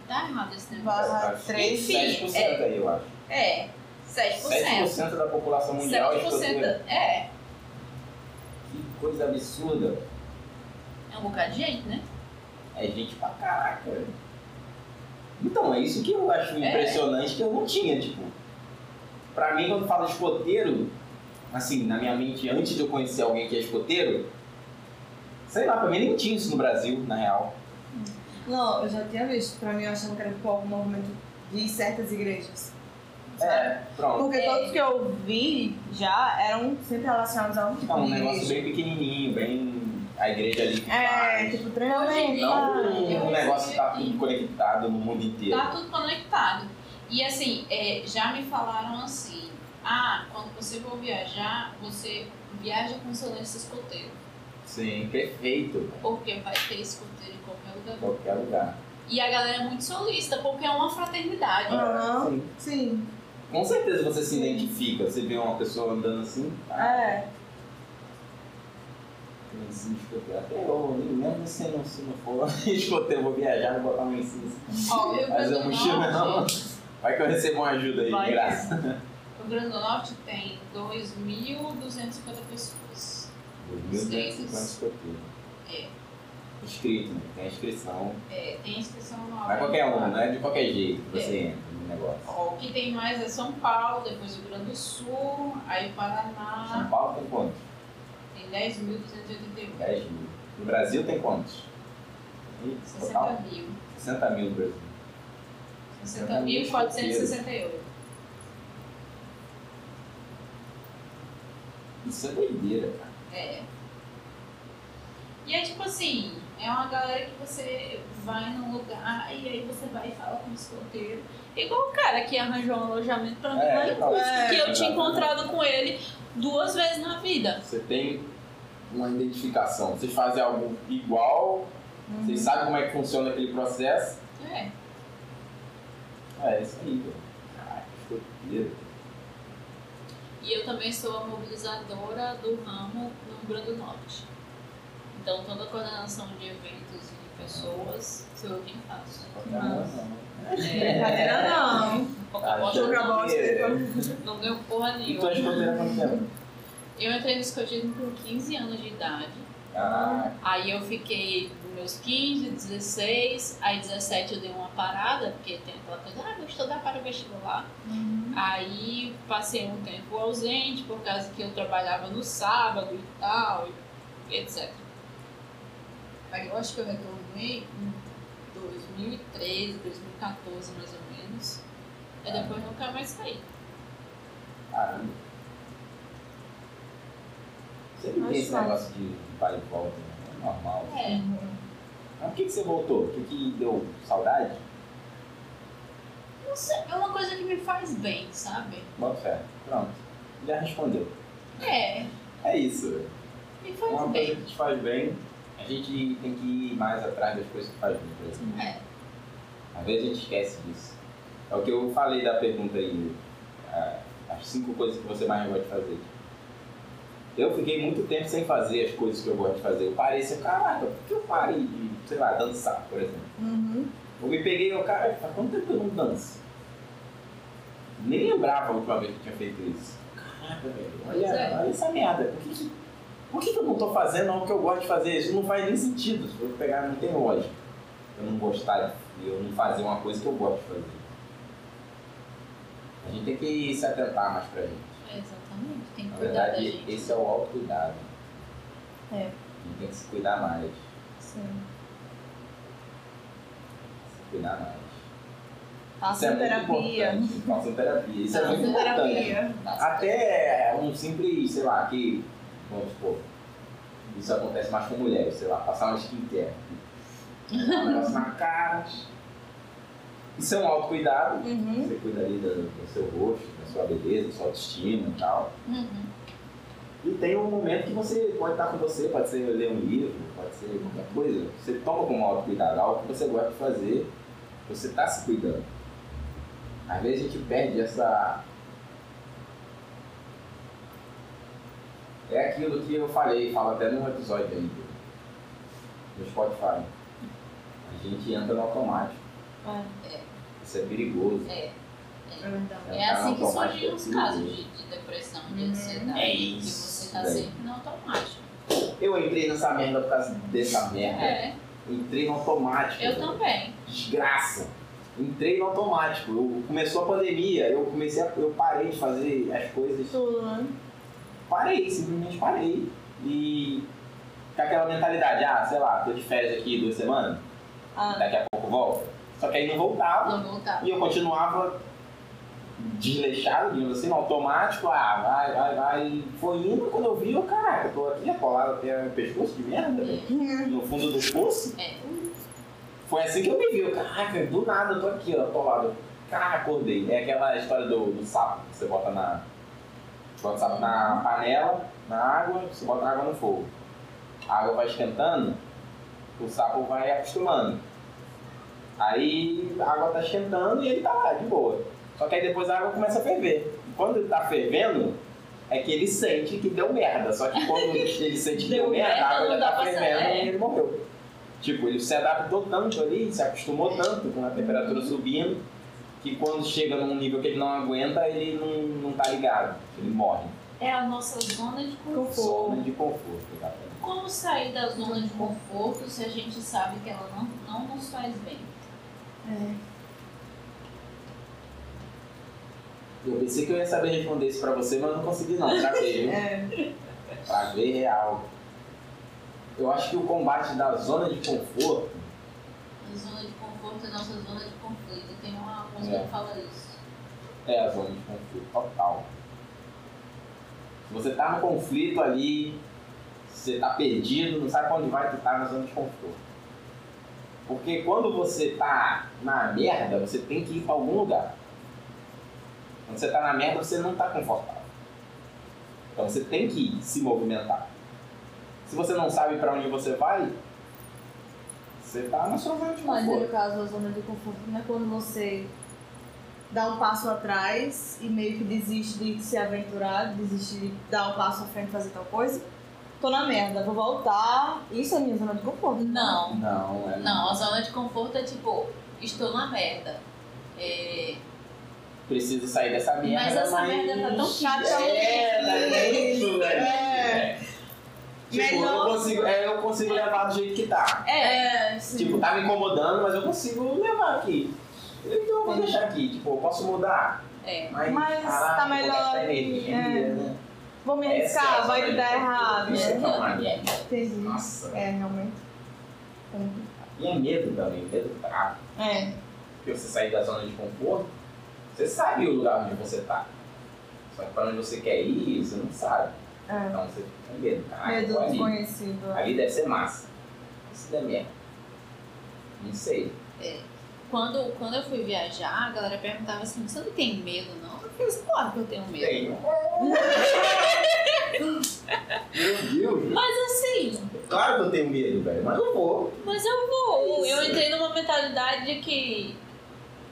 Tá errado esse negócio. barra Acho que 3. Enfim, 7% aí, eu acho. É, 7%. 7% da população mundial é escoteira. 7%. É, Que coisa absurda. é um bocado de gente, né? É gente pra caraca. Então, é isso que eu acho impressionante que eu não tinha, tipo. Pra mim, quando falo escoteiro, assim, na minha mente, antes de eu conhecer alguém que é escoteiro, sei lá, pra mim nem tinha isso no Brasil, na real. Não, eu já tinha visto. Pra mim, eu achava que era tipo algum movimento de certas igrejas. É, pronto. Porque todos que eu vi já eram sempre relacionados a um tipo É um de negócio igreja. bem pequenininho, bem. A igreja ali que É, faz. tipo, treinamento. Não eu um negócio que tá recebi tudo conectado no mundo inteiro. Tá tudo conectado. E assim, é, já me falaram assim: ah, quando você for viajar, você viaja com seu lenço escoteiro. Sim, perfeito. Porque vai ter escoteiro em qualquer lugar. Qualquer lugar. E a galera é muito solista, porque é uma fraternidade. Ah, Aham. Sim. Sim. Com certeza você se identifica. Você vê uma pessoa andando assim, É. lencinho de escoteiro. Até eu, mesmo se não, se não for escoteiro, eu vou viajar, vou botar um lencinho assim. Ó, o Mas Rio Grande eu do mochila não. Norte- Vai que eu recebo uma ajuda aí, Vai. de graça. o Rio Grande do Norte tem 2.250 pessoas. escoteiro. Inscrito, né? Tem a inscrição. É, tem inscrição na Não é hora. qualquer um, não é de qualquer jeito que você entra no negócio. Ó, o que tem mais é São Paulo, depois o Rio Grande do Sul, aí o Paraná. São Paulo tem quantos? Tem 10.281. 10 mil. No Brasil tem quantos? Ih, Total? 60 mil. 60 mil no Brasil. 60.468. Isso é doideira, cara. É. E é tipo assim, é uma galera que você vai num lugar e aí você vai e fala com o escoteiro. Igual o cara que arranjou um alojamento pra mim É, lá em legal. Cusco, que eu tinha Exatamente. encontrado com ele duas vezes na vida. Você tem uma identificação. Vocês fazem algo igual, Uhum. Uhum. vocês sabem como é que funciona aquele processo. É. É, isso aí, velho. Caraca, que doideira. E eu também sou a mobilizadora do ramo no Rio Grande do Norte. Então toda a coordenação de eventos e de pessoas sou eu quem faço. Qualquer um, Nossa. não. É, Brincadeira não. pouca Acho bosta, que- bosta, não ganho E porra tu é nenhuma. escoteira há quanto tempo? Eu entrei no escotismo com 15 anos de idade. Caraca. Aí eu fiquei dos meus 15, 16, aí 17 eu dei uma parada, porque tem aquela coisa, ah, vou estudar para o vestibular. Aí passei um tempo ausente, por causa que eu trabalhava no sábado e tal, e etc. Aí eu acho que eu retornei em 2013, 2014 mais ou menos. E É, depois nunca mais saí. Caramba. Você não tem esse Nossa. negócio de vai e volta, né? É normal. É. Mas por que, que você voltou? O que, que deu saudade? Não sei, é uma coisa que me faz bem, sabe? Bota fé. Pronto. Já respondeu. É, É isso. me É faz uma bem. coisa que te faz bem, a gente tem que ir mais atrás das coisas que faz bem, por exemplo. É. Às vezes a gente esquece disso. É o que eu falei da pergunta aí, ah, as cinco coisas que você mais gosta de fazer. Eu fiquei muito tempo sem fazer as coisas que eu gosto de fazer. Eu parei assim, caraca, por que eu parei de, sei lá, dançar, por exemplo? Uhum. Eu me peguei, eu, cara, faz quanto tempo que eu não danço? Nem lembrava a última vez que eu tinha feito isso. Caraca, velho, olha, Pois é. olha essa merda. Por que, que- por que, que eu não tô fazendo algo que eu gosto de fazer? Isso não faz nem sentido. Se eu pegar, não tem lógica. Eu não gostar de eu não fazer uma coisa que eu gosto de fazer. A gente tem que se atentar mais pra gente. É, Exatamente, tem que Na cuidar da verdade, gente. esse é o autocuidado. É. A gente tem que se cuidar mais. Sim. Se cuidar mais. Façam terapia. é importante. Façam terapia. Isso é Façam muito importante. terapia. tá Até um simples, sei lá, que. Vamos supor. Isso acontece mais com mulheres, sei lá, passar uma skincare. Um negócio na cara. Isso é um autocuidado. Uhum. Você cuida ali do, do seu rosto, da sua beleza, da sua autoestima e tal. Uhum. E tem um momento que você pode estar com você, pode ser ler um livro, pode ser qualquer coisa. Você toma como autocuidado, algo que você gosta de fazer, você está se cuidando. Às vezes a gente perde essa. É aquilo que eu falei, falo até num episódio aí do- do Spotify. A gente entra no automático. Isso é perigoso. É. É um verdade. É assim que Automático surgem é os perigoso. casos de, de depressão, de Uhum. ansiedade. É Que isso, você tá velho. sempre no automático. Eu entrei nessa merda por causa dessa merda. É, Entrei no automático. eu também. desgraça. Entrei no automático. Eu- começou a pandemia, eu comecei a, eu parei de fazer as coisas. Tudo, né? Parei, simplesmente parei. E com aquela mentalidade, ah, sei lá, tô de férias aqui duas semanas, Ah, daqui a pouco volto. Só que aí não voltava Não voltava. e eu continuava desleixado, digamos assim, no automático, ah, vai, vai, vai. E Foi indo quando eu vi, eu, caraca, eu tô aqui é colado até o pescoço de merda, velho, no fundo do poço. É, Foi assim que eu me vi. Eu, caraca, do nada eu tô aqui, ó, atolado. Caraca, acordei. É aquela história do, do sapo que você bota na. Você bota o sapo na panela, na água, você bota a água no fogo. A água vai esquentando, o sapo vai acostumando. Aí a água tá esquentando e ele tá lá, de boa. Só que aí depois a água começa a ferver. E quando ele tá fervendo, é que ele sente que deu merda. Só que *laughs* quando ele sente que deu, Deu merda, merda, a água não já dá tá pra fervendo saber. e ele morreu. Tipo, ele se adaptou tanto ali, se acostumou tanto com a temperatura subindo, que quando chega num nível que ele não aguenta, ele não, não tá ligado, ele morre. é a nossa zona de conforto. Zona de conforto, exatamente. Como sair da zona de conforto se a gente sabe que ela não, não nos faz bem? Eu pensei que eu ia saber responder isso pra você, mas eu não consegui não, travei, viu? é. Travei real. Eu acho que o combate da zona de conforto, A zona de conforto é a nossa zona de conflito. Tem uma música É. que fala isso. é a zona de conforto total. Se você tá no conflito ali, você tá perdido, não sabe onde vai, tu tá na zona de conforto. Porque quando você tá na merda, você tem que ir pra algum lugar. Quando você tá na merda, você não tá confortável. Então você tem que se movimentar. Se você não sabe pra onde você vai, você tá na sua zona de Mas conforto. no caso, a zona de conforto não é quando você dá um passo atrás e meio que desiste de se aventurar, desiste de dar um passo à frente e fazer tal coisa. Tô na merda, vou voltar. Isso é minha zona de conforto. Não, Não, é não. A zona de conforto é tipo, estou na merda. É, Preciso sair dessa merda. Mas essa merda tá tão chata. É, tá dentro, velho. É. Tipo, eu Melhor- consigo, é, eu consigo levar do jeito que tá. É, sim. Tipo, tá me incomodando, mas eu consigo levar aqui. Então eu vou deixar aqui. Tipo, eu posso mudar. é. Mas, Mas caraca, tá eu vou melhor gastar aqui, energia, é. né? vou me Essa é a arriscar, vai zona que de dar conforto. errado. né? Isso que é uma merda. Entendi. Nossa. É, realmente. E é medo também, medo bravo. É. Porque você sair da zona de conforto, você sabe o lugar onde você tá. Só que pra onde você quer ir, você não sabe. É. Então você fica com medo. Ah, Medo eu vou do ali. desconhecido. Ali deve ser massa. Isso der merda. Não sei. Quando, quando eu fui viajar, a galera perguntava assim, você não tem medo, não? Eu falei, assim, claro que eu tenho medo. Tenho. Meu Deus. Mas assim, Claro que eu tenho medo, velho. Mas eu vou. mas eu vou. É isso. Eu entrei numa mentalidade de que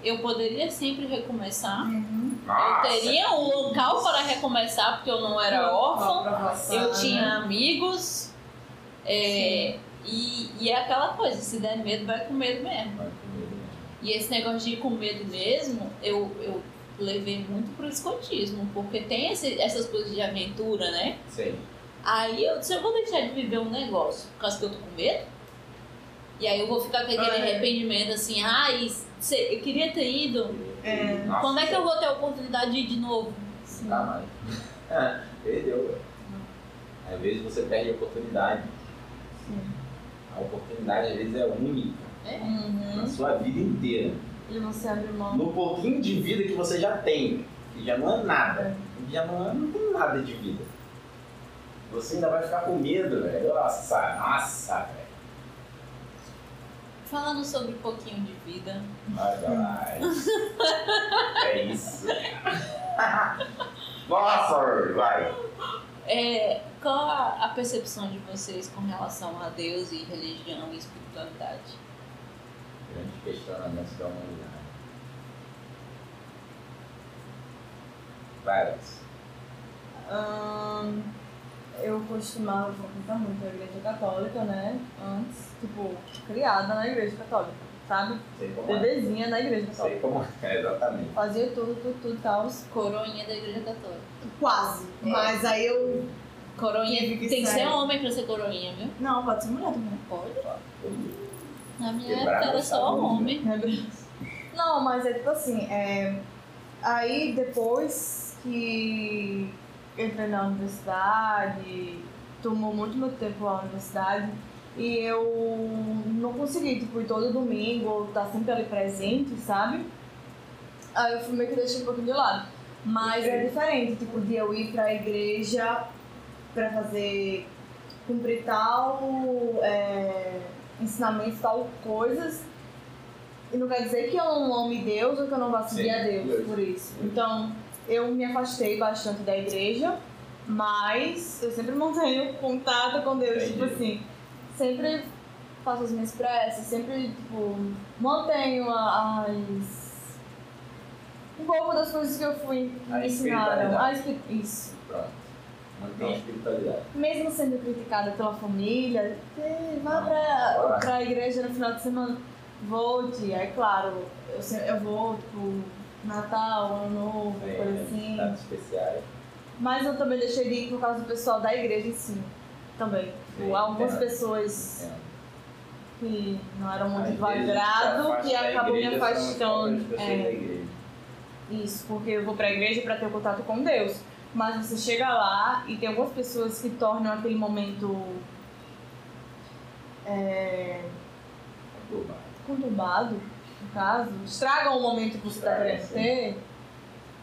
eu poderia sempre recomeçar. Uhum. Eu Nossa. teria um local para recomeçar, porque eu não Ah. era órfã, né? eu tinha amigos. é, e, e é aquela coisa, se der medo, vai com medo mesmo. Mas com medo, né? E esse negócio de ir com medo mesmo, eu, eu levei muito pro escotismo, porque tem esse- essas coisas de aventura, né? Sei. Aí eu disse, eu vou deixar de viver um negócio, por causa que eu tô com medo. E aí eu vou ficar com aquele Ah, é. arrependimento assim, ah, eu queria ter ido. É. Nossa, Quando é que eu vou ter a oportunidade de ir de novo? Tá. Nunca mais. Ah, Perdeu, velho. Às vezes você perde a oportunidade. Sim. A oportunidade às vezes é única É. Uhum. na sua vida inteira. Ele não se abre mão. No pouquinho de vida que você já tem, que já não é nada, que já não, é- não tem nada de vida. Você ainda vai ficar com medo, velho. Nossa, nossa, velho. Falando sobre um pouquinho de vida, Olha lá. É isso. *laughs* Nossa, velho, vai. é, qual a, a percepção de vocês com relação a Deus e religião e espiritualidade? Grande questionamento da humanidade. Vai, Alex. Ahn, eu costumava frequentar muito a igreja católica, né? Antes, tipo, criada na igreja católica, sabe? Sei como é. Bebezinha na igreja Sei católica. como é, *laughs* exatamente. Fazia tudo, tudo, tudo e tal. Coroinha da Igreja Católica. Quase. É. Mas aí eu. Coroinha Tive que tem que sair. ser homem pra ser coroinha, viu? Não, pode ser mulher também. Pode. Eu- Na minha Quebrar época era essa só luz, homem. Não, mas é tipo assim, é... aí depois que eu entrei na universidade, tomou muito meu tempo a universidade, e eu não consegui, tipo, ir todo domingo, ou estar sempre ali presente, sabe? Aí eu fui meio que deixei um pouquinho de lado. Mas é diferente, tipo, de eu ir pra igreja pra fazer, cumprir tal é, ensinamento, tal coisas, e não quer dizer que eu não ame Deus ou que eu não vá seguir Sim, a Deus Deus. por isso. Então, eu me afastei bastante da igreja, mas eu sempre mantenho *laughs* contato com Deus, Entendi. tipo assim, sempre faço as minhas preces, sempre, tipo, mantenho a- as... um pouco das coisas que eu fui que A né? me ensinaram. espiritualidade. A espi- Isso. Pronto. Mantém a espiritualidade. Mesmo sendo criticada pela família, "Ei, vá Bora. pra, pra igreja no final de semana, volte. Aí, claro, eu, se- eu vou, tipo, Natal, Ano Novo, Tem coisa assim. dados especiais. Mas eu também deixei de ir por causa do pessoal da igreja em si, também. Tipo, Sim, Algumas entendo. pessoas É. que não eram Às muito vezes, do agrado, um que acabou me afastando. É. É. Isso, porque eu vou pra igreja pra ter contato com Deus. Mas você chega lá e tem algumas pessoas que tornam aquele momento é, Tá conturbado, no caso, estragam o momento que você tá Estragam, querendo É, sim. ter.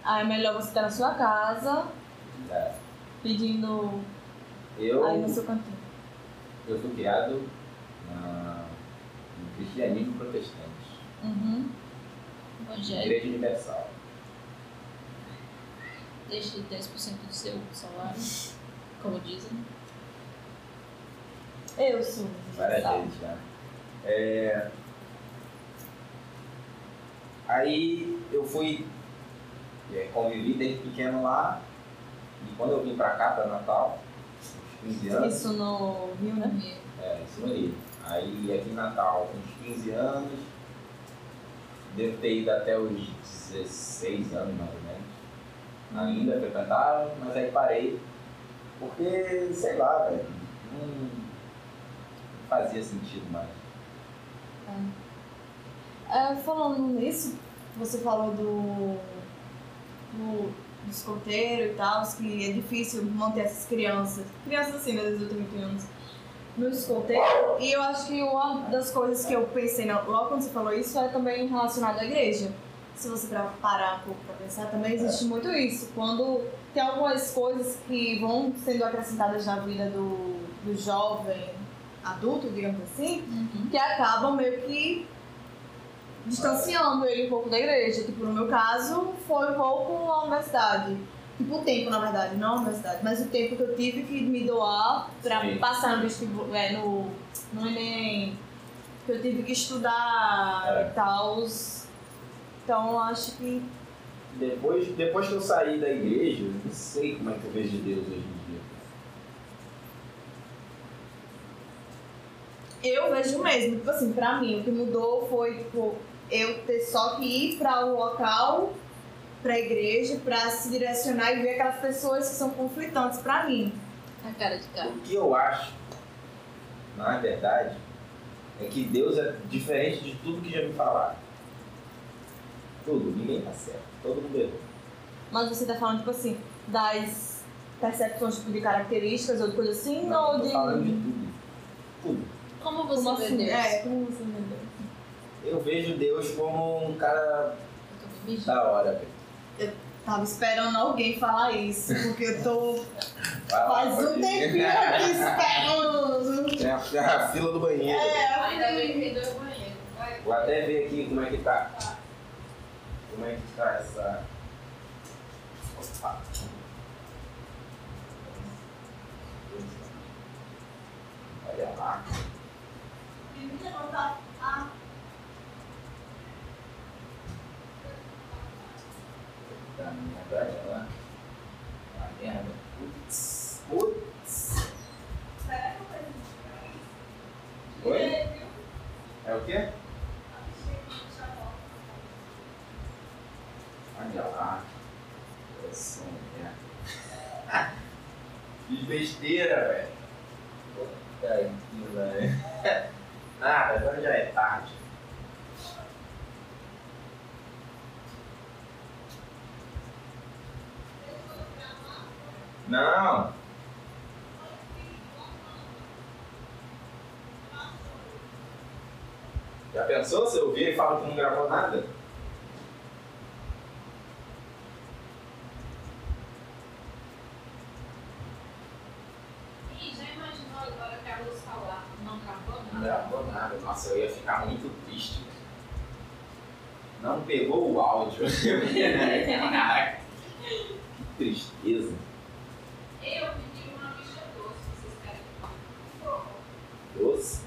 Aí é melhor você estar na sua casa pedindo Tá. Eu, aí no seu cantinho. eu fui criado na, no cristianismo protestante, Uhum. na Evangelho. Igreja Universal. Deixe 10% do seu salário, como dizem. Eu sou. Várias sabe? vezes já. É, Aí eu fui, é, convivi desde pequeno lá, e quando eu vim pra cá, pra Natal, uns 15 anos. Isso no Rio, né? É, isso aí. Aí aqui em Natal, com uns 15 anos, devo ter ido até os 16 anos mais ou menos. Ainda frequentava, mas aí parei. Porque, sei lá, velho, não não fazia sentido mais. É, falando nisso, você falou do, do, do escoteiro e tal, que é difícil manter essas crianças. Crianças assim, né, 18, 20 anos. No escoteiro. E eu acho que uma das coisas que eu pensei na- logo quando você falou isso é também relacionado à igreja. Se você pra- parar um pouco pra pensar, também existe muito isso. Quando tem algumas coisas que vão sendo acrescentadas na vida do, do jovem adulto, digamos assim, Uhum. que acabam meio que distanciando ele um pouco da igreja. Tipo, no meu caso, foi um pouco a universidade. Tipo, o tempo, na verdade, não a universidade, mas o tempo que eu tive que me doar pra Sim. passar no vestibular, é, no, no Enem, que eu tive que estudar É. e tal. Então, eu acho que Depois, depois que eu saí da igreja, eu não sei como é que eu vejo Deus hoje em dia. eu vejo mesmo. Tipo assim, pra mim, o que mudou foi, tipo, eu ter só que ir pra o local, pra igreja, pra se direcionar e ver aquelas pessoas que são conflitantes pra mim. A cara de É. cara. O que eu acho, na verdade, é que Deus é diferente de tudo que já me falaram. Tudo, ninguém tá certo, todo mundo errou. Mas você tá falando, tipo assim, das percepções tipo, de características ou de coisa assim, ou eu tô de. falando de tudo. Tudo. Como você Como vê assim? Deus? É, como você vê Deus? eu vejo Deus como um cara Eu tô me mijando. da hora, velho. Tava esperando alguém falar isso, porque eu tô Vai lá, faz um Ah, pode ir. *laughs* tempinho aqui esperando. Tem a, a fila do banheiro. Ainda É, eu bem fui- que deu banheiro. Vai. Vou até ver aqui como é que tá. Como é que tá essa. Opa. Olha lá. Da minha olha lá. Uma merda. Putz. Putz. Oi? É o quê? Olha lá. Coração, merda. Fiz besteira, velho. Puta que velho. *laughs* Nada, agora já é tarde. Não. Já pensou se eu ouvir e falo que não gravou nada? Ih, já imaginou agora que a luz falar? Não tá gravou Não nada. gravou nada, nossa, eu ia ficar muito triste. Não pegou o áudio. *laughs* Caraca, que tristeza. Eu pedi uma bicha doce, vocês querem que eu faça? Doce.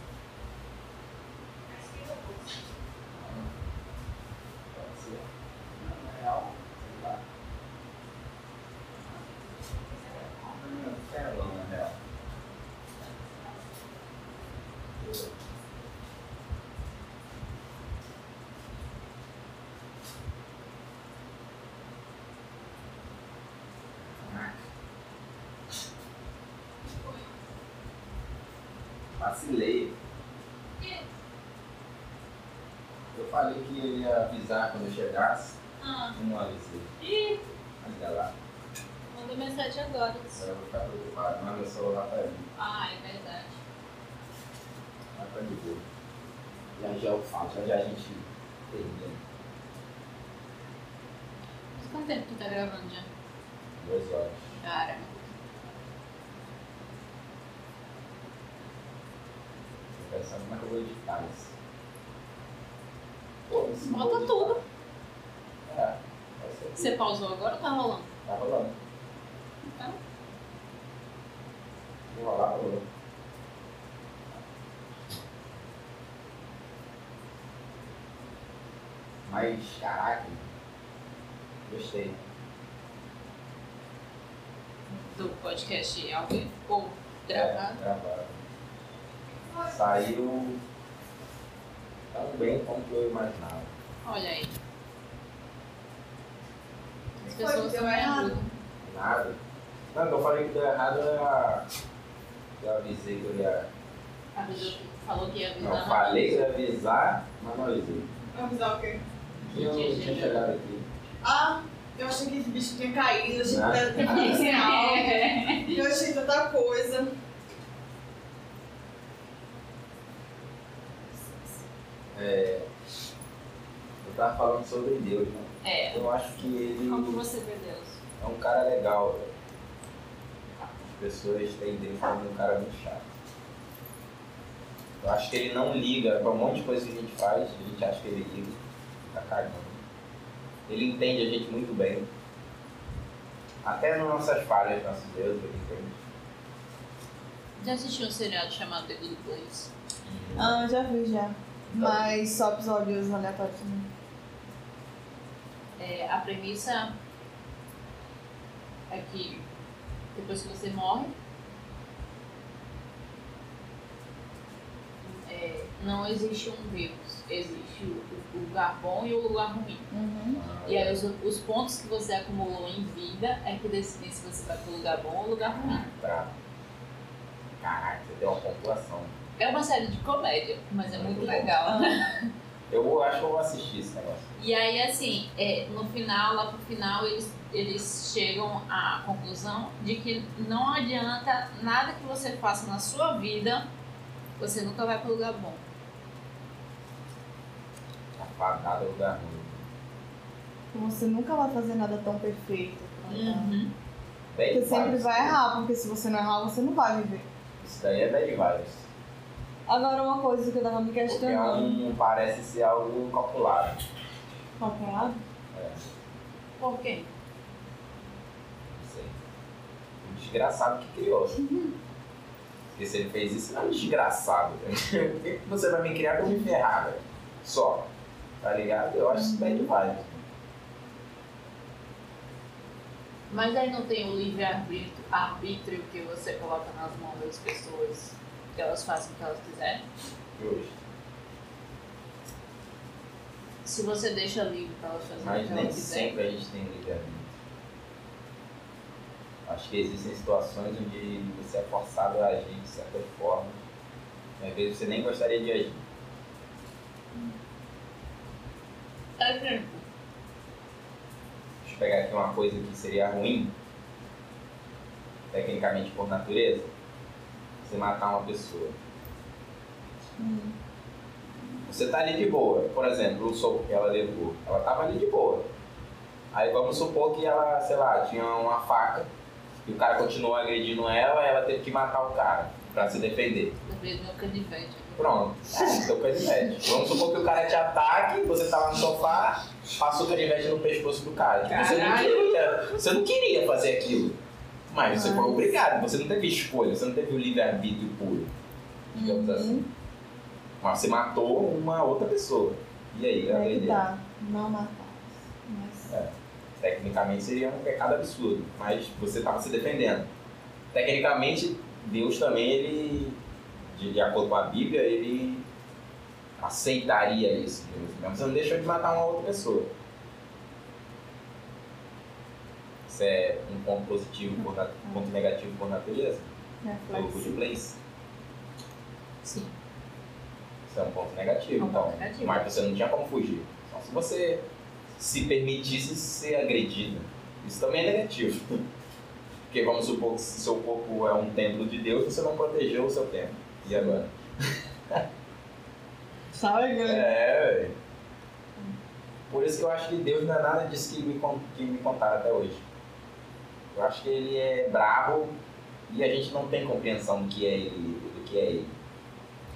Mas que doce. Na é real, sei lá. É, Não, sei lá, na real. Vacilei. Quê? Eu falei que eu ia avisar quando eu chegasse. Ah, Eu não avisei. ih, Olha lá. mandou mensagem agora. Eu vou ficar preocupado, mas meu celular tá ali. Ah, é verdade. Vai pra de boa. Já já eu falo, já já a gente termina. Mas quanto tempo tu tá gravando já? Duas horas. Cara, Tô pensando como é que eu vou editar isso. Pô, esse bota bolo- tudo. É, vai ser. Você pausou agora ou tá rolando? Tá rolando. Tá. Vou rolar, rolou. Mas, caraca. Gostei. Do podcast ao vivo ou É, gravado? gravado. Saiu tão bem quanto eu imaginava. Olha aí. As Foi, pessoas deu também errado. ajudam. Nada. Não, que eu falei que deu errado, eu, ia- eu avisei que eu ia. Avisou que falou que ia avisar. Não, na- falei né? que eu ia avisar, mas não avisei. Vai avisar o quê? E eu não tinha chegado aqui. Ah, eu achei que esse bicho tinha caído, achei Ah. que era tava sem *laughs* algo. Eu achei tanta coisa. É, eu tava falando sobre Deus, né? É. Eu acho que ele Como você vê Deus? é um cara legal. velho. As pessoas têm Deus como um cara muito chato. Eu acho que ele não liga pra um monte de coisa que a gente faz, a gente acha que ele liga, tá cagando. Ele entende a gente muito bem. Até nas nossas falhas, nosso Deus, ele entende. Já assistiu um seriado chamado The Good Place? Ah, já vi já. Mas só episódios aleatórios né? também. É, a premissa é que depois que você morre, é, não existe um Deus, existe o, o lugar bom e o lugar ruim. Uhum. E aí os, os pontos que você acumulou em vida é que decidem se você vai pro lugar bom ou lugar ruim. Pra... Caraca, você deu uma pontuação. É uma série de comédia, mas é muito Muito bom. legal. Eu acho que eu vou assistir esse negócio. E aí, assim, é, no final, lá pro final, eles, eles chegam à conclusão de que não adianta nada que você faça na sua vida, você nunca vai pro lugar bom. Tá patada ou da ruim. Então Você nunca vai fazer nada tão perfeito. tá ligado? Uhum. Bad Você sempre vibes. vai errar, porque se você não errar, você não vai viver. Isso daí é bad vibes. Agora, uma coisa que eu tava me Porque questionando. não parece ser algo calculado. Calculado? Por quê? Não sei. O desgraçado que criou. Porque se ele fez isso, não é um desgraçado. *laughs* velho. Por que que você vai me criar pra eu me ferrar, velho? Só. Tá ligado? Eu acho isso bad vibes. Mas aí não tem o livre-arbítrio arbítrio que você coloca nas mãos das pessoas, que elas façam o que elas quiserem. Justo. Se você deixa livre para elas fazerem o Mas que nem elas quiserem. sempre a gente tem livre-arbítrio. Acho que existem situações onde você é forçado a agir de certa forma. Às vezes você nem gostaria de agir. Tá Exemplo, Deixa eu pegar aqui uma coisa que seria ruim, tecnicamente por natureza, você matar uma pessoa. Você tá ali de boa, por exemplo, o soco que ela levou, ela tava ali de boa. Aí vamos supor que ela, sei lá, tinha uma faca e o cara continuou agredindo ela e ela teve que matar o cara pra se defender. lembrei do meu canivete. Pronto, então canivete. Vamos supor que o cara te ataque, você tá lá no sofá, passa o canivete no pescoço do cara. Tipo, você, não Caralho. queria, né? você não queria fazer aquilo. Mas você foi obrigado, você não teve escolha, você não teve o livre-arbítrio puro, Uhum. digamos assim. Mas você matou uma outra pessoa. E aí, ela Aí que perdeu. tá. Não matar. Mas... Tecnicamente seria um pecado absurdo, mas você estava se defendendo. Tecnicamente, Deus também, ele, de, de acordo com a Bíblia, ele aceitaria isso. Mas Você não deixou de matar uma outra pessoa. Isso é um ponto positivo, por nat- um ponto negativo por natureza. né, É O Reflexo. good place. Sim. Isso é um ponto negativo. É um então, ponto negativo. Mas você não tinha como fugir. Só se você se permitisse ser agredido. Isso também é negativo. *laughs* Porque vamos supor que se seu corpo é um templo de Deus, você não protegeu o seu templo. E agora? Sabe, né? É, velho. Por isso que eu acho que Deus não é nada disso que me, con- que me contaram até hoje. Eu acho que ele é bravo e a gente não tem compreensão do que é ele, do que é ele.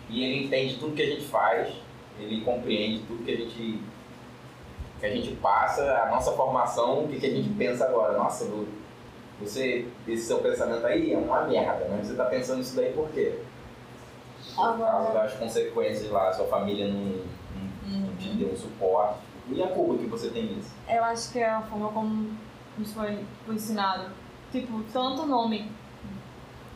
E ele entende tudo que a gente faz, ele compreende tudo que a gente que a gente passa, a nossa formação, o que, que a gente pensa agora. Nossa, Lu, você, esse seu pensamento aí é uma merda, né? Você tá pensando isso daí por quê? Por causa das consequências lá, sua família não, não, não Uhum. te deu um suporte. E a culpa que você tem nisso? Eu acho que é a forma como nos foi, foi ensinado. Tipo, tanto o nome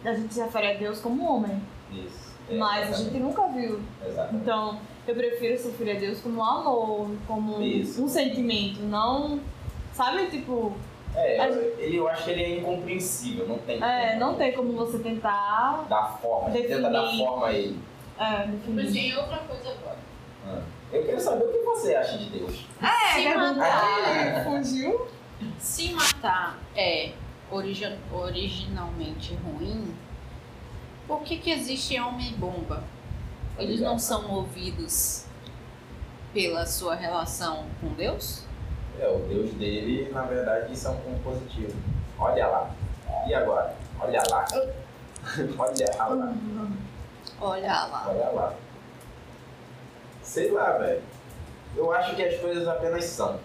da gente se refere a Deus como homem. Isso. É, Mas a gente exatamente. nunca viu. Exatamente. Então, eu prefiro sofrer a Deus como amor, como Isso. um sentimento, não. Sabe, tipo, É, a eu, ele, eu acho que ele é incompreensível, não tem é, como não tem como você tentar dar forma, tenta dar Definir. forma a ele. é, Mas definir. tem outra coisa agora. Ah. Eu quero saber o que você acha de Deus. É, Se perguntar. matar, Fugiu? se matar é origi- originalmente ruim, por que, que existe homem-bomba? Eles não são movidos pela sua relação com Deus? É, o Deus dele, na verdade, isso é um ponto positivo. Olha lá. E agora? Olha lá. *laughs* Ah, Olha Hum. lá. Olha lá. Olha lá. Sei lá, velho. Eu acho que as coisas apenas são.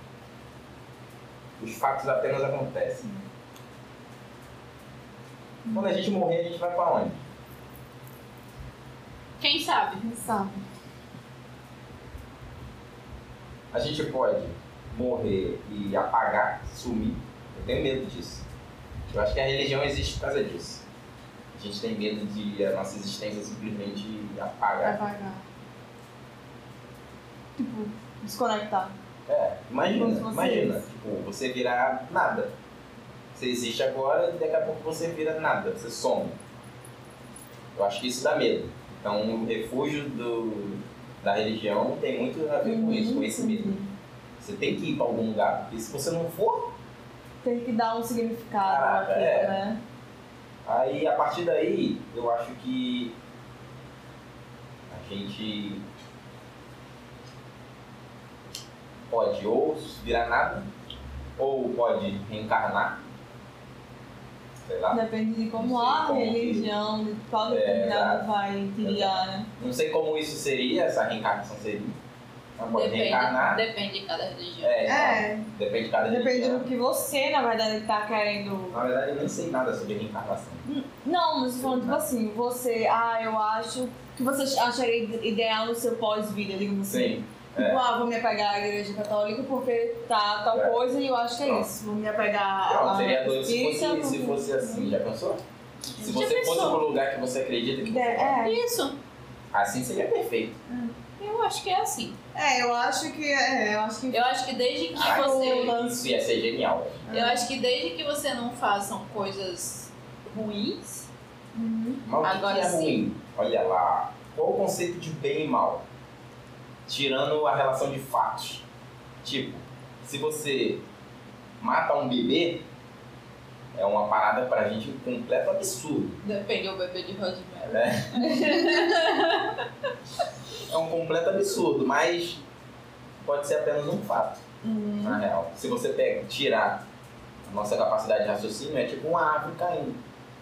Os fatos apenas acontecem. Quando a gente morrer, a gente vai pra onde? Ah, Quem sabe? Sabe. A gente pode morrer e apagar, sumir. Eu tenho medo disso. Eu acho que a religião existe por causa disso. A gente tem medo de a nossa existência simplesmente apagar. Vai pagar. Tipo, desconectar. É, Como imagina, se fosse imagina. isso. Tipo, você virar nada. Você existe agora e daqui a pouco você vira nada, você some. Eu acho que isso dá medo. Então, o refúgio do, da religião tem muito a ver com isso, com esse medo. Você tem que ir pra algum lugar, porque se você não for, Tem que dar um significado Caraca, àquilo, é. né? aí a partir daí, eu acho que a gente pode ou virar nada, ou pode reencarnar. Sei lá. Depende de como Não sei a como que- religião, de qual É, determinado exato. vai te guiar, né? Não sei como isso seria, essa reencarnação seria. Mas pode reencarnar. Depende, depende de cada religião. É, então, É. depende de cada Depende religião. do que você, na verdade, tá querendo. Na verdade, eu nem sei nada sobre reencarnação. Não, mas eu tô falando, tipo assim, você, ah, eu acho que você acharia ide- ideal no seu pós-vida, digamos assim. Sim. É. Tipo, ah, vou me apegar à igreja católica porque tá tal É. coisa e eu acho que é Pronto. isso. Vou me apegar Pronto, à seria doido se justiça, fosse, se vou- fosse assim. Já pensou? Se você Já fosse pensou? pro lugar que você acredita que você vai, É, Isso, assim seria perfeito. eu acho que é assim. é, eu acho que é, eu acho que Eu acho que desde que Ai, você. Isso ia ser genial. Eu acho que desde que você não façam coisas ruins, Mas o que Agora que é sim. ruim? Olha lá. Qual o conceito de bem e mal? Tirando a relação de fatos. Tipo, se você mata um bebê, é uma parada pra gente um completo absurdo. depende do bebê de Rosemary. É um completo absurdo, mas pode ser apenas um fato, na real. Se você pega, tirar a nossa capacidade de raciocínio, é tipo uma árvore caindo,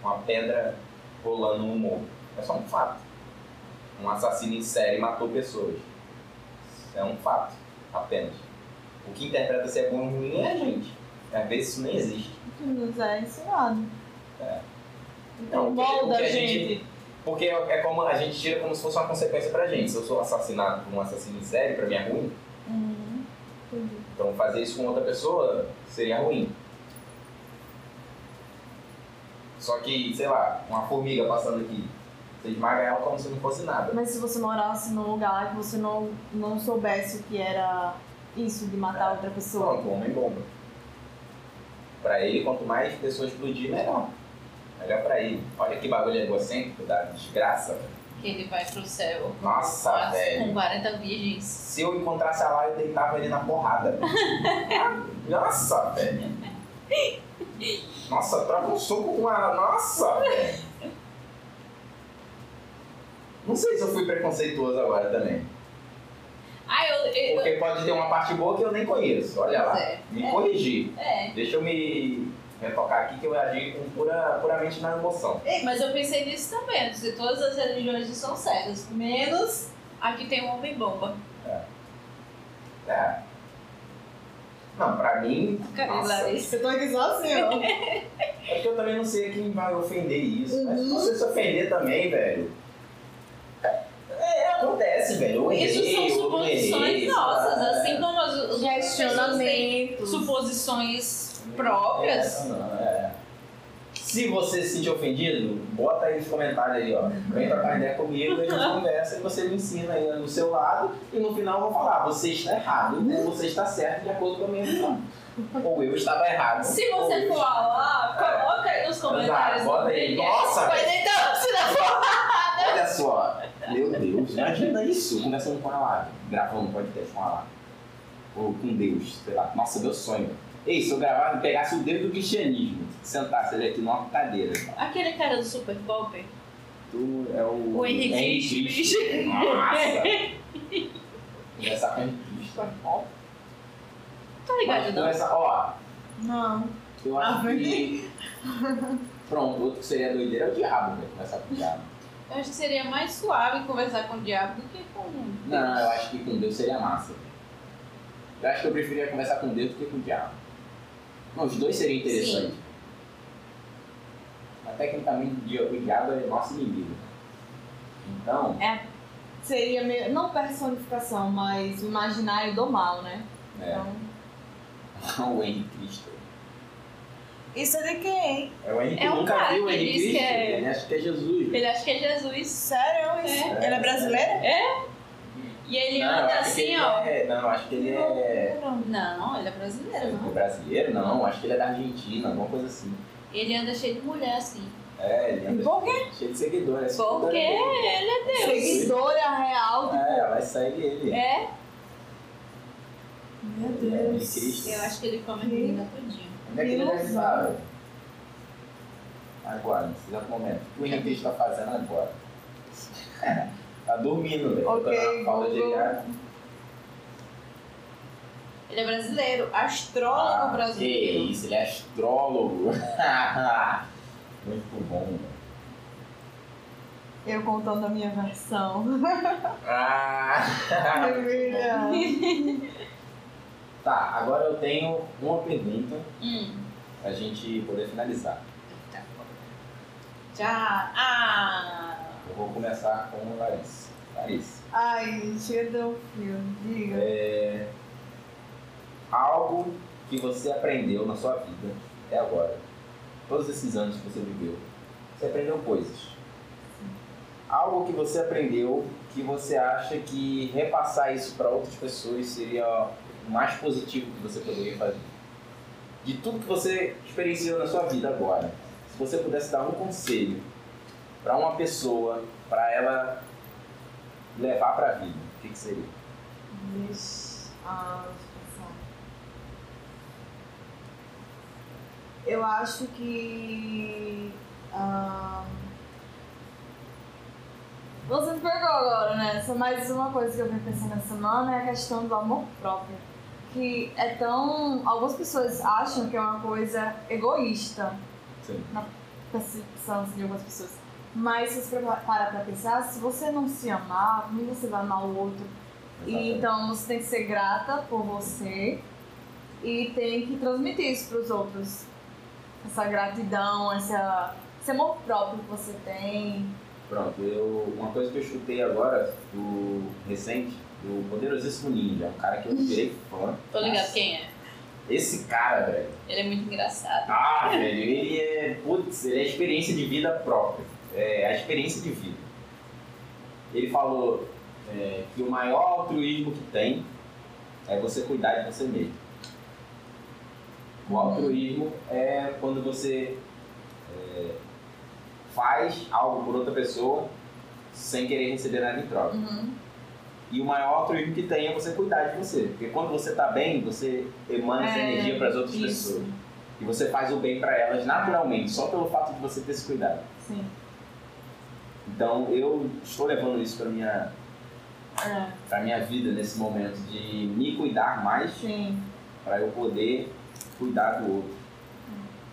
uma pedra rolando no morro. É só um fato. Um assassino em série matou pessoas. É um fato, apenas. O que interpreta se é bom ou ruim é a gente. Às vezes isso nem existe. que nos é ensinado. É. Então, o que- o molda que a a gente- gente. Porque é como a gente tira como se fosse uma consequência pra gente. Se eu sou assassinado por um assassino em série, pra mim é ruim. Uhum. Entendi. Então fazer isso com outra pessoa seria ruim. Só que, sei lá, uma formiga passando aqui, você esmaga ela como se não fosse nada. Mas se você morasse num lugar que você não, não soubesse o que era isso de matar outra pessoa. Pronto, um homem bomba. Pra ele, quanto mais pessoas explodir, melhor. Melhor pra ele. Olha que bagulho egocêntrico da desgraça. velho. Que ele vai pro céu. Nossa, com, velho. com 40 virgens. Se eu encontrasse a Lara, eu deitava ele na porrada. velho. Nossa, velho. Nossa, trava um soco com a. Nossa, velho. Não sei se eu fui preconceituoso agora também. Ah, eu. eu, Porque pode ter uma parte boa que eu nem conheço. Olha lá. é, Me corrigir. é. Deixa eu me retocar aqui que eu agi com pura, puramente na emoção. Ei, Mas eu pensei nisso também. antes de todas as religiões são certas, menos a que tem o homem bomba. É. Não, pra mim. Cadê nossa. Larissa? Eu tô aqui sozinho. *laughs* ó. É que eu também não sei quem vai ofender isso. Mas se Uhum. você se ofender também, velho. É, acontece, velho. Eu Isso errei, são eu não suposições errei, nossas, tá? assim como as os Questionamentos. suposições É, próprias. não, é. Se você se sentir ofendido, bota aí nos comentários aí, ó. Vem trocar ideia comigo, a *laughs* gente conversa e você me ensina aí do seu lado. E no final eu vou falar, você está errado, ou você está certo de acordo com a minha visão. Ou eu estava errado. Se ou você eu for lá, É. coloca aí nos comentários. Exato, bota aí. do Nossa, podcast. velho. Mas então, se não for. Olha só, meu Deus, imagina isso, conversando com a Lara, gravando um podcast com a Lara. Ou com Deus, sei lá. Nossa, meu sonho. Ei, se eu gravasse, pegasse o dedo do cristianismo, sentasse ele aqui numa cadeira. Aquele cara do Super Golpe. Tu é o. O Henrique Henrique Cristo. Cristo. Nossa! Conversar com o Henrique Cristo é bom. Tá ligado, Mas é. não? conversar- Ó, Não. eu acho Ah, que. Pronto, outro que seria doideira é o diabo, velho. Conversar com o diabo. Eu acho que seria mais suave conversar com o diabo do que com. Não, eu acho que com Deus seria massa. Eu acho que eu preferia conversar com Deus do que com o diabo. Não, os dois seriam interessantes. Mas tecnicamente o dia- o diabo é nosso inimigo. Então, Seria meio. Não personificação, mas o imaginário do mal, né? é, Tá. *laughs* Então, o Henrique Cristo. isso é de quem? É o Henrique É um nunca cara viu o que Henrique diz Cristo. que é- Ele acha que é Jesus. Ele acha que é Jesus. Sério? isso? Ela é brasileira? E ele Não, eu anda acho que assim, ele ó. é- não, eu acho que ele é. Não, ele é brasileiro, é não. brasileiro? Não, acho que ele é da Argentina, alguma coisa assim. Ele anda cheio de mulher assim. É, ele anda Por quê? cheio de seguidores. Porque ele é Deus. Seguidora real. É, ela segue ele. É, Meu É, de Deus. Cristo. eu acho que ele come a menina todinha. Onde é que ele deve Deus. estar? velho? Agora, nesse exato momento. O que o Henrique está fazendo agora? *laughs* tá dormindo, velho. Ok, Tá na falda de Google. ar. Ele é brasileiro, astrólogo Ah, brasileiro. Que isso, ele é astrólogo. *laughs* Muito bom. Eu contando a minha versão. Ah, Maravilha. tá, agora eu tenho uma pergunta Hum. pra gente poder finalizar. Já. Ah! Eu vou começar com o Larissa. Larissa, Ai, chega de um filme, diga. é... algo que você aprendeu na sua vida até agora, todos esses anos que você viveu, você aprendeu coisas. Algo que você aprendeu que você acha que repassar isso para outras pessoas seria o mais positivo que você poderia fazer. De tudo que você experienciou na sua vida agora, se você pudesse dar um conselho para uma pessoa, para ela levar para a vida, o que, que seria? Vixe, ah, deixa eu pensar. Eu acho que. ah, Você me pegou agora, né? Só mais uma coisa que eu venho pensando essa semana é a questão do amor próprio. Que é tão. Algumas pessoas acham que é uma coisa egoísta. Sim. Na percepção assim, de algumas pessoas. Mas se você parar pra pensar, se você não se amar, como você vai amar o outro? E, então você tem que ser grata por você e tem que transmitir isso para os outros. Essa gratidão, essa, esse amor próprio que você tem. Pronto, eu, uma coisa que eu chutei agora, do recente, do Poderosíssimo Ninja, um cara que eu *laughs* virei fã. Tô ligado quem é. Esse cara, velho. Ele é muito engraçado. Ah, velho, ele é. Putz, ele é experiência de vida própria. É a experiência de vida. Ele falou é, que o maior altruísmo que tem é você cuidar de você mesmo. O altruísmo é quando você é, faz algo por outra pessoa sem querer receber nada em troca. Uhum. E o maior altruísmo que tem é você cuidar de você. Porque quando você tá bem, você emana essa É, energia para as outras isso. pessoas. E você faz o bem para elas naturalmente, só pelo fato de você ter se cuidado. Sim. Então eu estou levando isso para minha É, para minha vida nesse momento de me cuidar mais sim. para eu poder cuidar do outro.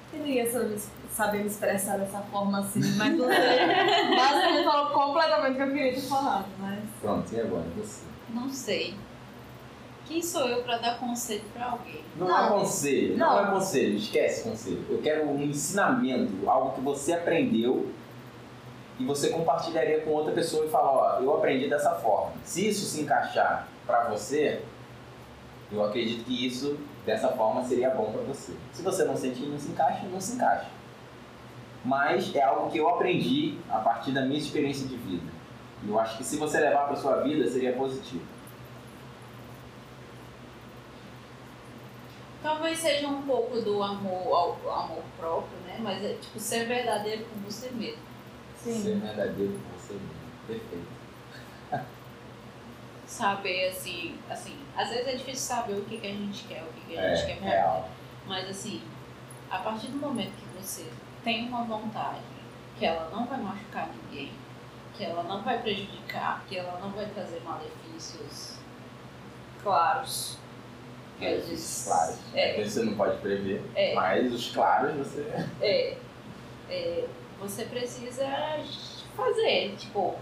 Queria saber, saber me expressar dessa forma assim, *laughs* mas você basicamente falou completamente o que eu queria te falar, mas. Pronto, e agora você? Não sei. Quem sou eu pra dar conselho pra alguém? Não, Não. é conselho, não. Não. é conselho, esquece conselho. Eu quero um ensinamento, algo que você aprendeu e você compartilharia com outra pessoa e falar, ó, eu aprendi dessa forma. Se isso se encaixar pra você, eu acredito que isso dessa forma seria bom pra você. Se você não sentir que não se encaixa, não se encaixa. Mas é algo que eu aprendi a partir da minha experiência de vida. E eu acho que se você levar pra sua vida seria positivo. Talvez seja um pouco do amor, ao- amor próprio, né? Mas é tipo ser verdadeiro com você mesmo. Ser verdadeiro com você mesmo. Perfeito. Saber assim, assim, às vezes é difícil saber o que, que a gente quer, o que, que é a É, gente quer pra real. Mas assim, a partir do momento que você tem uma vontade que ela não vai machucar ninguém, que ela não vai prejudicar, que ela não vai trazer malefícios claros. que às vezes- Claro. Às É, vezes você não pode prever, É. mas os claros você. é, é, você precisa fazer, tipo,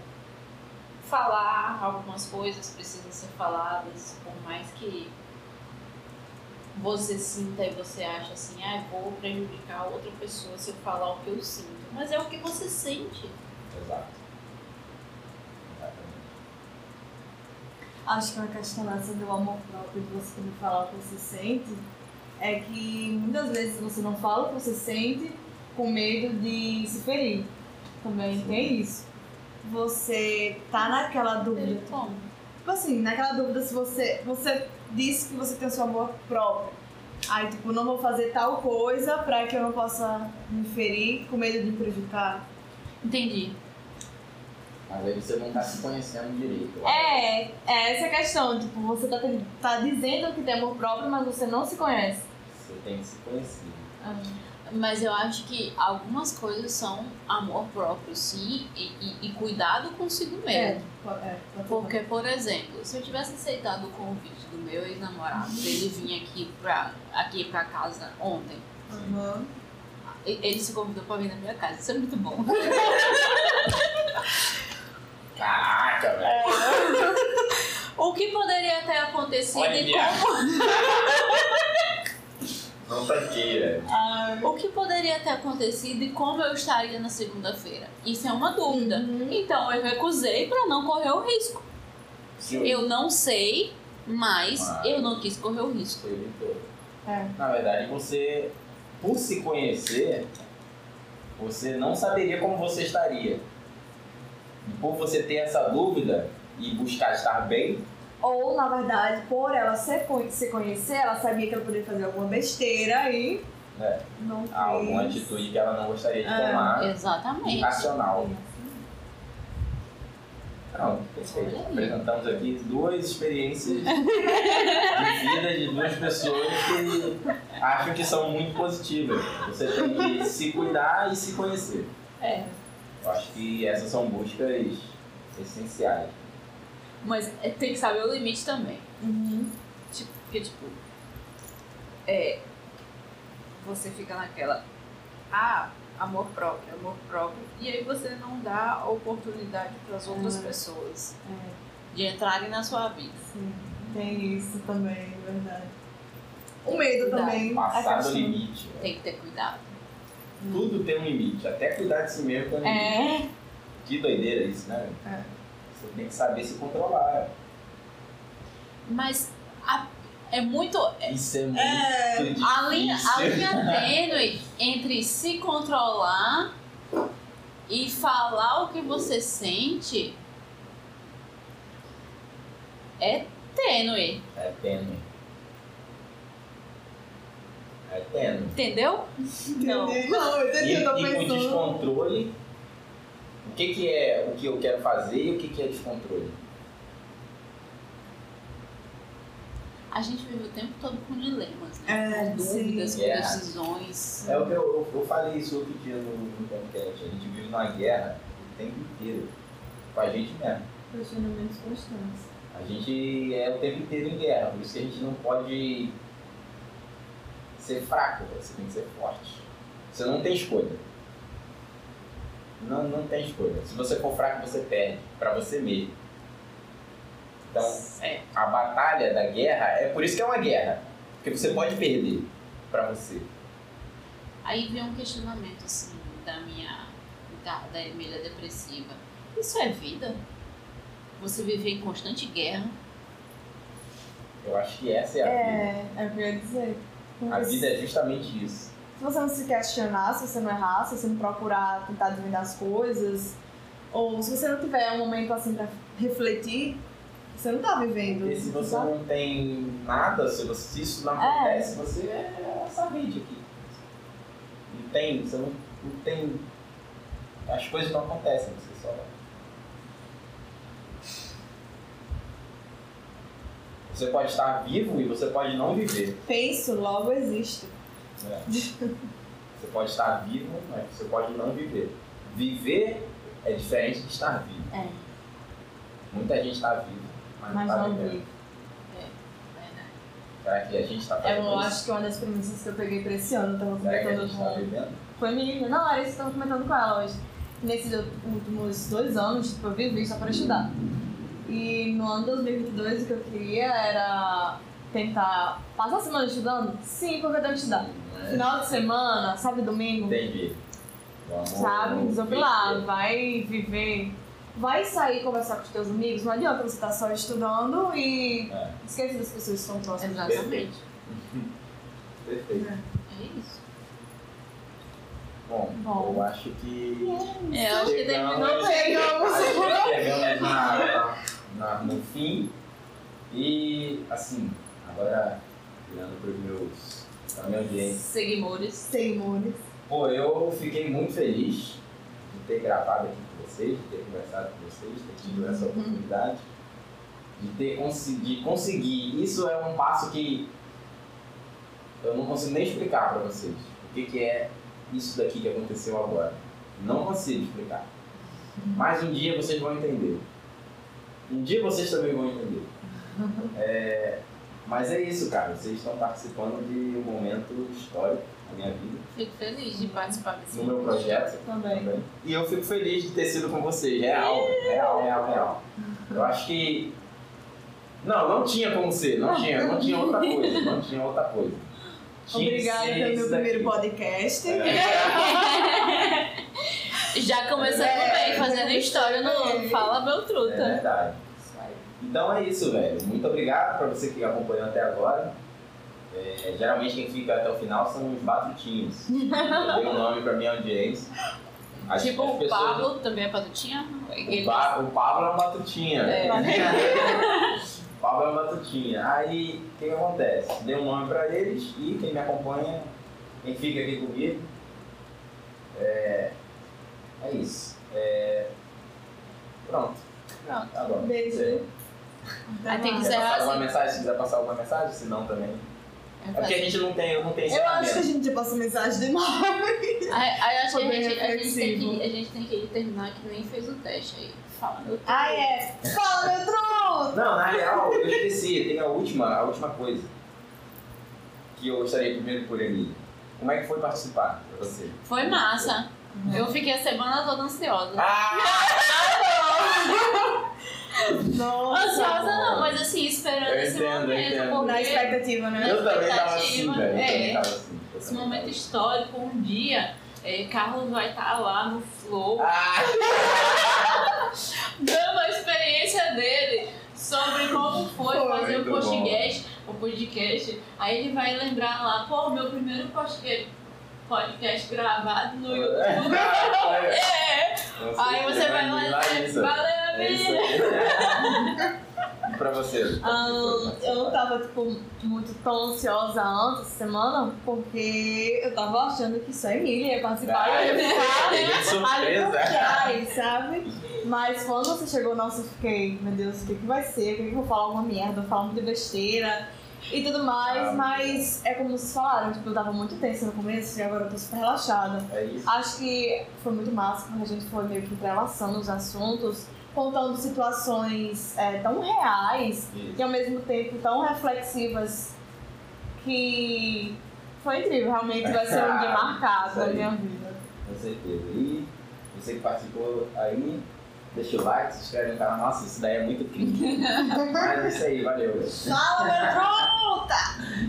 falar algumas coisas precisam ser faladas, por mais que você sinta e você acha assim, ah, eu vou prejudicar outra pessoa se eu falar o que eu sinto. Mas é o que você sente. Exato. Exatamente. Acho que é uma questão dessa do amor próprio, de você poder falar o que você sente, é que muitas vezes você não fala o que você sente com medo de se ferir. Também Sim. tem isso. Você tá naquela dúvida. Como? Tipo assim, naquela dúvida se você. Você disse que você tem o seu amor próprio. Aí, tipo, não vou fazer tal coisa pra que eu não possa me ferir com medo de me prejudicar. Entendi. Mas aí você não tá se conhecendo direito. né? eu acho. É, é essa questão, tipo, você tá, ten- tá dizendo que tem amor próprio, mas você não se conhece. Você tem que se conhecer. Mas eu acho que algumas coisas são amor próprio, sim, e, e- e cuidado consigo mesmo. É, Porque, por exemplo, se eu tivesse aceitado o convite do meu ex-namorado pra ele vir aqui pra, aqui pra casa ontem, Aham. e- ele se convidou pra vir na minha casa, isso é muito bom. Caraca, velho. O que poderia ter acontecido e Olha. como Não saquei, velho. O que poderia ter acontecido e como eu estaria na segunda-feira? Isso é uma dúvida. Então eu recusei pra não correr o risco. Sim. Eu não sei, mas Mas- eu não quis correr o risco. Você evitou. É. Na verdade, você, por se conhecer, você não saberia como você estaria. E por você ter essa dúvida e buscar estar bem, Ou, na verdade, por ela se, con- se conhecer, ela sabia que ela poderia fazer alguma besteira e É. não fez. há alguma atitude que ela não gostaria de Ah, tomar, Exatamente. irracional. Não, perfeito. Olha aí. Apresentamos aqui duas experiências de vida de duas pessoas que acham que são muito positivas. Você tem que se cuidar e se conhecer. É. Eu acho que essas são buscas essenciais. Mas é, tem que saber o limite também. Uhum. Tipo, porque, tipo, é, você fica naquela, ah, amor próprio, amor próprio, e aí você não dá oportunidade para as outras É. pessoas de entrarem na sua vida. Sim, tem isso também, é verdade. O medo Cuidado. também. Passar do acaba sendo- limite. né? Tem que ter cuidado. Tudo tem um limite. Até cuidar de si mesmo tem um limite. Hum. É. Que doideira isso, né? É. Você tem que saber se controlar. Mas a- é muito. Isso é muito difícil. A linha, a linha tênue entre se controlar e falar o que você sente é tênue, É tênue. É tênue. entendeu? Não. Entendi. Não, eu E, entendi, eu tô e com pensando. descontrole, o que, que é o que eu quero fazer e o que, que é descontrole? A gente vive o tempo todo com dilemas, É, né? com dúvidas, sim. com Yeah. decisões. É o que eu, eu, eu falei isso outro dia no, no podcast. A gente vive numa guerra o tempo inteiro. Com a gente mesmo. Questionamentos constantes. A gente é o tempo inteiro em guerra, por isso que a gente não pode ser fraco, né? você tem que ser forte. Você não tem escolha. Não, não tem escolha. Se você for fraco, você perde, pra você mesmo. Então, É. a batalha da guerra é por isso que é uma guerra. Porque você pode perder pra você. Aí vem um questionamento assim da minha da, da Emília depressiva. Isso é vida? Você viver em constante guerra? Eu acho que essa é a vida. É, é o que eu ia dizer. A vida é justamente isso. Se você não se questionar, se você não errar, se você não procurar tentar adivinhar as coisas, ou se você não tiver um momento assim pra refletir, você não tá vivendo. Porque se você sabe? não tem nada, se, você- se isso não acontece, você é essa rede aqui. Não tem, você não, não tem. As coisas não acontecem, você só. Você pode estar vivo e você pode não viver. Penso, logo existo. né? Você pode estar vivo, mas você pode não viver. Viver é diferente de estar vivo. É. Muita gente está viva, mas, Mas não está não Ah, tá vivendo. vi. Será que a gente está fazendo Eu isso? acho que é uma das premissas que eu peguei pra esse ano, eu tava Será que tá É, a comentando gente está com, vivendo? com a menina, não, era isso que eu tava comentando com ela hoje. Nesses últimos dois anos, tipo, eu vivi só pra estudar. E no ano 2022, o que eu queria era tentar passar a semana estudando? Sim, porque eu tenho que estudar. Final de semana, sabe, domingo, Entendi. Vamos, sabe, vamos desopilar, ver. vai viver. Vai sair conversar com os teus amigos, não adianta você estar só estudando e É. esquece das pessoas que estão próximas. Exatamente. Perfeito. É isso. Bom, Bom. eu acho que. É, eu acho que Chegamos- terminou bem. é acho que Chegamos na, na- no fim. E, assim, agora, virando para meus. Pra minha audiência. Seguimores. Teimores. Pô, eu fiquei muito feliz de ter gravado aqui com vocês, de ter conversado com vocês, de ter tido essa oportunidade, de ter conseguido conseguir. Isso é um passo que eu não consigo nem explicar pra vocês. o que, que é isso daqui que aconteceu agora. Não consigo explicar. Mas um dia vocês vão entender. Um dia vocês também vão entender. É, mas é isso, cara. Vocês estão participando de um momento histórico na minha vida, Fico feliz de participar desse no meu projeto Também. também. E eu fico feliz de ter sido com vocês. Real, real, real, real. Eu acho que. Não, não tinha como ser. Não tinha, não tinha outra coisa. Não tinha outra coisa. Tinha que Obrigada ser pelo meu isso daqui. É. primeiro podcast. *laughs* Já começou É, também, fazendo é. história no Fala É Beltruta. verdade. Então é isso, velho. Muito obrigado pra você que acompanhou até agora. É, geralmente quem fica até o final são os batutinhos. Eu dei o nome pra minha audiência. As- tipo, as o pessoas- Pablo também é padutinha. O, Ele- Ba- o Pablo é um batutinha. É. *laughs* O Pablo é um batutinha. Aí o que, que acontece? Dei um nome pra eles e quem me acompanha, quem fica aqui comigo. É, é isso. É, pronto, Pronto. tá bom. Beijo. Aí tem que Quer Será passar assim? alguma mensagem? Se quiser passar alguma mensagem, se não também. É porque a gente não tem, eu não tenho Eu acho que a ensinamento. gente já passou mensagem demais. Aí, aí acho que Foi a bem gente, a, gente tem reflexivo. que, a gente tem que terminar que nem fez o teste aí. Fala meu Deus. Ah, é. Fala, meu truco! Não, na real, eu esqueci. Tem a última, a última coisa. Que eu gostaria primeiro por Emília. Como é que foi participar pra você? Foi massa. Eu fiquei a semana toda ansiosa. Uhum. Ah! ansiosa não, mas assim, esperando tá Eu esse entendo, eu momento. entendo. porque Na expectativa, né? Eu também tava assim, Expectativa, velho. Eu é. também tava assim. Eu Esse também momento tava. histórico, um dia, é, Carlos vai estar lá no Flow, Ah! dando a experiência dele sobre como foi, Foi, fazer o muito bom. podcast, o podcast. Aí ele vai lembrar lá, pô, meu primeiro podcast, podcast gravado *laughs* no YouTube. É. *laughs* Aí você vai lá e diz, isso. valeu, É isso amigo! aí. E pra você? é Ah, eu não tava, tipo, muito tão ansiosa antes essa semana, porque eu tava achando que só a Emília ia participar. né? Ah, e eu assim, eu fiquei de *laughs* ia ficar ali por surpresa. trás, sabe? Mas quando você chegou, nossa, eu fiquei, meu Deus, o que, que vai ser? O que, que eu vou falar alguma merda? Vou falar muita besteira e tudo mais. Ah, mas é como vocês falaram, tipo, eu tava muito tensa no começo e agora eu tô super relaxada. É "Ah, isso. Acho que foi muito massa porque a gente foi meio que entrelaçando os assuntos, contando situações é, tão reais Isso. e ao mesmo tempo tão reflexivas que foi incrível. Realmente vai ser um dia marcado na minha vida. Com certeza. E você que participou aí, deixa o like, se inscreve no canal. *laughs* *laughs* Nossa, isso daí é muito cringe. Mas é isso aí, valeu. Fala, meu truta!